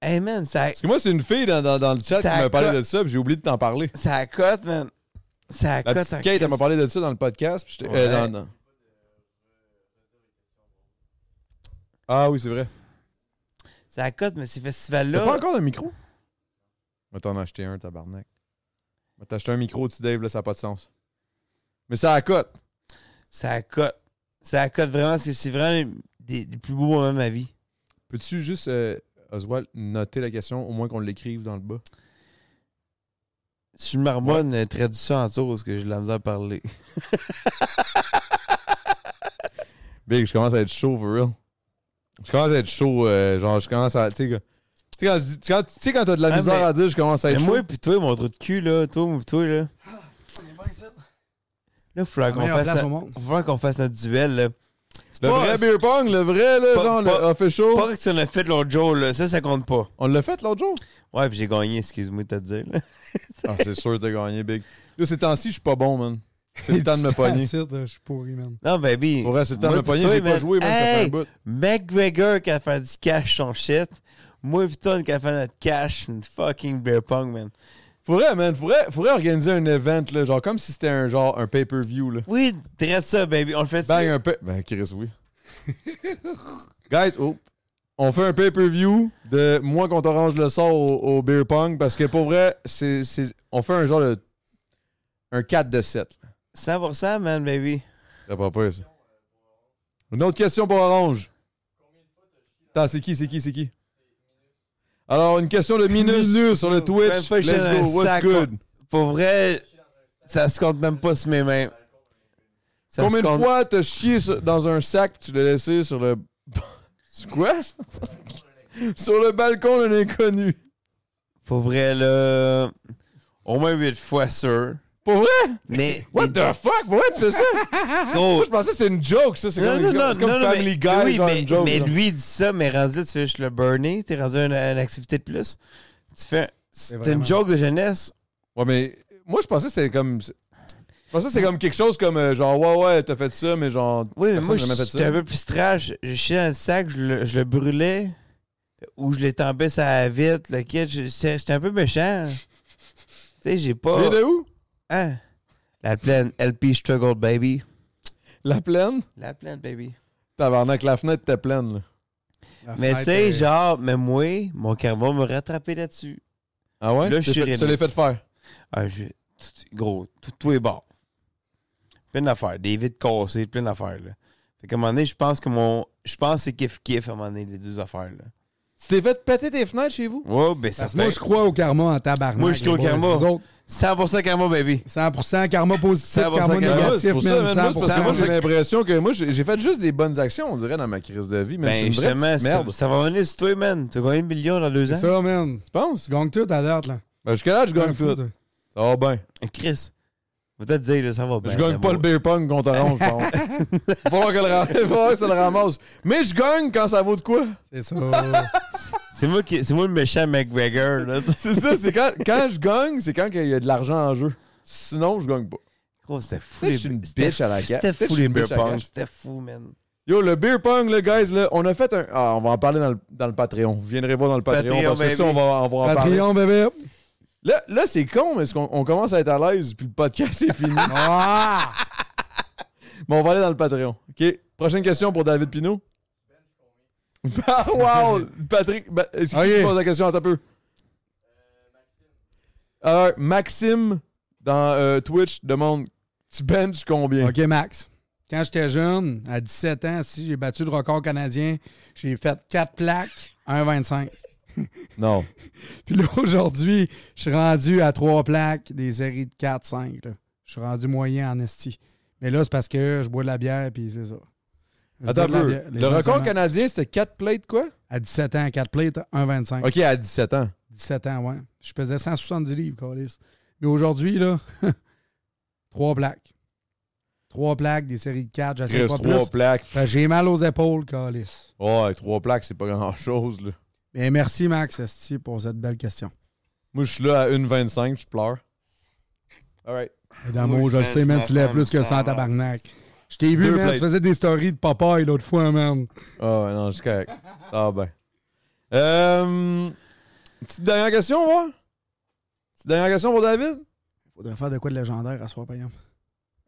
C: Hey, man, ça,
A: Parce que moi, c'est une fille dans, dans, dans le chat
C: Ça
A: qui m'a parlé
C: cote.
A: de ça, puis j'ai oublié de t'en parler.
C: ça cote, man. Ça
A: La
C: cote,
A: petite
C: ça
A: Kate, elle m'a
C: cote.
A: parlé de ça dans le podcast. Puis j'étais- euh,
C: Ouais.
A: dans- dans- Ah oui, c'est vrai.
C: Ça cote, mais ces
A: T'as pas
C: festivals-là.
A: encore de micro? Va t'en acheter un, tabarnak. Va t'acheter un micro, tu Dave, là, ça n'a pas de sens. Mais ça à cote.
C: ça cote. Ça cote vraiment. C'est, c'est vraiment des, des plus beaux moments de ma vie.
A: Peux-tu juste, euh, Oswald, noter la question, au moins qu'on l'écrive dans le bas?
C: Si je marmonne, euh, traduis ça en dessous parce que j'ai de la misère à parler.
A: Big, je commence à être chaud, for real. Je commence à être chaud, euh, genre, je commence à. Tu sais, que- tu sais, quand, je dis- tu- quand- tu sais, quand t'as de la
C: Ah,
A: misère
C: mais-
A: à dire, je commence à
C: Mais
A: être chaud.
C: moi, puis toi, mon trou de cul, là. Toi, moi, puis toi, là. Là, il faudra
B: La
C: qu'on
B: meilleure
C: fasse,
B: place
C: un-
B: au monde.
C: il faudra qu'on fasse notre duel, là. C'est
A: Le
C: pas,
A: vrai
C: c'est
A: beer pong, le vrai, là,
C: pas-
A: genre, le
C: pas-
A: official.
C: pas que tu en as fait l'autre jour, là. Ça, ça compte pas.
A: On l'a fait l'autre jour?
C: Ouais, puis j'ai gagné, excuse-moi de te dire, là.
A: Ah, c'est sûr que t'as gagné, Big. Là, ces temps-ci, je suis pas bon, man. C'est le temps de me pogner.
B: C'est facile, là, Je suis pourri, man.
C: Non, baby.
A: Pour vrai, c'est le temps de
C: Moi
A: me
C: puis
A: pogner,
C: toi,
A: j'ai pas
C: man.
A: joué, man, ça fait un
C: Hey!
A: bout.
C: McGregor qui a fait du cash son shit. Moi, puis toi, on a fait notre cash, une fucking beer pong, man.
A: Faudrait, man, faudrait, faudrait organiser un event, là, genre, comme si c'était un genre, un pay-per-view, là.
C: Oui, traite ça, baby. On le fait
A: Bang
C: ça.
A: un pay... Ben, Chris, oui. Guys, oh. On fait un pay-per-view de moi qu'on t'orange le sort au, au beer pong parce que pour vrai, c'est, c'est- on fait un genre de. un 4 de 7.
C: 100%, man, baby.
A: C'est pas peur, ça. Une autre question pour Orange. Attends, c'est qui, c'est qui, c'est qui? Alors, une question de Minus, sur le
C: Même
A: Twitch.
C: pas,
A: Let's
C: Ben, j'ai un
A: go, what's
C: sac,
A: good?
C: Pour vrai, ça se compte même pas sur mes mains. Ça
A: Combien
C: se
A: de
C: compte...
A: fois t'as chié sur- dans un sac puis tu l'as laissé sur le. Sur Quoi? sur le balcon d'un inconnu.
C: Pour vrai, là. Au moins 8 fois sûr.
A: Pour vrai?
C: Mais.
A: What
C: mais-
A: the fuck? Pourquoi tu fais ça?
C: gros,
A: Moi, je pensais que c'était une joke, ça. C'est
C: Non,
A: comme,
C: non,
A: une joke.
C: non,
A: C'est comme
C: non, non,
A: Family
C: mais,
A: Guy,
C: oui,
A: genre
C: mais,
A: une joke.
C: mais
A: genre.
C: lui, il dit ça, mais rendu là, tu fais juste le burner, t'es rendu à une, à une activité de plus. Tu fais. C'était
B: vraiment-
C: une joke de jeunesse.
A: Ouais, mais moi, je pensais que c'était comme. Je pensais que c'était comme quelque chose comme euh, genre, ouais, ouais, t'as fait ça, mais genre.
C: Oui, mais
A: personne
C: moi,
A: n'a jamais fait
C: j'étais
A: ça.
C: un peu plus trash. J'ai chié dans le sac, je le, je le brûlais, ou je l'étambais sur la vitre, le kit. Je- J'étais j'étais un peu méchant. tu sais, j'ai
A: Tu viens
C: pas.
A: de où?
C: Hein? La plaine, LP Struggle, baby.
A: La plaine?
C: La plaine, baby.
A: Tabarnak, la fenêtre était pleine. là.
B: La
C: Mais
B: fête,
C: tu sais,
B: euh,
C: genre, mais moi, mon cerveau me rattrapé là-dessus.
A: Ah ouais?
C: Là,
A: Tu
C: je suis
A: t'es fait-
C: réveillé.
A: Tu l'as fait faire.
C: Ah, je- tout- gros, tout, tous les bords. Plein d'affaires. Des vides cassées, plein d'affaires. Là. Fait qu'à un moment donné, je pense que mon. Je pense que c'est kiff-kiff à un moment donné, les deux affaires. Là.
A: Tu t'es fait péter tes fenêtres chez vous?
C: Ouais, ben ça
B: parce que moi, je crois au karma en tabarnak.
C: Moi, je crois au
B: les boys.
C: karma.
B: Vous autres,
C: 100% karma, baby.
B: 100% karma positif,
C: 100%
B: karma
C: karma,
A: Ouais, c'est
B: négatif,
A: pour ça,
B: même
A: man. Moi, c'est parce que
B: 100%.
A: moi,
C: c'est-
A: j'ai l'impression que moi, j'ai j'ai fait juste des bonnes actions, on dirait, dans ma crise de vie. Mais
C: Ben,
A: c'est une vraie
C: justement,
A: petite
C: ça,
A: merde.
C: ça va venir sur toi, man. T'as gagné un million dans deux
B: C'est
C: ans.
B: ça, man.
A: Tu penses? Ah,
B: Tu gagnes tout à l'heure, là.
A: Ben, jusqu'à là, je gagne
B: Un fou,
A: tout.
B: toi.
A: Ça va bien.
C: Chris, va te dire, là, ça va bien.
A: je gagne
C: mais
A: pas
C: bon.
A: le beer pong contre Orange, par contre. Faut voir que le ram- faut voir que ça le ramasse. Mais je gagne quand ça vaut de quoi.
B: C'est ça.
C: C'est moi, qui... c'est moi le méchant McGregor, là.
A: C'est ça, c'est quand, quand je gagne, c'est quand il y a de l'argent en jeu. Sinon, je gagne pas.
C: Gros, c'était fou.
A: Peut-être que je suis une
C: c'était-
A: bitch à la gare.
C: C'était
A: Peut-être que
C: fou,
A: je suis
C: les
A: une
C: beer
A: bitch à la
C: pong.
A: gare.
C: C'était fou, man.
A: Yo, le beer pong, là, guys, là, on a fait un. Ah, on va en parler dans le, dans le Patreon. Vous viendrez voir dans le Patreon,
C: Patreon, ben
A: parce que ça,
C: baby.
A: on va, on va en parler.
B: Patreon, bébé.
A: Là, là c'est con, mais c'est qu'on- on commence à être à l'aise, puis le podcast est fini.
B: Ah!
A: mais on va aller dans le Patreon. OK? Prochaine question pour David Pinault. Ah, wow! Patrick, ben, est-ce que
B: Ok.
A: tu poses la question à un peu? Alors, Maxime, dans euh, Twitch, demande Tu benches combien?
B: OK, Max. Quand j'étais jeune, à 17 ans, si j'ai battu le record canadien, j'ai fait 4 plaques, 1,25.
A: Non.
B: Puis là, aujourd'hui, je suis rendu à 3 plaques, des séries de 4, 5. là. Je suis rendu moyen en esti. Mais là, c'est parce que je bois de la bière, puis c'est ça. Je
A: Attends un
B: bois de la
A: peu.
B: bière. Les
A: Le
B: gens
A: record
B: disent,
A: canadien, c'était 4 plates, quoi?
B: À 17 ans, 4 plates, 1,25.
A: OK, à 17 ans.
B: 17 ans, ouais. Je pesais 170 livres, Carlis. Mais aujourd'hui, là, 3 plaques. 3 plaques, des séries de 4, j'essaie
A: Reste
B: pas
A: trois
B: plus.
A: plaques.
B: Fait que J'ai mal aux épaules, Carlis.
A: Ouais, trois plaques, c'est pas grand-chose, là.
B: Mais merci, Max Esti, pour cette belle question.
A: Moi, je suis là à 1,25, je pleure. All right.
B: Et Dans
C: Moi,
B: mon,
C: je
B: je le
C: pense
B: sais,
C: que
B: man,
C: ma
B: tu l'as
C: femme
B: plus que
C: s'en
B: 100
C: va.
B: tabarnak. Je t'ai vu,
A: Deux
B: man,
A: plates.
B: tu faisais des stories de Popeye l'autre fois, man.
A: Ah ouais, non, je suis correct. Ah ben. Euh, petite dernière question, on va? voir? Petite dernière question pour David?
B: Faudrait faire de quoi de légendaire à soir, par exemple.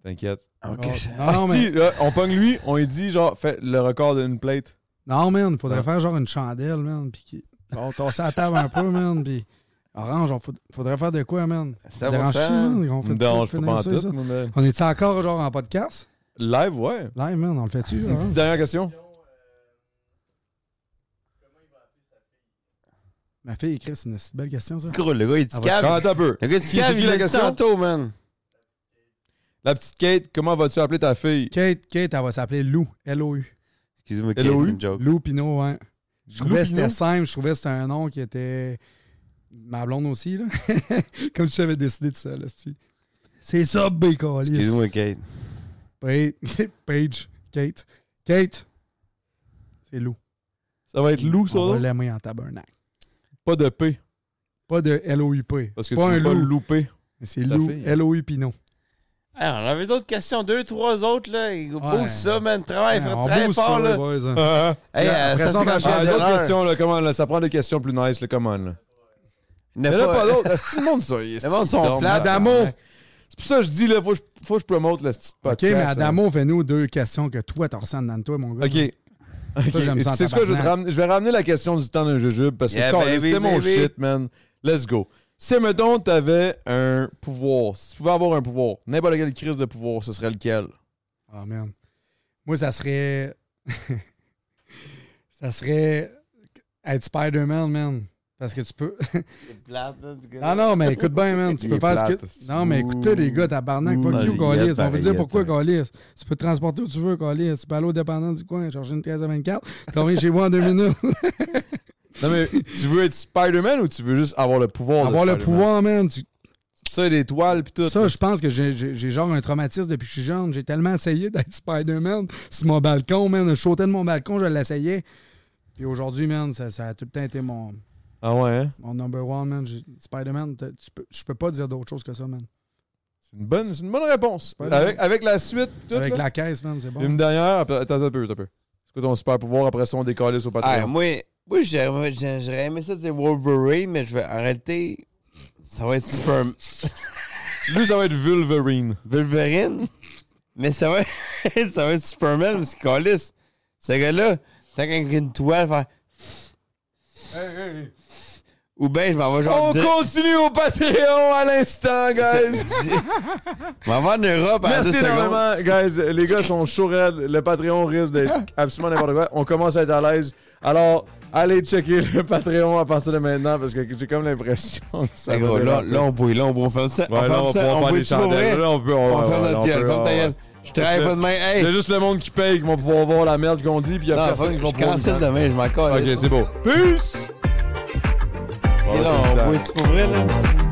A: T'inquiète.
C: Ok.
B: Ah, non,
A: Ah,
B: mais-
A: si, là, on pogne lui, on lui dit, genre, fais le record d'une plate.
B: Non, man, faudrait
A: Ah.
B: faire genre une chandelle, man, puis qui... genre tasser la table un peu, man, puis orange, on faut- faudrait faire de quoi, man?
C: Ça
B: Dérange-tu, man? On fait
A: Me
B: de
A: dérange
B: quoi,
A: pas en
B: ça, ça?
A: tout. moi, mais-
B: On est encore genre en podcast?
A: Live, ouais.
B: Live, man, on le fait-tu?
A: Une
B: hein?
A: petite dernière question.
B: Ma fille écrit, c'est une si belle question, ça.
C: Gros, le gars,
A: Ah,
C: il dit
B: va
C: cave.
A: Attends un peu.
C: Le gars, il dit
A: bah, Qui c'est
C: cave,
A: qui
C: il
A: la
C: l'a dit
A: question?
C: tantôt, man.
A: La petite Kate, comment vas-tu appeler ta fille?
B: Kate, Kate, elle va s'appeler Lou, L-O-U.
C: Excusez-moi, Kate, c'est
A: LOU?
C: une joke.
B: Lou Pinot, ouais. Je trouvais
A: Lou
B: que c'était
A: Pinot?
B: simple, je trouvais que c'était un nom qui était. Ma blonde aussi, là. Comme je savais décidé tout seul, esti. C'est ça, Bécolis.
C: Excusez-moi, Kate.
B: Page, Kate. Kate, c'est Lou.
A: Ça va être Lou, ça,
B: On va
A: là?
B: l'aimer en tabernacle.
A: Pas de P,
B: Pas de L-O-U-P.
A: parce que
B: pas
A: tu
B: un
A: veux pas
B: Lou.
A: le louper.
B: mais C'est
A: Ta
B: Lou,
A: fille. hein.
B: L-O-U Pinot.
C: Ah, on avait d'autres questions, deux, trois autres, là. Il
B: Ouais.
C: boost ça, man. Travaille,
B: Ouais,
C: frère,
B: on
C: très
B: booste ça,
C: fort,
B: les
C: là.
B: boys, hein.
A: Ah,
C: Hey,
B: Là,
C: euh,
B: après
C: ça,
B: ça, on
C: c'est
B: va
C: quand
B: changer
A: ah,
B: à
C: j'ai
A: d'autres
C: l'heure.
A: questions, là, comment, là, ça prend des questions plus nice, là, comment, là.
C: Il n'y en
A: Mais
C: a
A: là, pas
C: pas d'autres.
A: d'autres. Tout le monde, ça. Le
C: monde sont plates.
B: Adamo!
A: C'est pour ça que je dis, là, faut que je, faut que je promote le petit
B: Ok,
A: podcast.
B: mais
A: hein.
B: Adamo, fais-nous deux questions que toi, t'en ressens dans toi, mon gars.
A: OK. Ok.
B: j'aime
A: Et
B: ça en
A: Tu sais quoi, je vais, te
B: tabarnak.
A: ramener- je vais ramener la question du temps d'un jujube parce que
C: Yeah,
A: Carlis,
C: baby,
A: c'était mon
C: baby.
A: shit, man. Let's go. Si, mettons, t'avais un pouvoir, si tu pouvais avoir un pouvoir, n'importe quelle crise de pouvoir, ce serait lequel?
B: Ah, man. Moi, ça serait. ça serait être Spider-Man, man. Parce que tu peux.
C: hein, Ah,
B: Non, non, mais écoute bien, man. Tu
A: Il
B: peux
A: est
B: faire ce
A: plate,
B: que. Non, mais écoutez, les gars, tabarnak.
A: Ouh.
B: Fuck you,
C: Mariette,
B: Gaulis. On va vous
C: Mariette,
B: dire pourquoi,
C: ouais.
B: Gaulis. Tu peux te transporter où tu veux, Gaulis. Tu peux aller au dépendant du coin, chercher une 13 à 24. Tu reviens chez vous en deux minutes.
A: Non, mais tu veux être Spider-Man ou tu veux juste avoir le pouvoir? de
B: Avoir le
A: Spider-Man?
B: pouvoir, man. Tu-
A: Tu sais, des toiles pis tout.
B: Ça, je pense que j'ai- j'ai j'ai genre un traumatisme depuis que je suis jeune. J'ai tellement essayé d'être Spider-Man sur mon balcon, man. Je sautais de mon balcon, je l'essayais. Puis aujourd'hui, man, ça, ça a tout le temps été mon,
A: Ah ouais, hein?
B: mon number one, man. J'ai- Spider-Man, t'as- tu peux- je peux pas dire d'autre chose que ça, man.
A: C'est une bonne, c'est une bonne réponse.
B: Spider-Man.
A: Avec, avec la suite, pis tout,
B: Avec
A: là.
B: la caisse, man, c'est bon.
A: Une dernière, après- attends un peu, attends un peu. C'est quoi ton super pouvoir après ça on décalisse au
C: Ah,
A: Patreon?
C: moi, moi j'aurais j'ai- j'aurais aimé ça dire Wolverine, mais je vais arrêter. Ça va être super
A: Lui ça va être Wolverine.
C: Wolverine, mais ça va, ça va être Superman, parce que Callis, Ce gars-là, tant qu'avec une toile, faire. Ou bien, je m'en vais genre.
A: On
C: dire-
A: continue au Patreon à l'instant, guys.
C: Je m'en vais en Europe à 10
A: Merci
C: secondes.
A: énormément, guys. Les gars sont chauds raides. Le Patreon risque d'être absolument n'importe quoi. On commence à être à l'aise. Alors, allez checker le Patreon à partir de maintenant parce que j'ai comme l'impression que ça
C: Hey,
A: va
C: gros, là,
A: déraper.
C: là, on bouille, là, on fait ça.
A: Ouais, là, on va
C: on fait ça,
A: pouvoir
C: on
A: faire
C: bouille
A: des
C: ça pour vrai.
A: chandelles. Là, on peut. on-
C: On va faire
A: ouais, on
C: notre gueule,
A: peut,
C: ferme ta
A: ouais.
C: gueule. Je travaille pas demain.
A: Il y a
C: Hey!
A: juste le monde qui paye qui vont pouvoir voir la merde qu'on dit, puis il y a
C: Non,
A: personne qui va
C: je
A: pouvoir.
C: cancelle demain, je m'en
A: Ok,
C: calisse.
A: c'est beau. Peace!
C: Et là, on bouille ça pour vrai, là.